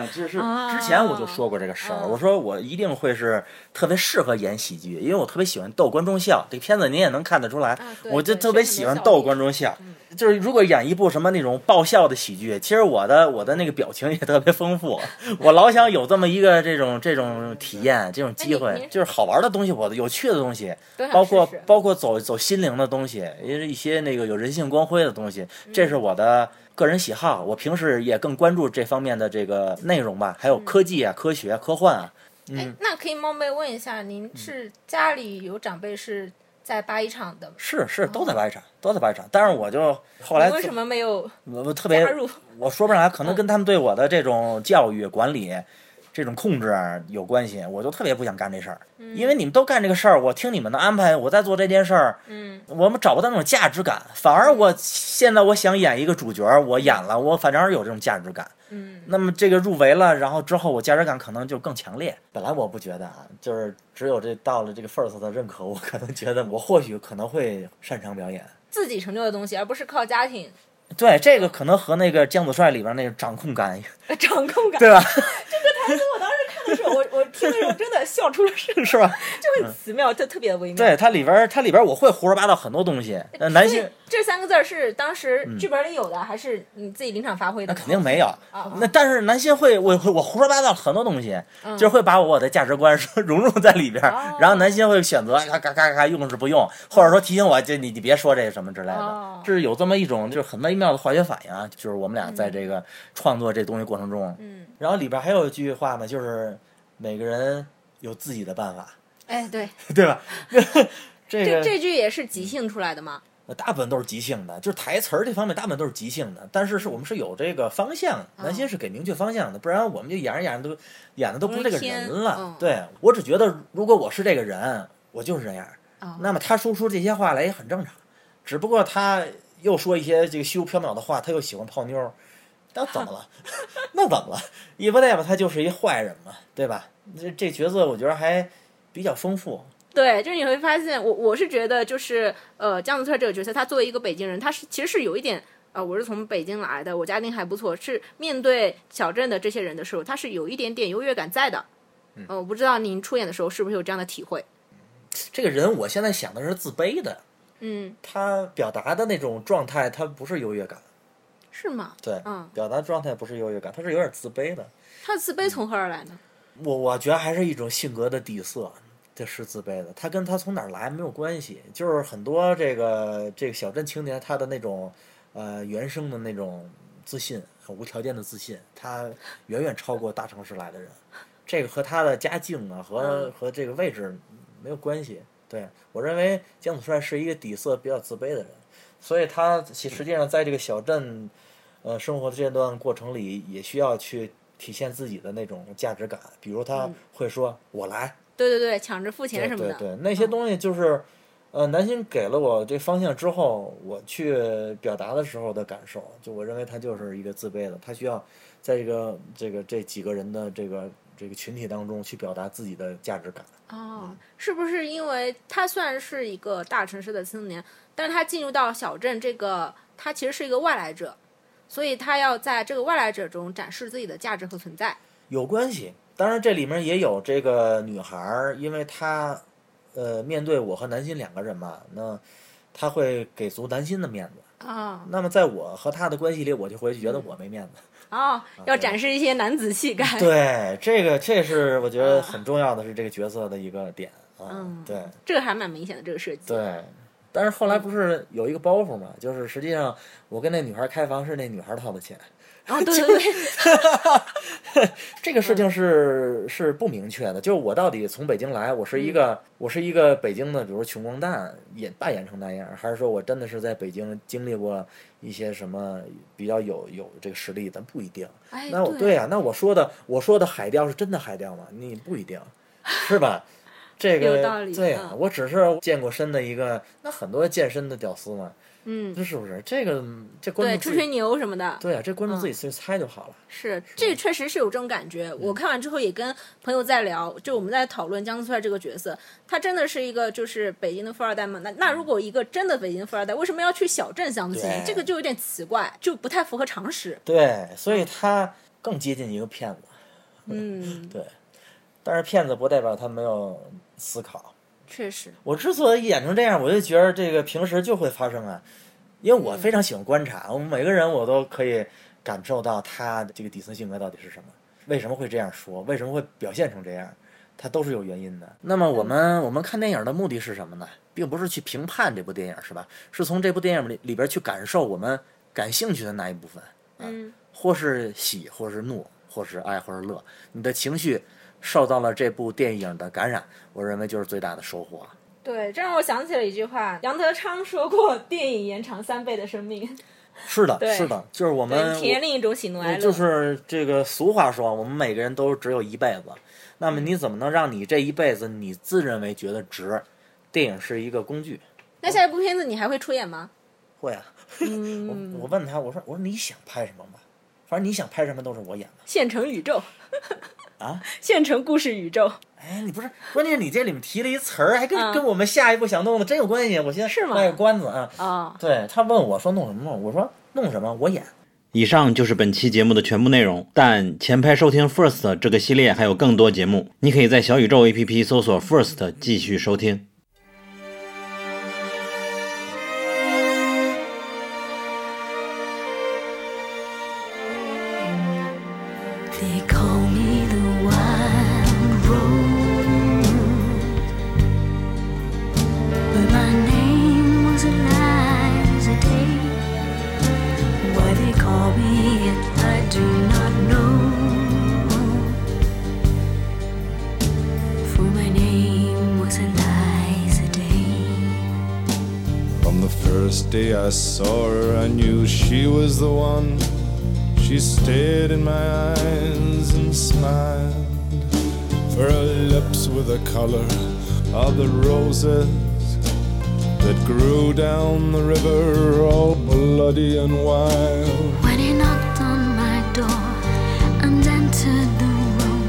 Speaker 8: 啊，就是
Speaker 14: 啊
Speaker 8: 之前我就说过这个事儿，我说我一定会是特别适合演喜剧，因为我特别喜欢逗观众笑。这片子您也能看得出来，
Speaker 19: 啊对
Speaker 8: 我就
Speaker 19: 对
Speaker 8: 特别
Speaker 19: 是很
Speaker 8: 喜欢
Speaker 19: 多笑嗯
Speaker 8: 逗观众笑。就是如果演一部什么那种爆笑的喜剧，其实我的我的那个表情也特别丰
Speaker 19: *laughs*
Speaker 8: 富，我老想有这么一个这种这种体验，这种机会，就是好玩的东西，我的有趣的东西
Speaker 19: 哎都，想
Speaker 8: 包括
Speaker 19: 试试
Speaker 8: 包括走走心灵的东西，也是一些那个有人性光辉的东西，
Speaker 19: 嗯
Speaker 8: 这是我的个人喜好。我平时也更关注这方面的这个内容吧，还有科技啊、科学、科幻啊。嗯，
Speaker 19: 那可以冒昧问一下，您是家里有长辈是在八一厂的吗？
Speaker 8: 是是，都在八一厂，都在八一厂。但是我就后来
Speaker 19: 哦你为什么没有
Speaker 8: 我我特别
Speaker 19: 加入？
Speaker 8: 我说不上来，可能跟他们对我的这种教育、管理、
Speaker 19: 嗯
Speaker 8: 这种控制啊有关系。我就特别不想干这事儿，
Speaker 19: 嗯
Speaker 8: 因为你们都干这个事儿，我听你们的安排，我在做这件事儿，
Speaker 19: 嗯
Speaker 8: 我们找不到那种价值感。反而我现在我想演一个主角，我演了，我反而有这种价值感。
Speaker 19: 嗯
Speaker 8: 那么这个入围了，然后之后我价值感可能就更强烈。本来我不觉得啊，就是只有这到了这个 first 的认可，我可能觉得我或许可能会擅长表演。
Speaker 19: 自己成就的东西，而不是靠家庭
Speaker 8: 对，这个可能和那个姜子帅里边那个掌控感，
Speaker 19: 呃掌控感， *laughs*
Speaker 8: 对吧？ *laughs*
Speaker 19: 这个台词我当时看的时候，我我听的时候真的笑出了声，
Speaker 8: 是吧？
Speaker 19: 就很奇妙，就特别微妙。
Speaker 8: 对，它里边儿它里边儿我会胡说八道很多东西。那男
Speaker 19: 所以
Speaker 8: 性
Speaker 19: 这三个字儿是当时剧本里有的，还是你自己临场发挥
Speaker 8: 嗯
Speaker 19: 的？
Speaker 8: 那肯定没有。
Speaker 19: 啊
Speaker 8: 那但是男性会，我会我胡说八道很多东西，
Speaker 19: 嗯哦
Speaker 8: 就是会把我的价值观说 *laughs* 融入在里边儿，然后男性会选择咔咔咔咔用是不用，或者说提醒我，就你你别说这个什么之类
Speaker 19: 哦
Speaker 8: 的，这是有这么一种就是很微妙的化学反应啊，就是我们俩在这个创作这东西过程中，
Speaker 19: 嗯，
Speaker 8: 然后里边还有一句话呢，就是每个人有自己的办法， *laughs*
Speaker 19: 哎，对，
Speaker 8: 对吧？ *laughs* 这
Speaker 19: 这
Speaker 8: 个嗯
Speaker 19: 这句也是即兴出来的吗？
Speaker 8: 大部分都是即兴的，就是台词儿这方面大部分都是即兴的，但是是我们是有这个方向，南希是给明确方向的，不然我们就演着演着都演的都不是这个人了。
Speaker 19: 容易偏嗯
Speaker 8: 对我只觉得，如果我是这个人，我就是这样，
Speaker 19: 啊
Speaker 8: 那么他说出这些话来也很正常，只不过他又说一些这个虚无缥缈的话，他又喜欢泡妞儿，
Speaker 19: 啊
Speaker 8: 那怎么了？那怎么了？伊夫大夫他就是一坏人嘛，对吧？这这角色我觉得还比较丰富，
Speaker 19: 对，就是你会发现，我我是觉得，就是呃，江子翠这个角色，他作为一个北京人，他是其实是有一点，呃，我是从北京来的，我家境还不错，是面对小镇的这些人的时候，他是有一点点优越感在的。嗯、我不知道您出演的时候是不是有这样的体会？
Speaker 8: 这个人我现在想的是自卑的。
Speaker 19: 嗯，
Speaker 8: 他表达的那种状态，他不是优越感，
Speaker 19: 是吗？
Speaker 8: 对，
Speaker 19: 嗯，
Speaker 8: 表达状态不是优越感，他是有点自卑的。
Speaker 19: 他的自卑从何而来呢？
Speaker 8: 我我觉得还是一种性格的底色，这是自卑的。他跟他从哪儿来没有关系，就是很多这个这个小镇青年他的那种呃原生的那种自信，无条件的自信，他远远超过大城市来的人。这个和他的家境啊，和
Speaker 19: 嗯
Speaker 8: 和这个位置没有关系。对我认为江子帅是一个底色比较自卑的人，所以他其实际上在这个小镇呃生活的这段过程里，也需要去体现自己的那种价值感。比如他
Speaker 19: 嗯
Speaker 8: 会说“我来
Speaker 19: 对对对，抢着付”，钱
Speaker 8: 对
Speaker 19: 什么
Speaker 8: 对
Speaker 19: 的。嗯
Speaker 8: 对，那些东西就是，呃，南星给了我这方向之后，我去表达的时候的感受，就我认为他就是一个自卑的，他需要在这个这个这几个人的这个这个群体当中去表达自己的价值感。
Speaker 19: 哦，是不是因为他算是一个大城市的青年，但是他进入到小镇这个，他其实是一个外来者，所以他要在这个外来者中展示自己的价值和存在。
Speaker 8: 有关系。当然，这里面也有这个女孩儿，因为她，呃，面对我和南心两个人嘛，那她会给足南心的面子。
Speaker 19: 啊
Speaker 8: 那么在我和她的关系里，我就回去觉得我没面子。
Speaker 19: 哦，要展示一些男子气概。，
Speaker 8: 对，这个这是我觉得很重要的，是这个角色的一个点啊。
Speaker 19: 嗯
Speaker 8: 对
Speaker 19: 这个还蛮明显的这个设计。
Speaker 8: 对。但是后来不是有一个包袱嘛，就是实际上我跟那女孩开房是那女孩掏的钱，
Speaker 19: 哦，对对对，
Speaker 8: 这
Speaker 19: 嗯
Speaker 8: 个事情是、是不明确的，就是我到底从北京来，我
Speaker 19: 嗯
Speaker 8: 是一个、我是一个北京的，比如说穷光蛋演扮演成那样，还是说我真的是在北京经历过一些什么比较有有这个实力？咱不一定。
Speaker 19: 哎
Speaker 8: 那我
Speaker 19: 对
Speaker 8: 对呀、啊那我说的我说的海钓是真的海钓吗？你不一
Speaker 19: *laughs*
Speaker 8: 定，是吧？这个
Speaker 19: 有道理
Speaker 8: 对呀、
Speaker 19: 嗯
Speaker 8: 我只是健过身的一个，那很多健身的屌丝嘛，
Speaker 19: 嗯，
Speaker 8: 这是不是？这个这观
Speaker 19: 对，
Speaker 8: 众
Speaker 19: 吹
Speaker 8: 自己
Speaker 19: 吹牛什么的。
Speaker 8: 对啊，这观众自己去
Speaker 19: 嗯
Speaker 8: 猜就好了。
Speaker 19: 是，嗯这确实是有这种感觉。我看完之后也跟朋友在聊，就我们在讨论江自帅这个角色，他真的是一个就是北京的富二代嘛？那那如果一个真的北京富二代，为什么要去小镇相亲
Speaker 8: 对？
Speaker 19: 这个就有点奇怪，就不太符合常识。
Speaker 8: 对，所以他更接近一个骗子。
Speaker 19: *laughs* 嗯，
Speaker 8: 对，但是骗子不代表他没有思考。
Speaker 19: 确实，
Speaker 8: 我之所以演成这样，我就觉得这个平时就会发生啊，因为我非常喜欢观察，我们每个人我都可以感受到他这个底层性格到底是什么，为什么会这样说，为什么会表现成这样，他都是有原因的。那么我们我们看电影的目的是什么呢？并不是去评判这部电影，是吧？是从这部电影里里边去感受我们感兴趣的那一部分。
Speaker 19: 嗯，
Speaker 8: 或是喜，或是怒，或是爱，或是乐，你的情绪受到了这部电影的感染，我认为就是最大的收获。
Speaker 19: 对，这让我想起了一句话，杨德昌说过：“电影延长三倍的生 *laughs* 命，
Speaker 8: 是的，
Speaker 19: 对
Speaker 8: 是的，就是我们
Speaker 19: 对，体 *laughs* 验另一种喜怒
Speaker 8: 我
Speaker 19: 哀乐。”
Speaker 8: 就是这个俗话说，我们每个人都只有一辈子，那
Speaker 19: 嗯
Speaker 8: 么你怎么能让你这一辈子你自认为觉得值？电影是一个工具，
Speaker 19: 那下一部片子你还会出演吗？
Speaker 8: 会啊。 *laughs*
Speaker 19: 嗯，
Speaker 8: 我问他，我说我说你想拍什么吗？反正你想拍什么都是我演的
Speaker 19: 现成宇宙，
Speaker 8: 啊。
Speaker 19: 现成故事宇宙。
Speaker 8: 哎，你不是，关键是你这里面提了一词儿，还跟、
Speaker 19: 嗯
Speaker 8: 跟我们下一步想弄的真有关系。我现在是
Speaker 19: 吗
Speaker 8: 卖个关子啊。
Speaker 19: 啊、
Speaker 8: 对他问我说弄什么弄，我说弄什么我演。
Speaker 1: 以上就是本期节目的全部内容，但前排收听 First 这个系列还有更多节目，你可以在小宇宙 APP 搜索 First 继续收听。
Speaker 21: They call me the wild road, but my name was Eliza Day. Why they call me it, I do not know. For my name was Eliza Day.
Speaker 22: From the first day I saw her, I knew she was the one. She stared in my eyes and smiled. For her lips were the color of the roses that grew down the river, all bloody and wild.
Speaker 21: When he knocked on my door and entered the room,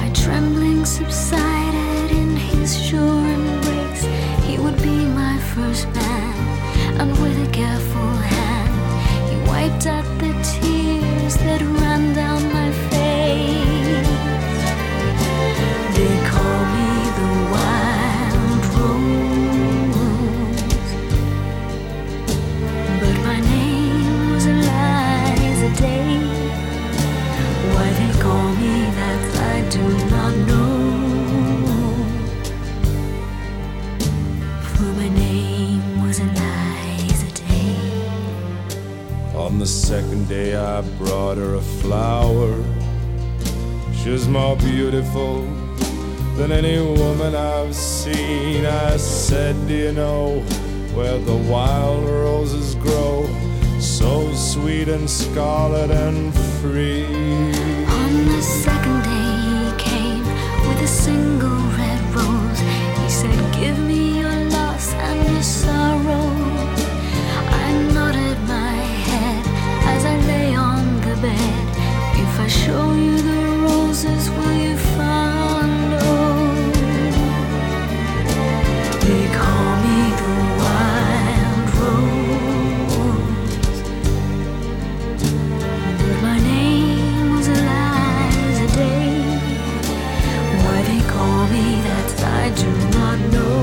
Speaker 21: my trembling subsided in his sure embrace. He would be my first man, and with a careful hand, he wiped out the tears that ran down my face. They call me the wild rose, but my name was Eliza Day. Why they call me that I do not know. For my name was Eliza Day.
Speaker 22: On the second day, I brought her a flower. She was more beautiful than any woman I've seen. I said, Do you know where the wild roses grow? So sweet and scarlet and free.
Speaker 21: On the second day he came with a single red rose. He said, Give me your loss and your sorrow. I nodded my head as I lay on the bed. If I show you the roses, will you follow? They call me the wild rose. But my name was Eliza Day. Why they call me that I do not know.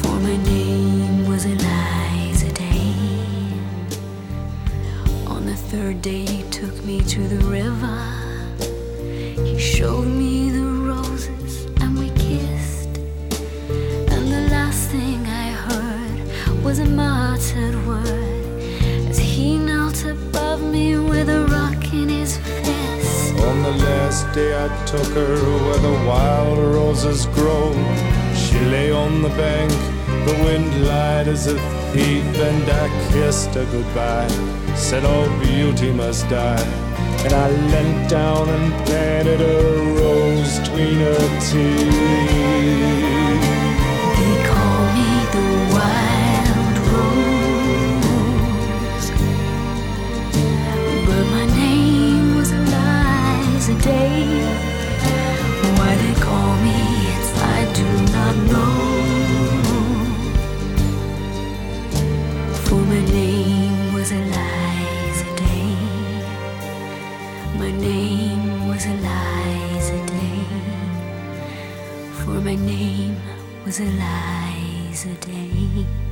Speaker 21: For my name was Eliza Day. On the third day, he took me to the river. He showed me the roses and we kissed. And the last thing I heard was a muttered word as he knelt above me with a rock in his fist.
Speaker 22: On the last day I took her where the wild roses grow. She lay on the bank, the wind light as a thief, and I kissed her goodbye. Said all beauty must die, and I leant down and planted a rose between her teeth.
Speaker 21: They call me the wild rose, but my name was Eliza Day. Why they call me it, I do not know. For my name was Eliza Day. My name was Eliza Day. For my name was Eliza Day.